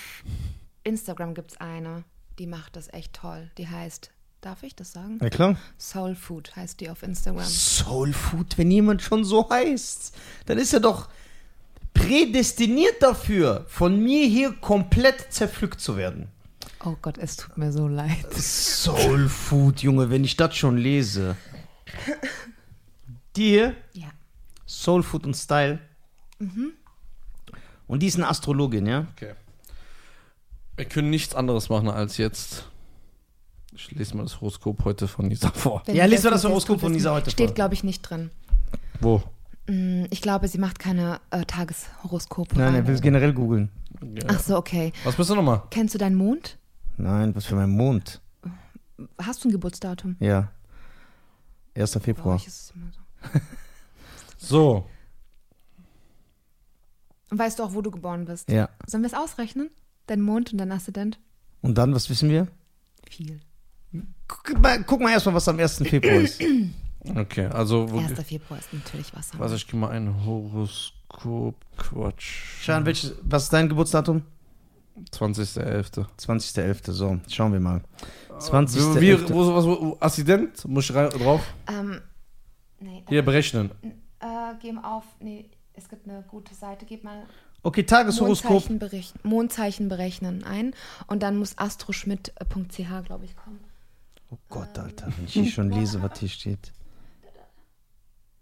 Speaker 3: Instagram gibt es eine, die macht das echt toll. Die heißt, darf ich das sagen?
Speaker 2: Na klar.
Speaker 3: Soul Food heißt die auf Instagram.
Speaker 2: Soul Food, wenn jemand schon so heißt, dann ist er doch prädestiniert dafür, von mir hier komplett zerpflückt zu werden.
Speaker 3: Oh Gott, es tut mir so leid.
Speaker 2: Soul Food, Junge, wenn ich das schon lese. Die hier,
Speaker 3: Ja.
Speaker 2: Soul Food und Style. Mhm. Und die ist eine Astrologin, ja?
Speaker 1: Okay. Wir können nichts anderes machen als jetzt. Ich lese mal das Horoskop heute von Nisa vor.
Speaker 3: Wenn
Speaker 2: Ja,
Speaker 3: ihr
Speaker 2: lest mal das
Speaker 3: nicht wisst,
Speaker 2: Horoskop von
Speaker 3: wissen-
Speaker 2: Lisa heute vor.
Speaker 3: Steht, glaube ich, nicht drin.
Speaker 1: Wo?
Speaker 3: Hm, Ich glaube, sie macht keine äh, Tageshoroskope.
Speaker 2: Nein,
Speaker 3: rein.
Speaker 2: er will es generell googeln.
Speaker 3: Ach so, okay.
Speaker 1: Was bist du nochmal?
Speaker 3: Kennst du deinen Mond?
Speaker 2: Nein, was für mein Mond.
Speaker 3: Hast du ein Geburtsdatum?
Speaker 2: Ja. 1.
Speaker 3: Bei
Speaker 2: Februar.
Speaker 3: euch ist es immer so.
Speaker 1: So.
Speaker 3: Und weißt du auch, wo du geboren bist?
Speaker 2: Ja.
Speaker 3: Sollen wir es ausrechnen? Dein Mond und dein Aszendent?
Speaker 2: Und dann, was wissen wir?
Speaker 3: Viel.
Speaker 2: Guck mal, guck mal erstmal, was am 1. Februar ist.
Speaker 1: Okay, also. Wo,
Speaker 3: 1. Februar ist natürlich Wasser.
Speaker 1: was, ich gebe mal ein Horoskop. Quatsch.
Speaker 2: Schauen, welches, was ist dein Geburtsdatum?
Speaker 1: 20.11.
Speaker 2: 20.11. So, schauen wir mal.
Speaker 1: Wie, wie,
Speaker 2: 20.11.
Speaker 1: wo, was, wo, Assistent? Muss ich rein, drauf?
Speaker 3: Ähm, nee,
Speaker 1: Hier berechnen.
Speaker 3: äh, geben auf. Nee, es gibt eine gute Seite. Gebt mal
Speaker 2: Okay, Tageshoroskop.
Speaker 3: Mondzeichen, berech Mondzeichen berechnen ein und dann muss astroschmidt.ch, glaube ich, kommen.
Speaker 2: Oh Gott, Alter, wenn ich hier schon lese, was hier steht.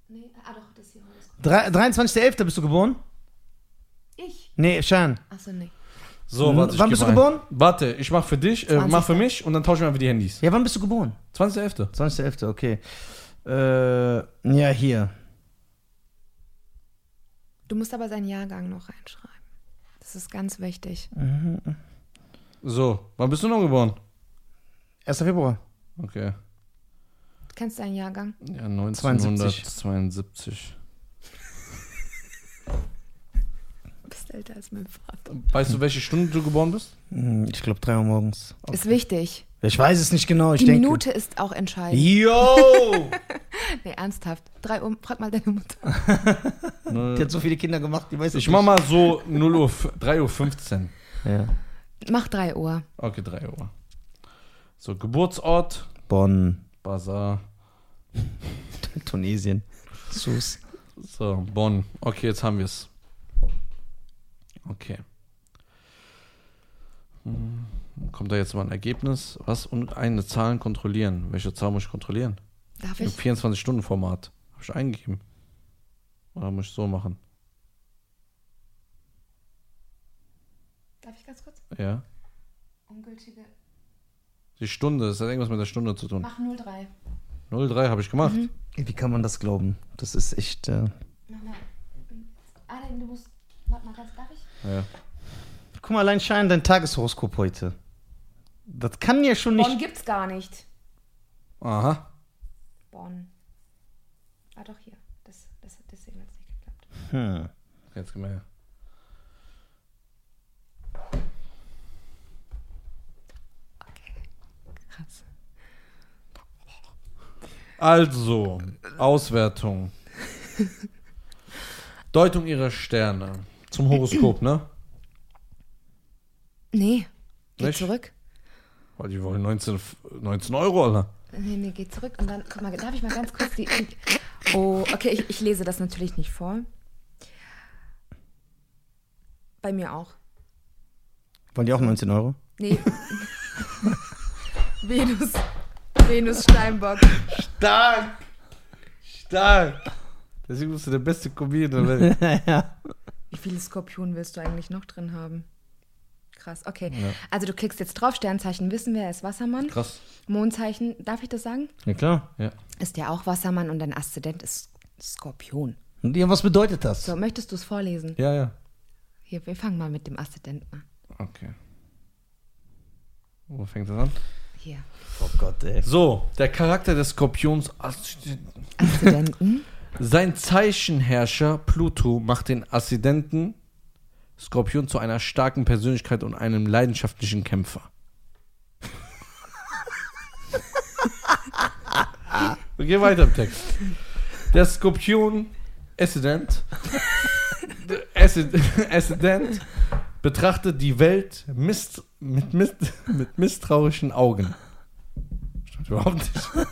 Speaker 3: Nee, ah doch, das hier Horoskop.
Speaker 2: Drei- 23.11. bist du geboren?
Speaker 3: Ich?
Speaker 2: Nee, Shan.
Speaker 3: Achso, nee.
Speaker 1: So,
Speaker 2: Hm,
Speaker 1: warte. ich
Speaker 2: wann
Speaker 1: geb
Speaker 2: bist du
Speaker 1: ein.
Speaker 2: geboren?
Speaker 1: Warte, ich mach für dich, äh, mach für
Speaker 3: 20..
Speaker 1: mich und dann tauschen wir einfach die Handys.
Speaker 2: Ja, wann bist du geboren?
Speaker 1: 20.11.
Speaker 2: 20.11., okay. Äh, ja, hier.
Speaker 3: Du musst aber seinen Jahrgang noch reinschreiben. Das ist ganz wichtig.
Speaker 1: So, wann bist du noch geboren?
Speaker 2: 1. Februar.
Speaker 1: Okay.
Speaker 3: Kennst du deinen Jahrgang?
Speaker 1: Ja, 1972.
Speaker 3: Du bist älter als mein Vater.
Speaker 1: Weißt du, welche Stunde du geboren bist?
Speaker 2: Hm, Ich glaube 3 Uhr morgens.
Speaker 3: Ist wichtig.
Speaker 2: Ich weiß es nicht genau, ich
Speaker 3: Die
Speaker 2: denke.
Speaker 3: Minute ist auch entscheidend.
Speaker 2: Yo!
Speaker 3: Nee, ernsthaft. Drei Uhr, frag mal deine Mutter.
Speaker 2: Die hat so viele Kinder gemacht, die weiß das
Speaker 1: Ich mach mal so 0 Uhr, f- 3 Uhr 15.
Speaker 2: nicht. Ja.
Speaker 3: Mach drei Uhr.
Speaker 1: Okay, 3 Uhr. So, Geburtsort,
Speaker 2: Bonn,
Speaker 1: Basar,
Speaker 2: Tunesien. Sus.
Speaker 1: so, Bonn. Okay, jetzt haben wir's. Okay. Hm, Kommt da jetzt mal ein Ergebnis? Was und eine Zahlen kontrollieren? Welche Zahl muss ich kontrollieren?
Speaker 3: Darf
Speaker 1: Im
Speaker 3: ich?
Speaker 1: 24-Stunden-Format. Habe ich eingegeben. Oder muss ich so machen?
Speaker 3: Darf ich ganz kurz?
Speaker 1: Ja.
Speaker 3: Ungültige.
Speaker 1: Die Stunde, das hat irgendwas mit der Stunde zu tun.
Speaker 3: Mach Mhm. 03.
Speaker 1: 03 habe ich gemacht.
Speaker 2: Wie kann man das glauben? Das ist echt. Äh
Speaker 3: Mach mal. Ah, nein, du musst. Warte mal ganz, darf ich?
Speaker 1: Ja.
Speaker 2: Guck mal, allein Schein, dein Tageshoroskop heute. Das kann ja schon
Speaker 3: Bonn
Speaker 2: nicht.
Speaker 3: gibt's gar nicht.
Speaker 1: Aha.
Speaker 3: Bonn. Ah, doch, hier. Das, das, deswegen hat's nicht geklappt.
Speaker 2: Hm.
Speaker 1: Jetzt gib mal her.
Speaker 3: Krass.
Speaker 1: Also, Auswertung. Deutung ihrer Sterne. Zum Horoskop, ne?
Speaker 3: Nee. Geh
Speaker 1: Nicht?
Speaker 3: zurück.
Speaker 1: Weil Oh, die wollen 19, F- 19 Euro, Alter.
Speaker 3: Nee, nee, geh zurück und dann, guck mal, darf ich mal ganz kurz die. Oh, okay, ich, ich lese das natürlich nicht vor. Bei mir auch.
Speaker 2: Wollen die auch 19 Euro?
Speaker 3: Nee. Venus. Venus Steinbock.
Speaker 1: Stark! Stark! Deswegen bist du der beste Comedian der Welt.
Speaker 3: Wie viele Skorpionen willst du eigentlich noch drin haben? Krass, okay. Also du klickst jetzt drauf, Sternzeichen wissen wir, er ist Wassermann.
Speaker 1: Krass.
Speaker 3: Mondzeichen, darf ich das sagen?
Speaker 2: Ja, klar.
Speaker 1: Ja.
Speaker 3: Ist ja auch Wassermann und dein Aszendent ist Skorpion.
Speaker 2: Und ja, was bedeutet das?
Speaker 3: So, möchtest du es vorlesen?
Speaker 1: Ja, ja.
Speaker 3: Hier, wir fangen mal mit dem Aszendenten an.
Speaker 1: Okay. Wo fängt das an?
Speaker 3: Hier.
Speaker 2: Oh Gott, ey.
Speaker 1: So, der Charakter des Skorpions.
Speaker 3: Aszendenten.
Speaker 1: Sein Zeichenherrscher Pluto macht den Aszendenten Skorpion zu einer starken Persönlichkeit und einem leidenschaftlichen Kämpfer. Wir gehen weiter im Text. Der Skorpion Aszendent der Aszend- Aszendent betrachtet die Welt mist, mit, mist, mit misstrauischen Augen. Stimmt überhaupt nicht.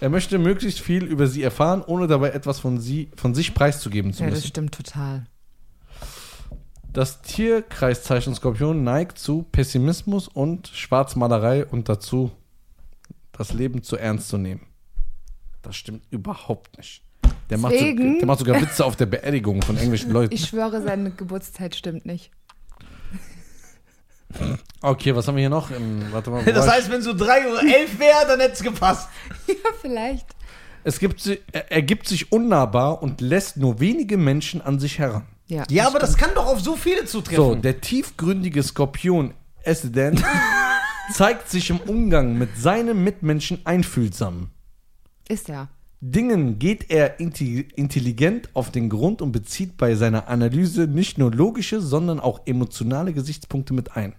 Speaker 1: Er möchte möglichst viel über sie erfahren, ohne dabei etwas von, sie, von sich preiszugeben zu
Speaker 3: ja, das
Speaker 1: müssen.
Speaker 3: stimmt total.
Speaker 1: Das Tierkreiszeichen Skorpion neigt zu Pessimismus und Schwarzmalerei und dazu, das Leben zu ernst zu nehmen. Das stimmt überhaupt nicht. Der macht, so,
Speaker 3: Deswegen-
Speaker 1: der macht sogar Witze auf der Beerdigung von englischen Leuten.
Speaker 3: Ich schwöre, seine Geburtszeit stimmt nicht.
Speaker 1: Okay, was haben wir hier noch? Im, warte mal. wo
Speaker 2: Das
Speaker 1: war ich?
Speaker 2: heißt, wenn so 3 Uhr 11 wäre, dann hätte es gepasst.
Speaker 3: Ja, vielleicht.
Speaker 1: es gibt, sie- er, er gibt sich unnahbar und lässt nur wenige Menschen an sich heran.
Speaker 3: Ja.
Speaker 2: Ja, aber das kann doch auf so viele
Speaker 1: So,
Speaker 2: zutreffen.
Speaker 1: der tiefgründige Skorpion Essident zeigt sich im Umgang mit seinen Mitmenschen einfühlsam.
Speaker 3: Ist er.
Speaker 1: Dingen geht er inti- intelligent auf den Grund und bezieht bei seiner Analyse nicht nur logische, sondern auch emotionale Gesichtspunkte mit ein.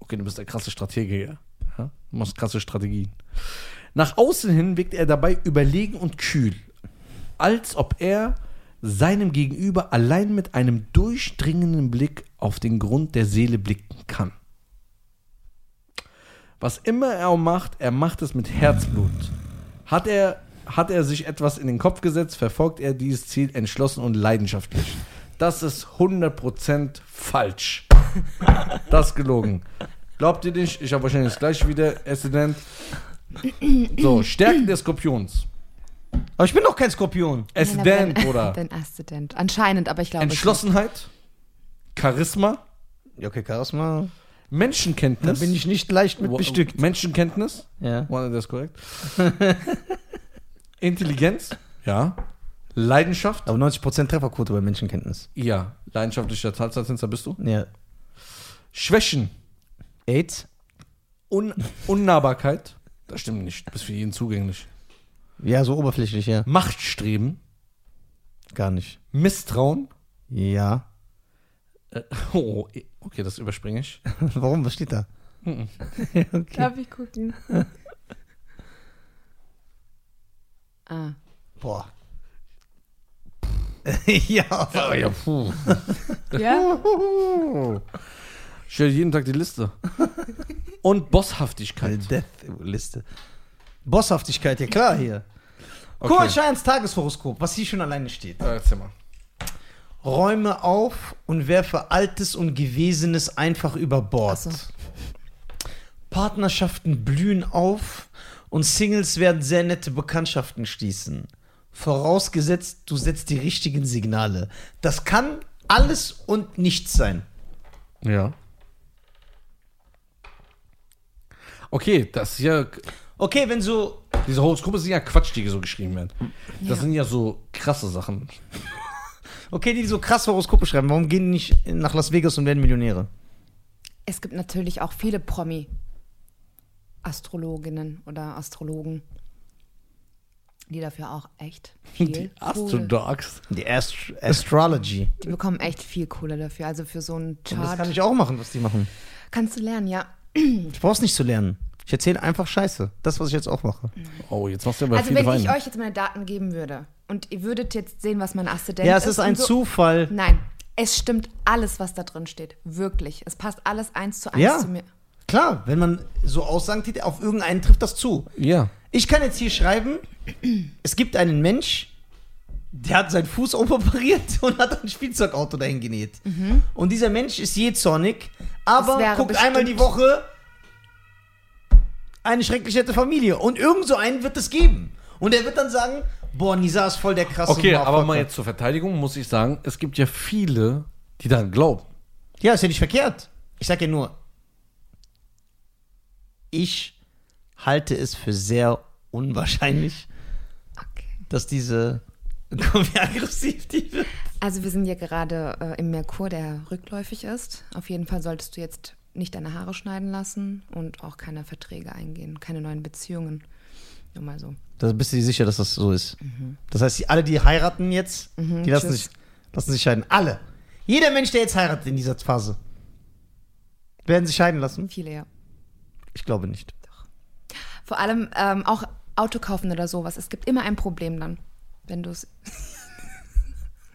Speaker 1: Okay, du bist der krasse Stratege, ja. ja? Du machst krasse Strategien. Nach außen hin wirkt er dabei überlegen und kühl, als ob er seinem Gegenüber allein mit einem durchdringenden Blick auf den Grund der Seele blicken kann. Was immer er auch macht, er macht es mit Herzblut. Hat er, hat er sich etwas in den Kopf gesetzt, verfolgt er dieses Ziel entschlossen und leidenschaftlich. Das ist 100% falsch. Das ist gelogen. Glaubt ihr nicht? Ich habe wahrscheinlich das gleiche wieder, Eszendent. So, Stärken des Skorpions.
Speaker 2: aber ich bin doch kein Skorpion.
Speaker 1: Eszendent,
Speaker 3: Dein-
Speaker 1: Bruder.
Speaker 3: Dein Aszendent. Anscheinend, aber ich glaube.
Speaker 1: Entschlossenheit, Charisma,
Speaker 2: Ja, okay, Charisma. Da
Speaker 1: Menschenkenntnis.
Speaker 2: bin ich nicht leicht mit
Speaker 1: Wo-
Speaker 2: bestückt.
Speaker 1: Menschenkenntnis.
Speaker 2: Ja.
Speaker 1: War das korrekt? Intelligenz. Ja. Leidenschaft.
Speaker 2: Aber 90% Trefferquote bei Menschenkenntnis.
Speaker 1: Ja. Leidenschaftlicher Tatsatzhinzer bist du.
Speaker 2: Ja.
Speaker 1: Schwächen.
Speaker 2: AIDS?
Speaker 1: Un Unnahbarkeit. Das stimmt nicht. Du bist für jeden zugänglich.
Speaker 2: Ja, so oberflächlich, ja.
Speaker 1: Machtstreben.
Speaker 2: Gar nicht.
Speaker 1: Misstrauen.
Speaker 2: Ja.
Speaker 1: Äh, oh, okay, das überspringe ich.
Speaker 2: Warum? Was steht da?
Speaker 3: Darf ich gucken? ah.
Speaker 2: Boah. ja, aber
Speaker 1: Ah, ja, puh.
Speaker 3: Ja?
Speaker 1: Ich stelle jeden Tag die Liste. Und Bosshaftigkeit.
Speaker 2: Death-Liste. Bosshaftigkeit, ja klar hier. Guck mal, Scheins Tageshoroskop, was hier schon alleine steht.
Speaker 1: Ja, erzähl mal.
Speaker 2: Räume auf und werfe Altes und Gewesenes einfach über Bord.
Speaker 3: Ach so.
Speaker 2: Partnerschaften blühen auf und Singles werden sehr nette Bekanntschaften schließen. Vorausgesetzt, du setzt die richtigen Signale. Das kann alles und nichts sein.
Speaker 1: Ja. Okay, das ist ja.
Speaker 2: Okay, wenn so.
Speaker 1: Diese Horoskope sind ja Quatsch, die so geschrieben werden. Das sind ja so krasse Sachen.
Speaker 2: Okay, die so krass Horoskope schreiben, warum gehen die nicht nach Las Vegas und werden Millionäre?
Speaker 3: Es gibt natürlich auch viele Promi-Astrologinnen oder Astrologen, die dafür auch echt viel
Speaker 1: Die
Speaker 3: Kohle.
Speaker 1: Astrodogs.
Speaker 2: Die Ast Astrology.
Speaker 3: Die bekommen echt viel Kohle dafür. Also für so einen
Speaker 2: Und das
Speaker 3: Chart
Speaker 2: kann ich auch machen, was die machen.
Speaker 3: kannst du lernen, ja.
Speaker 2: Ich brauch's nicht zu lernen. Ich erzähle einfach Scheiße. Das, was ich jetzt auch mache.
Speaker 1: Oh, jetzt machst du aber
Speaker 3: also
Speaker 1: viele
Speaker 3: wenn
Speaker 1: Feinde.
Speaker 3: ich euch jetzt meine Daten geben würde und ihr würdet jetzt sehen, was mein Aszendent
Speaker 2: Ja,
Speaker 3: ist.
Speaker 2: es ist
Speaker 3: und
Speaker 2: ein
Speaker 3: so-
Speaker 2: Zufall.
Speaker 3: Nein, es stimmt alles, was da drin steht. Wirklich. Es passt alles eins zu eins
Speaker 2: Ja,
Speaker 3: zu mir.
Speaker 2: klar, wenn man so Aussagen tätigt, auf irgendeinen trifft das zu.
Speaker 1: ja.
Speaker 2: Ich kann jetzt hier schreiben, es gibt einen Mensch, der hat seinen Fuß operiert und hat ein Spielzeugauto dahin genäht. Und dieser Mensch ist je zornig, aber
Speaker 3: Mhm. Das wäre
Speaker 2: guckt einmal die
Speaker 3: bestimmt-
Speaker 2: Woche eine schrecklich nette Familie. Und irgend so einen wird es geben. Und er wird dann sagen, boah, Nisa ist voll der krasse
Speaker 1: Okay, aber
Speaker 2: Motherfucker.
Speaker 1: mal jetzt zur Verteidigung muss ich sagen, es gibt ja viele, die daran glauben.
Speaker 2: Ja, ist ja nicht verkehrt. Ich sag ja nur, ich halte es für sehr unwahrscheinlich,
Speaker 3: Okay.
Speaker 2: dass diese... Komm, wie aggressiv die wird.
Speaker 3: Also wir sind ja gerade äh, im Merkur, der rückläufig ist. Auf jeden Fall solltest du jetzt nicht deine Haare schneiden lassen und auch keine Verträge eingehen, keine neuen Beziehungen. Nur mal so.
Speaker 2: Da bist du dir sicher, dass das so ist. Das heißt, die- alle, die heiraten jetzt, die lassen
Speaker 3: Mhm. tschüss.
Speaker 2: sich, lassen sich scheiden. Alle. Jeder Mensch, der jetzt heiratet in dieser Phase, werden sich scheiden lassen?
Speaker 3: Viele ja.
Speaker 2: Ich glaube nicht.
Speaker 3: Vor allem ähm, auch Auto kaufen oder sowas. Es gibt immer ein Problem dann, wenn du es.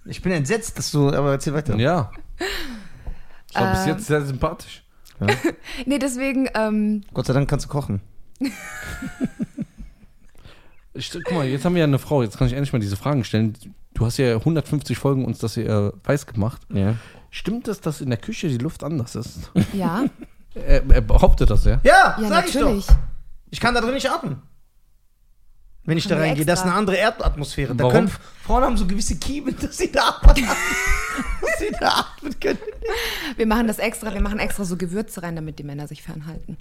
Speaker 2: Ich bin entsetzt, dass du, aber erzähl weiter.
Speaker 1: Ja. Ich war bis
Speaker 3: Ähm.
Speaker 1: jetzt sehr sympathisch.
Speaker 3: Nee, deswegen, ähm,
Speaker 2: Gott sei Dank kannst du kochen.
Speaker 1: Ich, guck mal, jetzt haben wir ja eine Frau, jetzt kann ich endlich mal diese Fragen stellen. Du hast ja 150 Folgen uns das hier äh, weiß gemacht.
Speaker 2: Ja.
Speaker 1: Stimmt es, dass in der Küche die Luft anders ist?
Speaker 3: ja.
Speaker 1: er, er behauptet das, ja?
Speaker 2: Ja,
Speaker 3: Ja,
Speaker 2: sag ich
Speaker 3: natürlich.
Speaker 2: doch. Ich kann da drin nicht atmen. Wenn ich da
Speaker 3: Haben wir
Speaker 2: reingehe, das ist
Speaker 3: extra.
Speaker 2: eine andere Erdatmosphäre. Da
Speaker 1: Warum?
Speaker 2: können, Frauen haben so gewisse Kiemen, dass sie da atmen, dass sie da atmen können.
Speaker 3: Wir machen das extra, wir machen extra so Gewürze rein, damit die Männer sich fernhalten.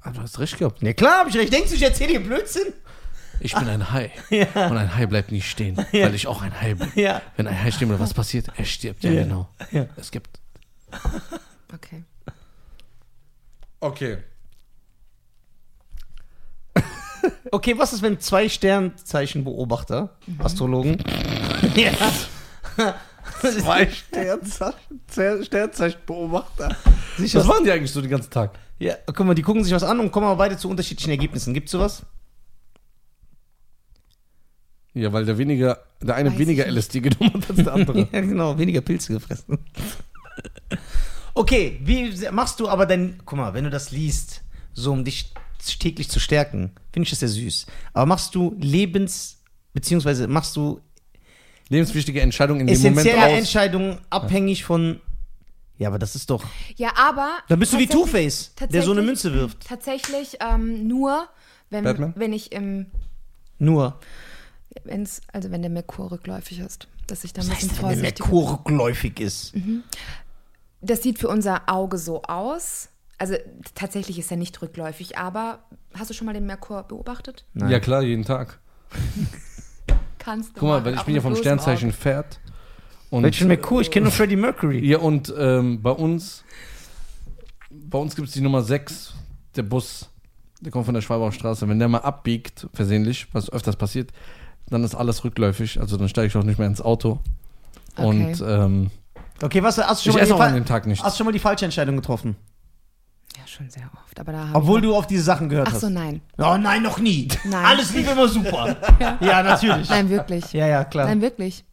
Speaker 1: Ah, du hast recht gehabt.
Speaker 2: Ja klar, hab ich recht. Denkst du, ich erzähle dir Blödsinn?
Speaker 1: Ich bin ein Hai. Und ein Hai bleibt nie stehen, weil ich auch ein Hai bin.
Speaker 2: Ja.
Speaker 1: Wenn ein Hai stehen bleibt, was passiert? Er stirbt. Ja,
Speaker 2: Ja.
Speaker 1: genau.
Speaker 2: Ja.
Speaker 1: Es gibt.
Speaker 3: Okay.
Speaker 1: Okay.
Speaker 2: Okay, was ist, wenn zwei Sternzeichenbeobachter, Astrologen, ja.
Speaker 1: Zwei
Speaker 2: Sternzeichen, Sternzeichenbeobachter. Sich
Speaker 1: Was
Speaker 2: was,
Speaker 1: machen die eigentlich so den ganzen Tag?
Speaker 2: ja, guck mal, die gucken sich was an und kommen aber beide zu unterschiedlichen Ergebnissen. Gibt's sowas?
Speaker 1: Ja, weil der weniger, der eine
Speaker 3: Weiß
Speaker 1: weniger
Speaker 3: ich
Speaker 1: LSD genommen hat als der andere.
Speaker 2: Ja, genau, weniger Pilze gefressen. Okay, wie se- machst du aber dein. Guck mal, wenn du das liest, so um dich täglich zu stärken, finde ich das sehr süß. Aber machst du Lebens- beziehungsweise machst du
Speaker 1: Lebenswichtige Entscheidung in dem Moment
Speaker 2: essentielle
Speaker 1: aus.
Speaker 2: Entscheidungen abhängig von. Ja, aber das ist doch.
Speaker 3: Ja, aber.
Speaker 2: Dann bist du wie
Speaker 3: tatsächlich-
Speaker 2: Two-Face, der so eine
Speaker 3: tatsächlich-
Speaker 2: Münze wirft.
Speaker 3: Tatsächlich ähm, nur, wenn,
Speaker 1: Batman?
Speaker 3: wenn ich im.
Speaker 2: Nur.
Speaker 3: Wenn's, also wenn der Merkur rückläufig ist, dass ich dann ein
Speaker 2: Was
Speaker 3: bisschen
Speaker 2: heißt, denn, wenn der
Speaker 3: vorsichtig Mhm.
Speaker 2: Merkur rückläufig ist?
Speaker 3: Das sieht für unser Auge so aus. Also tatsächlich ist er nicht rückläufig, aber hast du schon mal den Merkur beobachtet?
Speaker 1: Ja klar, jeden Tag.
Speaker 3: Kannst du.
Speaker 1: Guck mal,
Speaker 3: machen,
Speaker 1: weil ich
Speaker 3: auch
Speaker 1: bin ja
Speaker 3: mit
Speaker 1: vom
Speaker 3: bloßem
Speaker 1: Sternzeichen Pferd. Und
Speaker 2: Welchen Merkur? Ich kenne nur Freddie Mercury.
Speaker 1: Ja, und ähm, bei uns, bei uns gibt es die Nummer 6, der Bus, der kommt von der Schwabauer Straße. Wenn der mal abbiegt, versehentlich, was öfters passiert, dann ist alles rückläufig. Also dann steige ich auch nicht mehr ins Auto.
Speaker 3: Okay.
Speaker 1: Und ähm,
Speaker 2: Okay, was hast du
Speaker 1: ich
Speaker 2: schon, mal die,
Speaker 1: esse auch an
Speaker 2: Fa
Speaker 1: dem Tag nicht.
Speaker 2: hast du schon mal die falsche Entscheidung getroffen?
Speaker 3: Auge. Ja, schon sehr oft. Aber da hab
Speaker 2: Obwohl
Speaker 3: ich
Speaker 2: du auf diese Sachen gehört
Speaker 3: Ach
Speaker 2: hast.
Speaker 3: so, nein.
Speaker 2: Oh nein, noch nie.
Speaker 3: Nein.
Speaker 2: Alles lief immer super. ja, natürlich.
Speaker 3: Nein, wirklich.
Speaker 2: Ja, ja, klar.
Speaker 3: Nein, wirklich.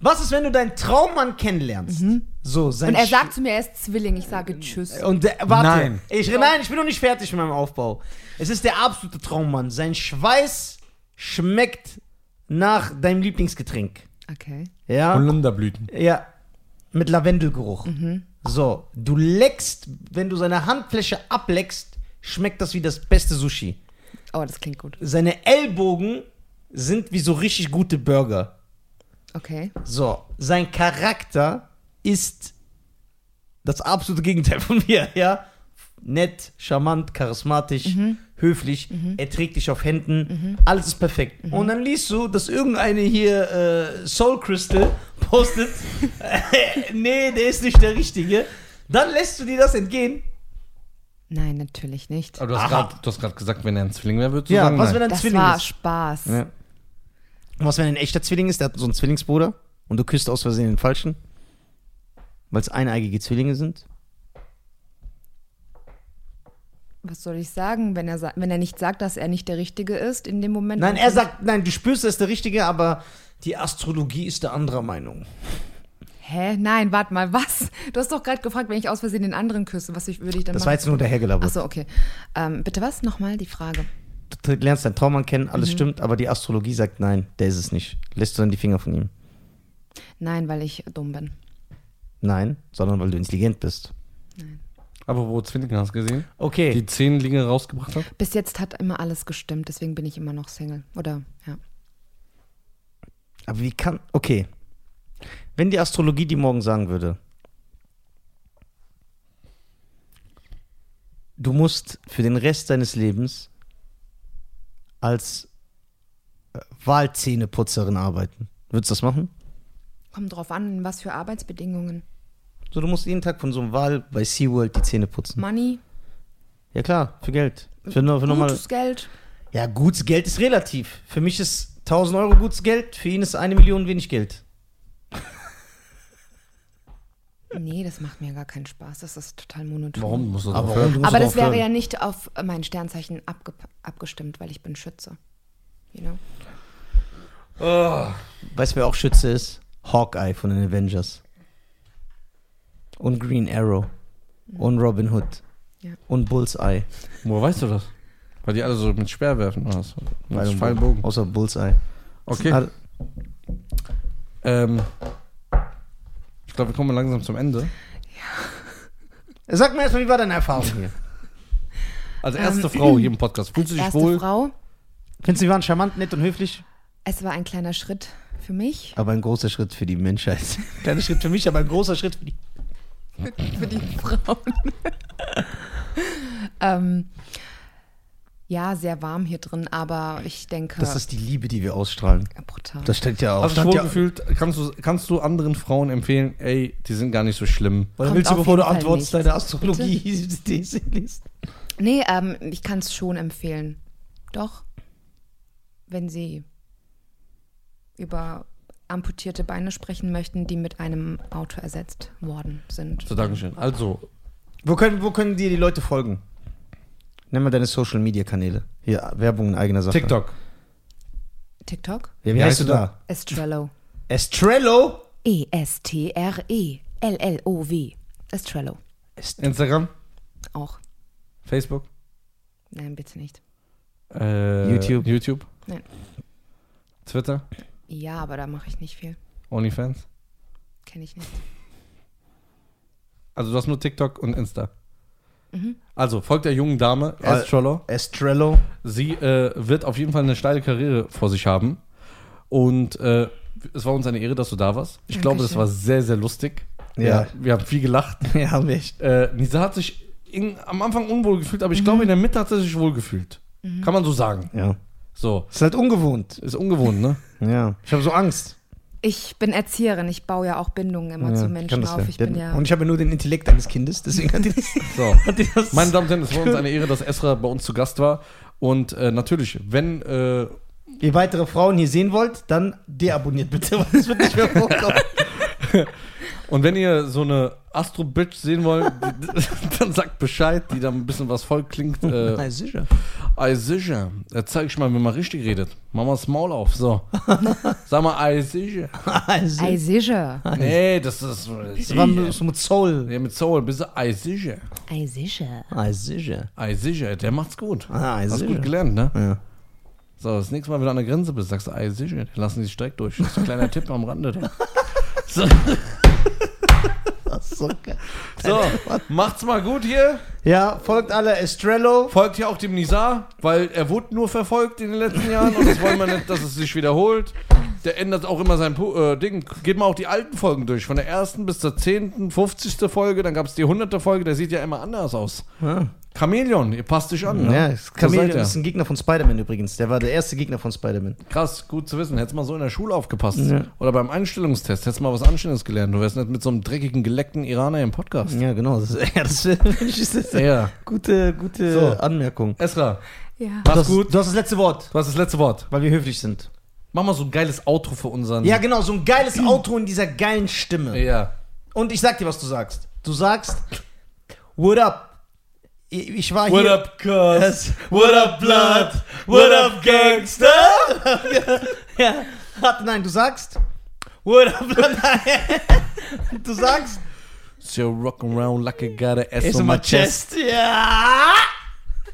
Speaker 2: Was ist, wenn du deinen Traummann kennenlernst? So, sein
Speaker 3: Mhm. Und er
Speaker 2: Sch-
Speaker 3: sagt zu mir, er ist Zwilling. Ich sage Tschüss.
Speaker 2: Und der, warte,
Speaker 1: Nein.
Speaker 2: Ich, nein, ich bin noch nicht fertig mit meinem Aufbau. Es ist der absolute Traummann. Sein Schweiß schmeckt nach deinem Lieblingsgetränk.
Speaker 3: Okay.
Speaker 2: Ja,
Speaker 1: Holunderblüten.
Speaker 2: ja. Mit Lavendelgeruch. So, du leckst, wenn du seine Handfläche ableckst, schmeckt das wie das beste Sushi.
Speaker 3: Oh, das klingt gut.
Speaker 2: Seine Ellbogen sind wie so richtig gute Burger.
Speaker 3: Okay.
Speaker 2: So, sein Charakter ist das absolute Gegenteil von mir, ja. Nett, charmant, charismatisch,
Speaker 3: Mhm.
Speaker 2: höflich, erträgt dich auf Händen, alles ist perfekt.
Speaker 3: Mhm.
Speaker 2: Und dann liest du, dass irgendeine hier äh, Soul Crystal postet, äh, nee, der ist nicht der Richtige. Dann lässt du dir das entgehen.
Speaker 3: Nein, natürlich nicht.
Speaker 1: Aber du hast
Speaker 2: Aha.
Speaker 1: grad- du hast gerade gesagt, wenn er ein Zwilling wäre, würdest du
Speaker 2: Ja,
Speaker 1: sagen,
Speaker 2: was wenn
Speaker 1: nein.
Speaker 2: er ein
Speaker 3: Das
Speaker 2: Zwilling
Speaker 3: war
Speaker 2: ist?
Speaker 3: Spaß.
Speaker 2: Ja. Und was, wenn ein echter Zwilling ist, der hat so einen Zwillingsbruder und du küsst aus Versehen den falschen? Weil es eineigige Zwillinge sind?
Speaker 3: Was soll ich sagen, wenn er, sa- wenn er nicht sagt, dass er nicht der Richtige ist in dem Moment?
Speaker 2: Nein,
Speaker 3: wo
Speaker 2: er
Speaker 3: sie-
Speaker 2: sagt, nein, du spürst, er ist der Richtige, aber die Astrologie ist der anderer Meinung.
Speaker 3: Hä? Nein, warte mal, was? Du hast doch gerade gefragt, wenn ich aus Versehen den anderen küsse, was ich, würde ich dann
Speaker 2: Das war
Speaker 3: machen?
Speaker 2: jetzt nur dahergelabert.
Speaker 3: Achso, okay. Ähm, bitte was? Nochmal die Frage.
Speaker 2: Du lernst deinen Traummann kennen, alles stimmt, aber die Astrologie sagt, nein, der ist es nicht. Lässt du dann die Finger von ihm?
Speaker 3: Nein, weil ich dumm bin.
Speaker 2: Nein, sondern weil du intelligent bist.
Speaker 1: Aber wo Zwillinge hast du gesehen?
Speaker 2: Okay.
Speaker 1: Die zehn Linge rausgebracht hat?
Speaker 3: Bis jetzt hat immer alles gestimmt, deswegen bin ich immer noch Single. Oder, ja.
Speaker 2: Aber wie kann. Okay. Wenn die Astrologie die morgen sagen würde, du musst für den Rest deines Lebens als äh, Wahlzähneputzerin arbeiten, würdest du das machen?
Speaker 3: Kommt drauf an, in was für Arbeitsbedingungen.
Speaker 2: So, du musst jeden Tag von so einem Wal bei SeaWorld die Zähne putzen.
Speaker 3: Money,
Speaker 2: Ja, klar, für Geld. Für, no- für normale.
Speaker 3: gutes Geld.
Speaker 2: Ja, gutes Geld ist relativ. Für mich ist 1000 Euro gutes Geld, für ihn ist eine Million wenig Geld.
Speaker 3: Nee, das macht mir gar keinen Spaß. Das ist total monoton.
Speaker 1: Warum musst du
Speaker 2: Aber
Speaker 1: drauf
Speaker 2: warum?
Speaker 1: hören?
Speaker 2: Du musst
Speaker 3: Aber
Speaker 2: doch
Speaker 3: das wäre
Speaker 2: aufhören.
Speaker 3: ja nicht auf mein Sternzeichen abge abgestimmt, weil ich bin Schütze. You know?
Speaker 2: Weißt du, wer auch Schütze ist? Hawkeye von den Avengers. Und Green Arrow. Und Robin Hood.
Speaker 3: Ja.
Speaker 2: Und Bullseye.
Speaker 1: Woher weißt du das? Weil die alle so mit Speer werfen oder was?
Speaker 2: Weil-
Speaker 1: Mit Pfeilbogen.
Speaker 2: Außer Bullseye. Also,
Speaker 1: Okay.
Speaker 2: Hat-
Speaker 1: Ähm, ich glaube, wir kommen langsam zum Ende.
Speaker 2: Sag mir erstmal, wie war deine Erfahrung hier?
Speaker 1: Also erste Frau hier im Podcast. Fühlst du dich
Speaker 3: Ähm, Erste
Speaker 1: wohl?
Speaker 3: Frau.
Speaker 2: Findest du, die waren charmant, nett und höflich?
Speaker 3: Es war ein kleiner Schritt für mich.
Speaker 2: Aber ein großer Schritt für die Menschheit. Kleiner Schritt für mich, aber ein großer Schritt für die.
Speaker 3: für die Frauen. ähm, ja, sehr warm hier drin, aber ich denke,
Speaker 2: Das ist die Liebe, die wir ausstrahlen.
Speaker 3: brutal.
Speaker 2: Das stand ja auch.
Speaker 1: Hast du
Speaker 2: stand ja,
Speaker 1: wohlgefühlt? Kannst du, kannst du anderen Frauen empfehlen, ey, die sind gar nicht so schlimm?
Speaker 2: oder
Speaker 3: Kommt
Speaker 2: willst du,
Speaker 3: auf
Speaker 2: bevor du
Speaker 3: jeden Fall
Speaker 2: antwortest,
Speaker 3: nichts.
Speaker 2: deine Astrologie liest?
Speaker 3: nee, ähm, ich kann es schon empfehlen. Doch, wenn Sie über amputierte Beine sprechen möchten, die mit einem Auto ersetzt worden sind.
Speaker 1: So, Dankeschön. Also,
Speaker 2: Wo können, wo können dir die Leute folgen? Nenn mal deine Social Media Kanäle. Hier, Werbung in eigener Sache.
Speaker 1: TikTok.
Speaker 2: Ja,
Speaker 3: TikTok?
Speaker 2: wie,
Speaker 1: Wie heißt
Speaker 2: heißt, du
Speaker 1: du
Speaker 2: da?
Speaker 3: Estrello. E
Speaker 2: Estrello.
Speaker 3: E-S-T-R-E-L-L-O-W. Estrello.
Speaker 1: Instagram,
Speaker 3: Auch.
Speaker 1: Facebook,
Speaker 3: Nein, bitte nicht.
Speaker 1: äh,
Speaker 2: YouTube.
Speaker 1: YouTube
Speaker 3: Nein.
Speaker 1: Twitter,
Speaker 3: Ja, aber da mache ich nicht viel.
Speaker 1: OnlyFans.
Speaker 3: Kenne ich nicht.
Speaker 1: Also du hast nur TikTok und Insta.
Speaker 3: Mhm.
Speaker 1: Also folgt der jungen Dame,
Speaker 2: Ah.
Speaker 1: Astrolog.
Speaker 2: Estrello.
Speaker 1: Sie äh, wird auf jeden Fall eine steile Karriere vor sich haben. Und äh, es war uns eine Ehre, dass du da warst. Ich glaube, das
Speaker 3: Dankeschön.
Speaker 1: war sehr, sehr lustig.
Speaker 2: Ja.
Speaker 1: wir haben viel gelacht.
Speaker 2: Ja, haben wir echt.
Speaker 1: Äh, Nisa hat sich in, am Anfang unwohl gefühlt, aber ich glaube, in der Mitte hat sie sich wohl gefühlt. Kann man so sagen.
Speaker 2: Ja.
Speaker 1: So,
Speaker 2: Ist halt ungewohnt.
Speaker 1: ist ungewohnt, ne?
Speaker 2: Ja. Ich habe so Angst.
Speaker 3: Ich bin Erzieherin, ich baue ja auch Bindungen immer
Speaker 2: ja,
Speaker 3: zu
Speaker 2: ich kann
Speaker 3: Menschen
Speaker 2: das
Speaker 3: auf.
Speaker 2: ja.
Speaker 3: Ich bin ja.
Speaker 2: Und ich habe nur den Intellekt eines Kindes, deswegen hat die das.
Speaker 1: So.
Speaker 2: hat die das
Speaker 1: Meine Damen und Herren, es war uns eine Ehre, dass Esra bei uns zu Gast war. Und äh, natürlich, wenn äh,
Speaker 2: Ihr weitere Frauen hier sehen wollt, dann deabonniert bitte, weil es wird nicht mehr vorkommen.
Speaker 1: Und wenn ihr so eine Astro-Bitch sehen wollt, dann sagt Bescheid, die da ein bisschen was voll klingt. Äh,
Speaker 2: Nein, sicher.
Speaker 1: ei sicher, jetzt zeig ich mal, wenn man richtig redet. Mach mal das Maul auf, so. Sag mal ei sicher.
Speaker 2: Also,
Speaker 3: Ei, sicher.
Speaker 1: Nee, das ist... Das
Speaker 2: das war so mit Soul.
Speaker 1: ja, mit Soul, bist du ei sicher.
Speaker 3: Ei, sicher.
Speaker 2: Ah, sicher.
Speaker 1: Ei sicher, der macht's gut.
Speaker 2: Ah, ei
Speaker 1: Hast
Speaker 2: sicher.
Speaker 1: gut gelernt, ne?
Speaker 2: Ja.
Speaker 1: So, das nächste Mal, wenn du an der Grenze bist, sagst du ei sicher, die lassen dich direkt durch. Das ist ein kleiner Tipp am Rande. Da. So,
Speaker 2: So geil.
Speaker 1: so, macht's mal gut hier.
Speaker 2: Ja, folgt alle Estrello.
Speaker 1: folgt ja auch dem Nizar, weil er wurde nur verfolgt in den letzten Jahren und das wollen wir nicht, dass es sich wiederholt. Der ändert auch immer sein Pu äh, Ding. Geht mal auch die alten Folgen durch. Von der ersten bis zur zehnten, 50. Folge, dann gab es die 100. Folge. Der sieht ja immer anders aus. Chamäleon, ihr passt dich an. ne?
Speaker 2: Ja,
Speaker 1: So
Speaker 2: Chameleon
Speaker 1: seid ihr.
Speaker 2: ist ein Gegner von Spider-Man übrigens. Der war der erste Gegner von Spider-Man.
Speaker 1: Krass, gut zu wissen. Hättest mal so in der Schule aufgepasst.
Speaker 2: Ja.
Speaker 1: Oder beim Einstellungstest. Hättest mal was Anständiges gelernt. Du wärst nicht mit so einem dreckigen, geleckten Iraner im Podcast.
Speaker 2: Ja, genau. Das ist, ja, das ist, das ist
Speaker 1: Ja.
Speaker 2: gute, gute
Speaker 1: So.
Speaker 2: Anmerkung.
Speaker 1: Esra,
Speaker 3: Ja.
Speaker 1: mach's
Speaker 2: Du hast,
Speaker 1: gut.
Speaker 2: du hast das letzte Wort,
Speaker 1: Du hast das letzte Wort.
Speaker 2: weil wir höflich sind.
Speaker 1: Mach mal so ein geiles Outro für unseren.
Speaker 2: Ja, genau. So ein geiles Outro in dieser geilen Stimme.
Speaker 1: Ja.
Speaker 2: Und ich sag dir, was du sagst. Du sagst, what up? Ich- Ich war
Speaker 1: What
Speaker 2: hier.
Speaker 1: up, cuz?
Speaker 2: Yes. What up, Blood? What up, Gangster? ja. Warte, nein, du sagst, what up, Blood? du sagst,
Speaker 1: So rock around like I got an S
Speaker 2: Ace
Speaker 1: on my chest.
Speaker 2: Ja!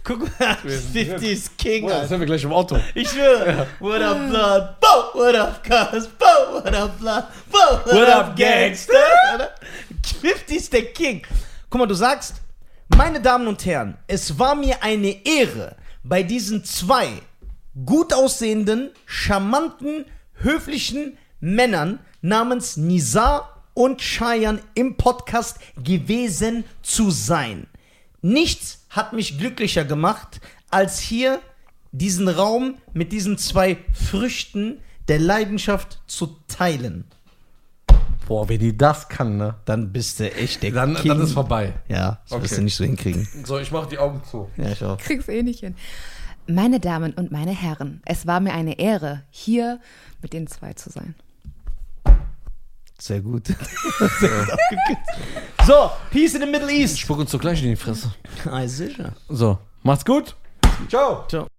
Speaker 2: Guck mal, 50s King,
Speaker 1: Boah,
Speaker 2: Alter.
Speaker 1: das Oh, sind wir gleich im Auto.
Speaker 2: Ich schwöre. What up, Blood? Bo, what up, Cuz? Bo, what up, Blood? Bo, what,
Speaker 1: What
Speaker 2: up,
Speaker 1: up,
Speaker 2: Gangster? 50s der King. Guck mal, du sagst, meine Damen und Herren, es war mir eine Ehre, bei diesen zwei gut aussehenden, charmanten, höflichen Männern namens Nizar und Cheyenne im Podcast gewesen zu sein. Nichts hat mich glücklicher gemacht, als hier diesen Raum mit diesen zwei Früchten der Leidenschaft zu teilen.
Speaker 1: Boah, wer die das kann, ne?
Speaker 2: Dann bist du echt der
Speaker 1: Dann,
Speaker 2: King.
Speaker 1: dann ist vorbei.
Speaker 2: Ja, das wirst
Speaker 1: Okay.
Speaker 2: du nicht so hinkriegen.
Speaker 1: So, ich mach die Augen zu.
Speaker 2: Ja, ich auch.
Speaker 3: Krieg's eh nicht hin. Meine Damen und meine Herren, es war mir eine Ehre, hier mit den zwei zu sein.
Speaker 2: Sehr gut. so, Peace in the Middle East.
Speaker 1: Spuck uns zugleich in die Fresse.
Speaker 2: Ah, sicher.
Speaker 1: So, macht's gut. Ciao.
Speaker 2: Ciao.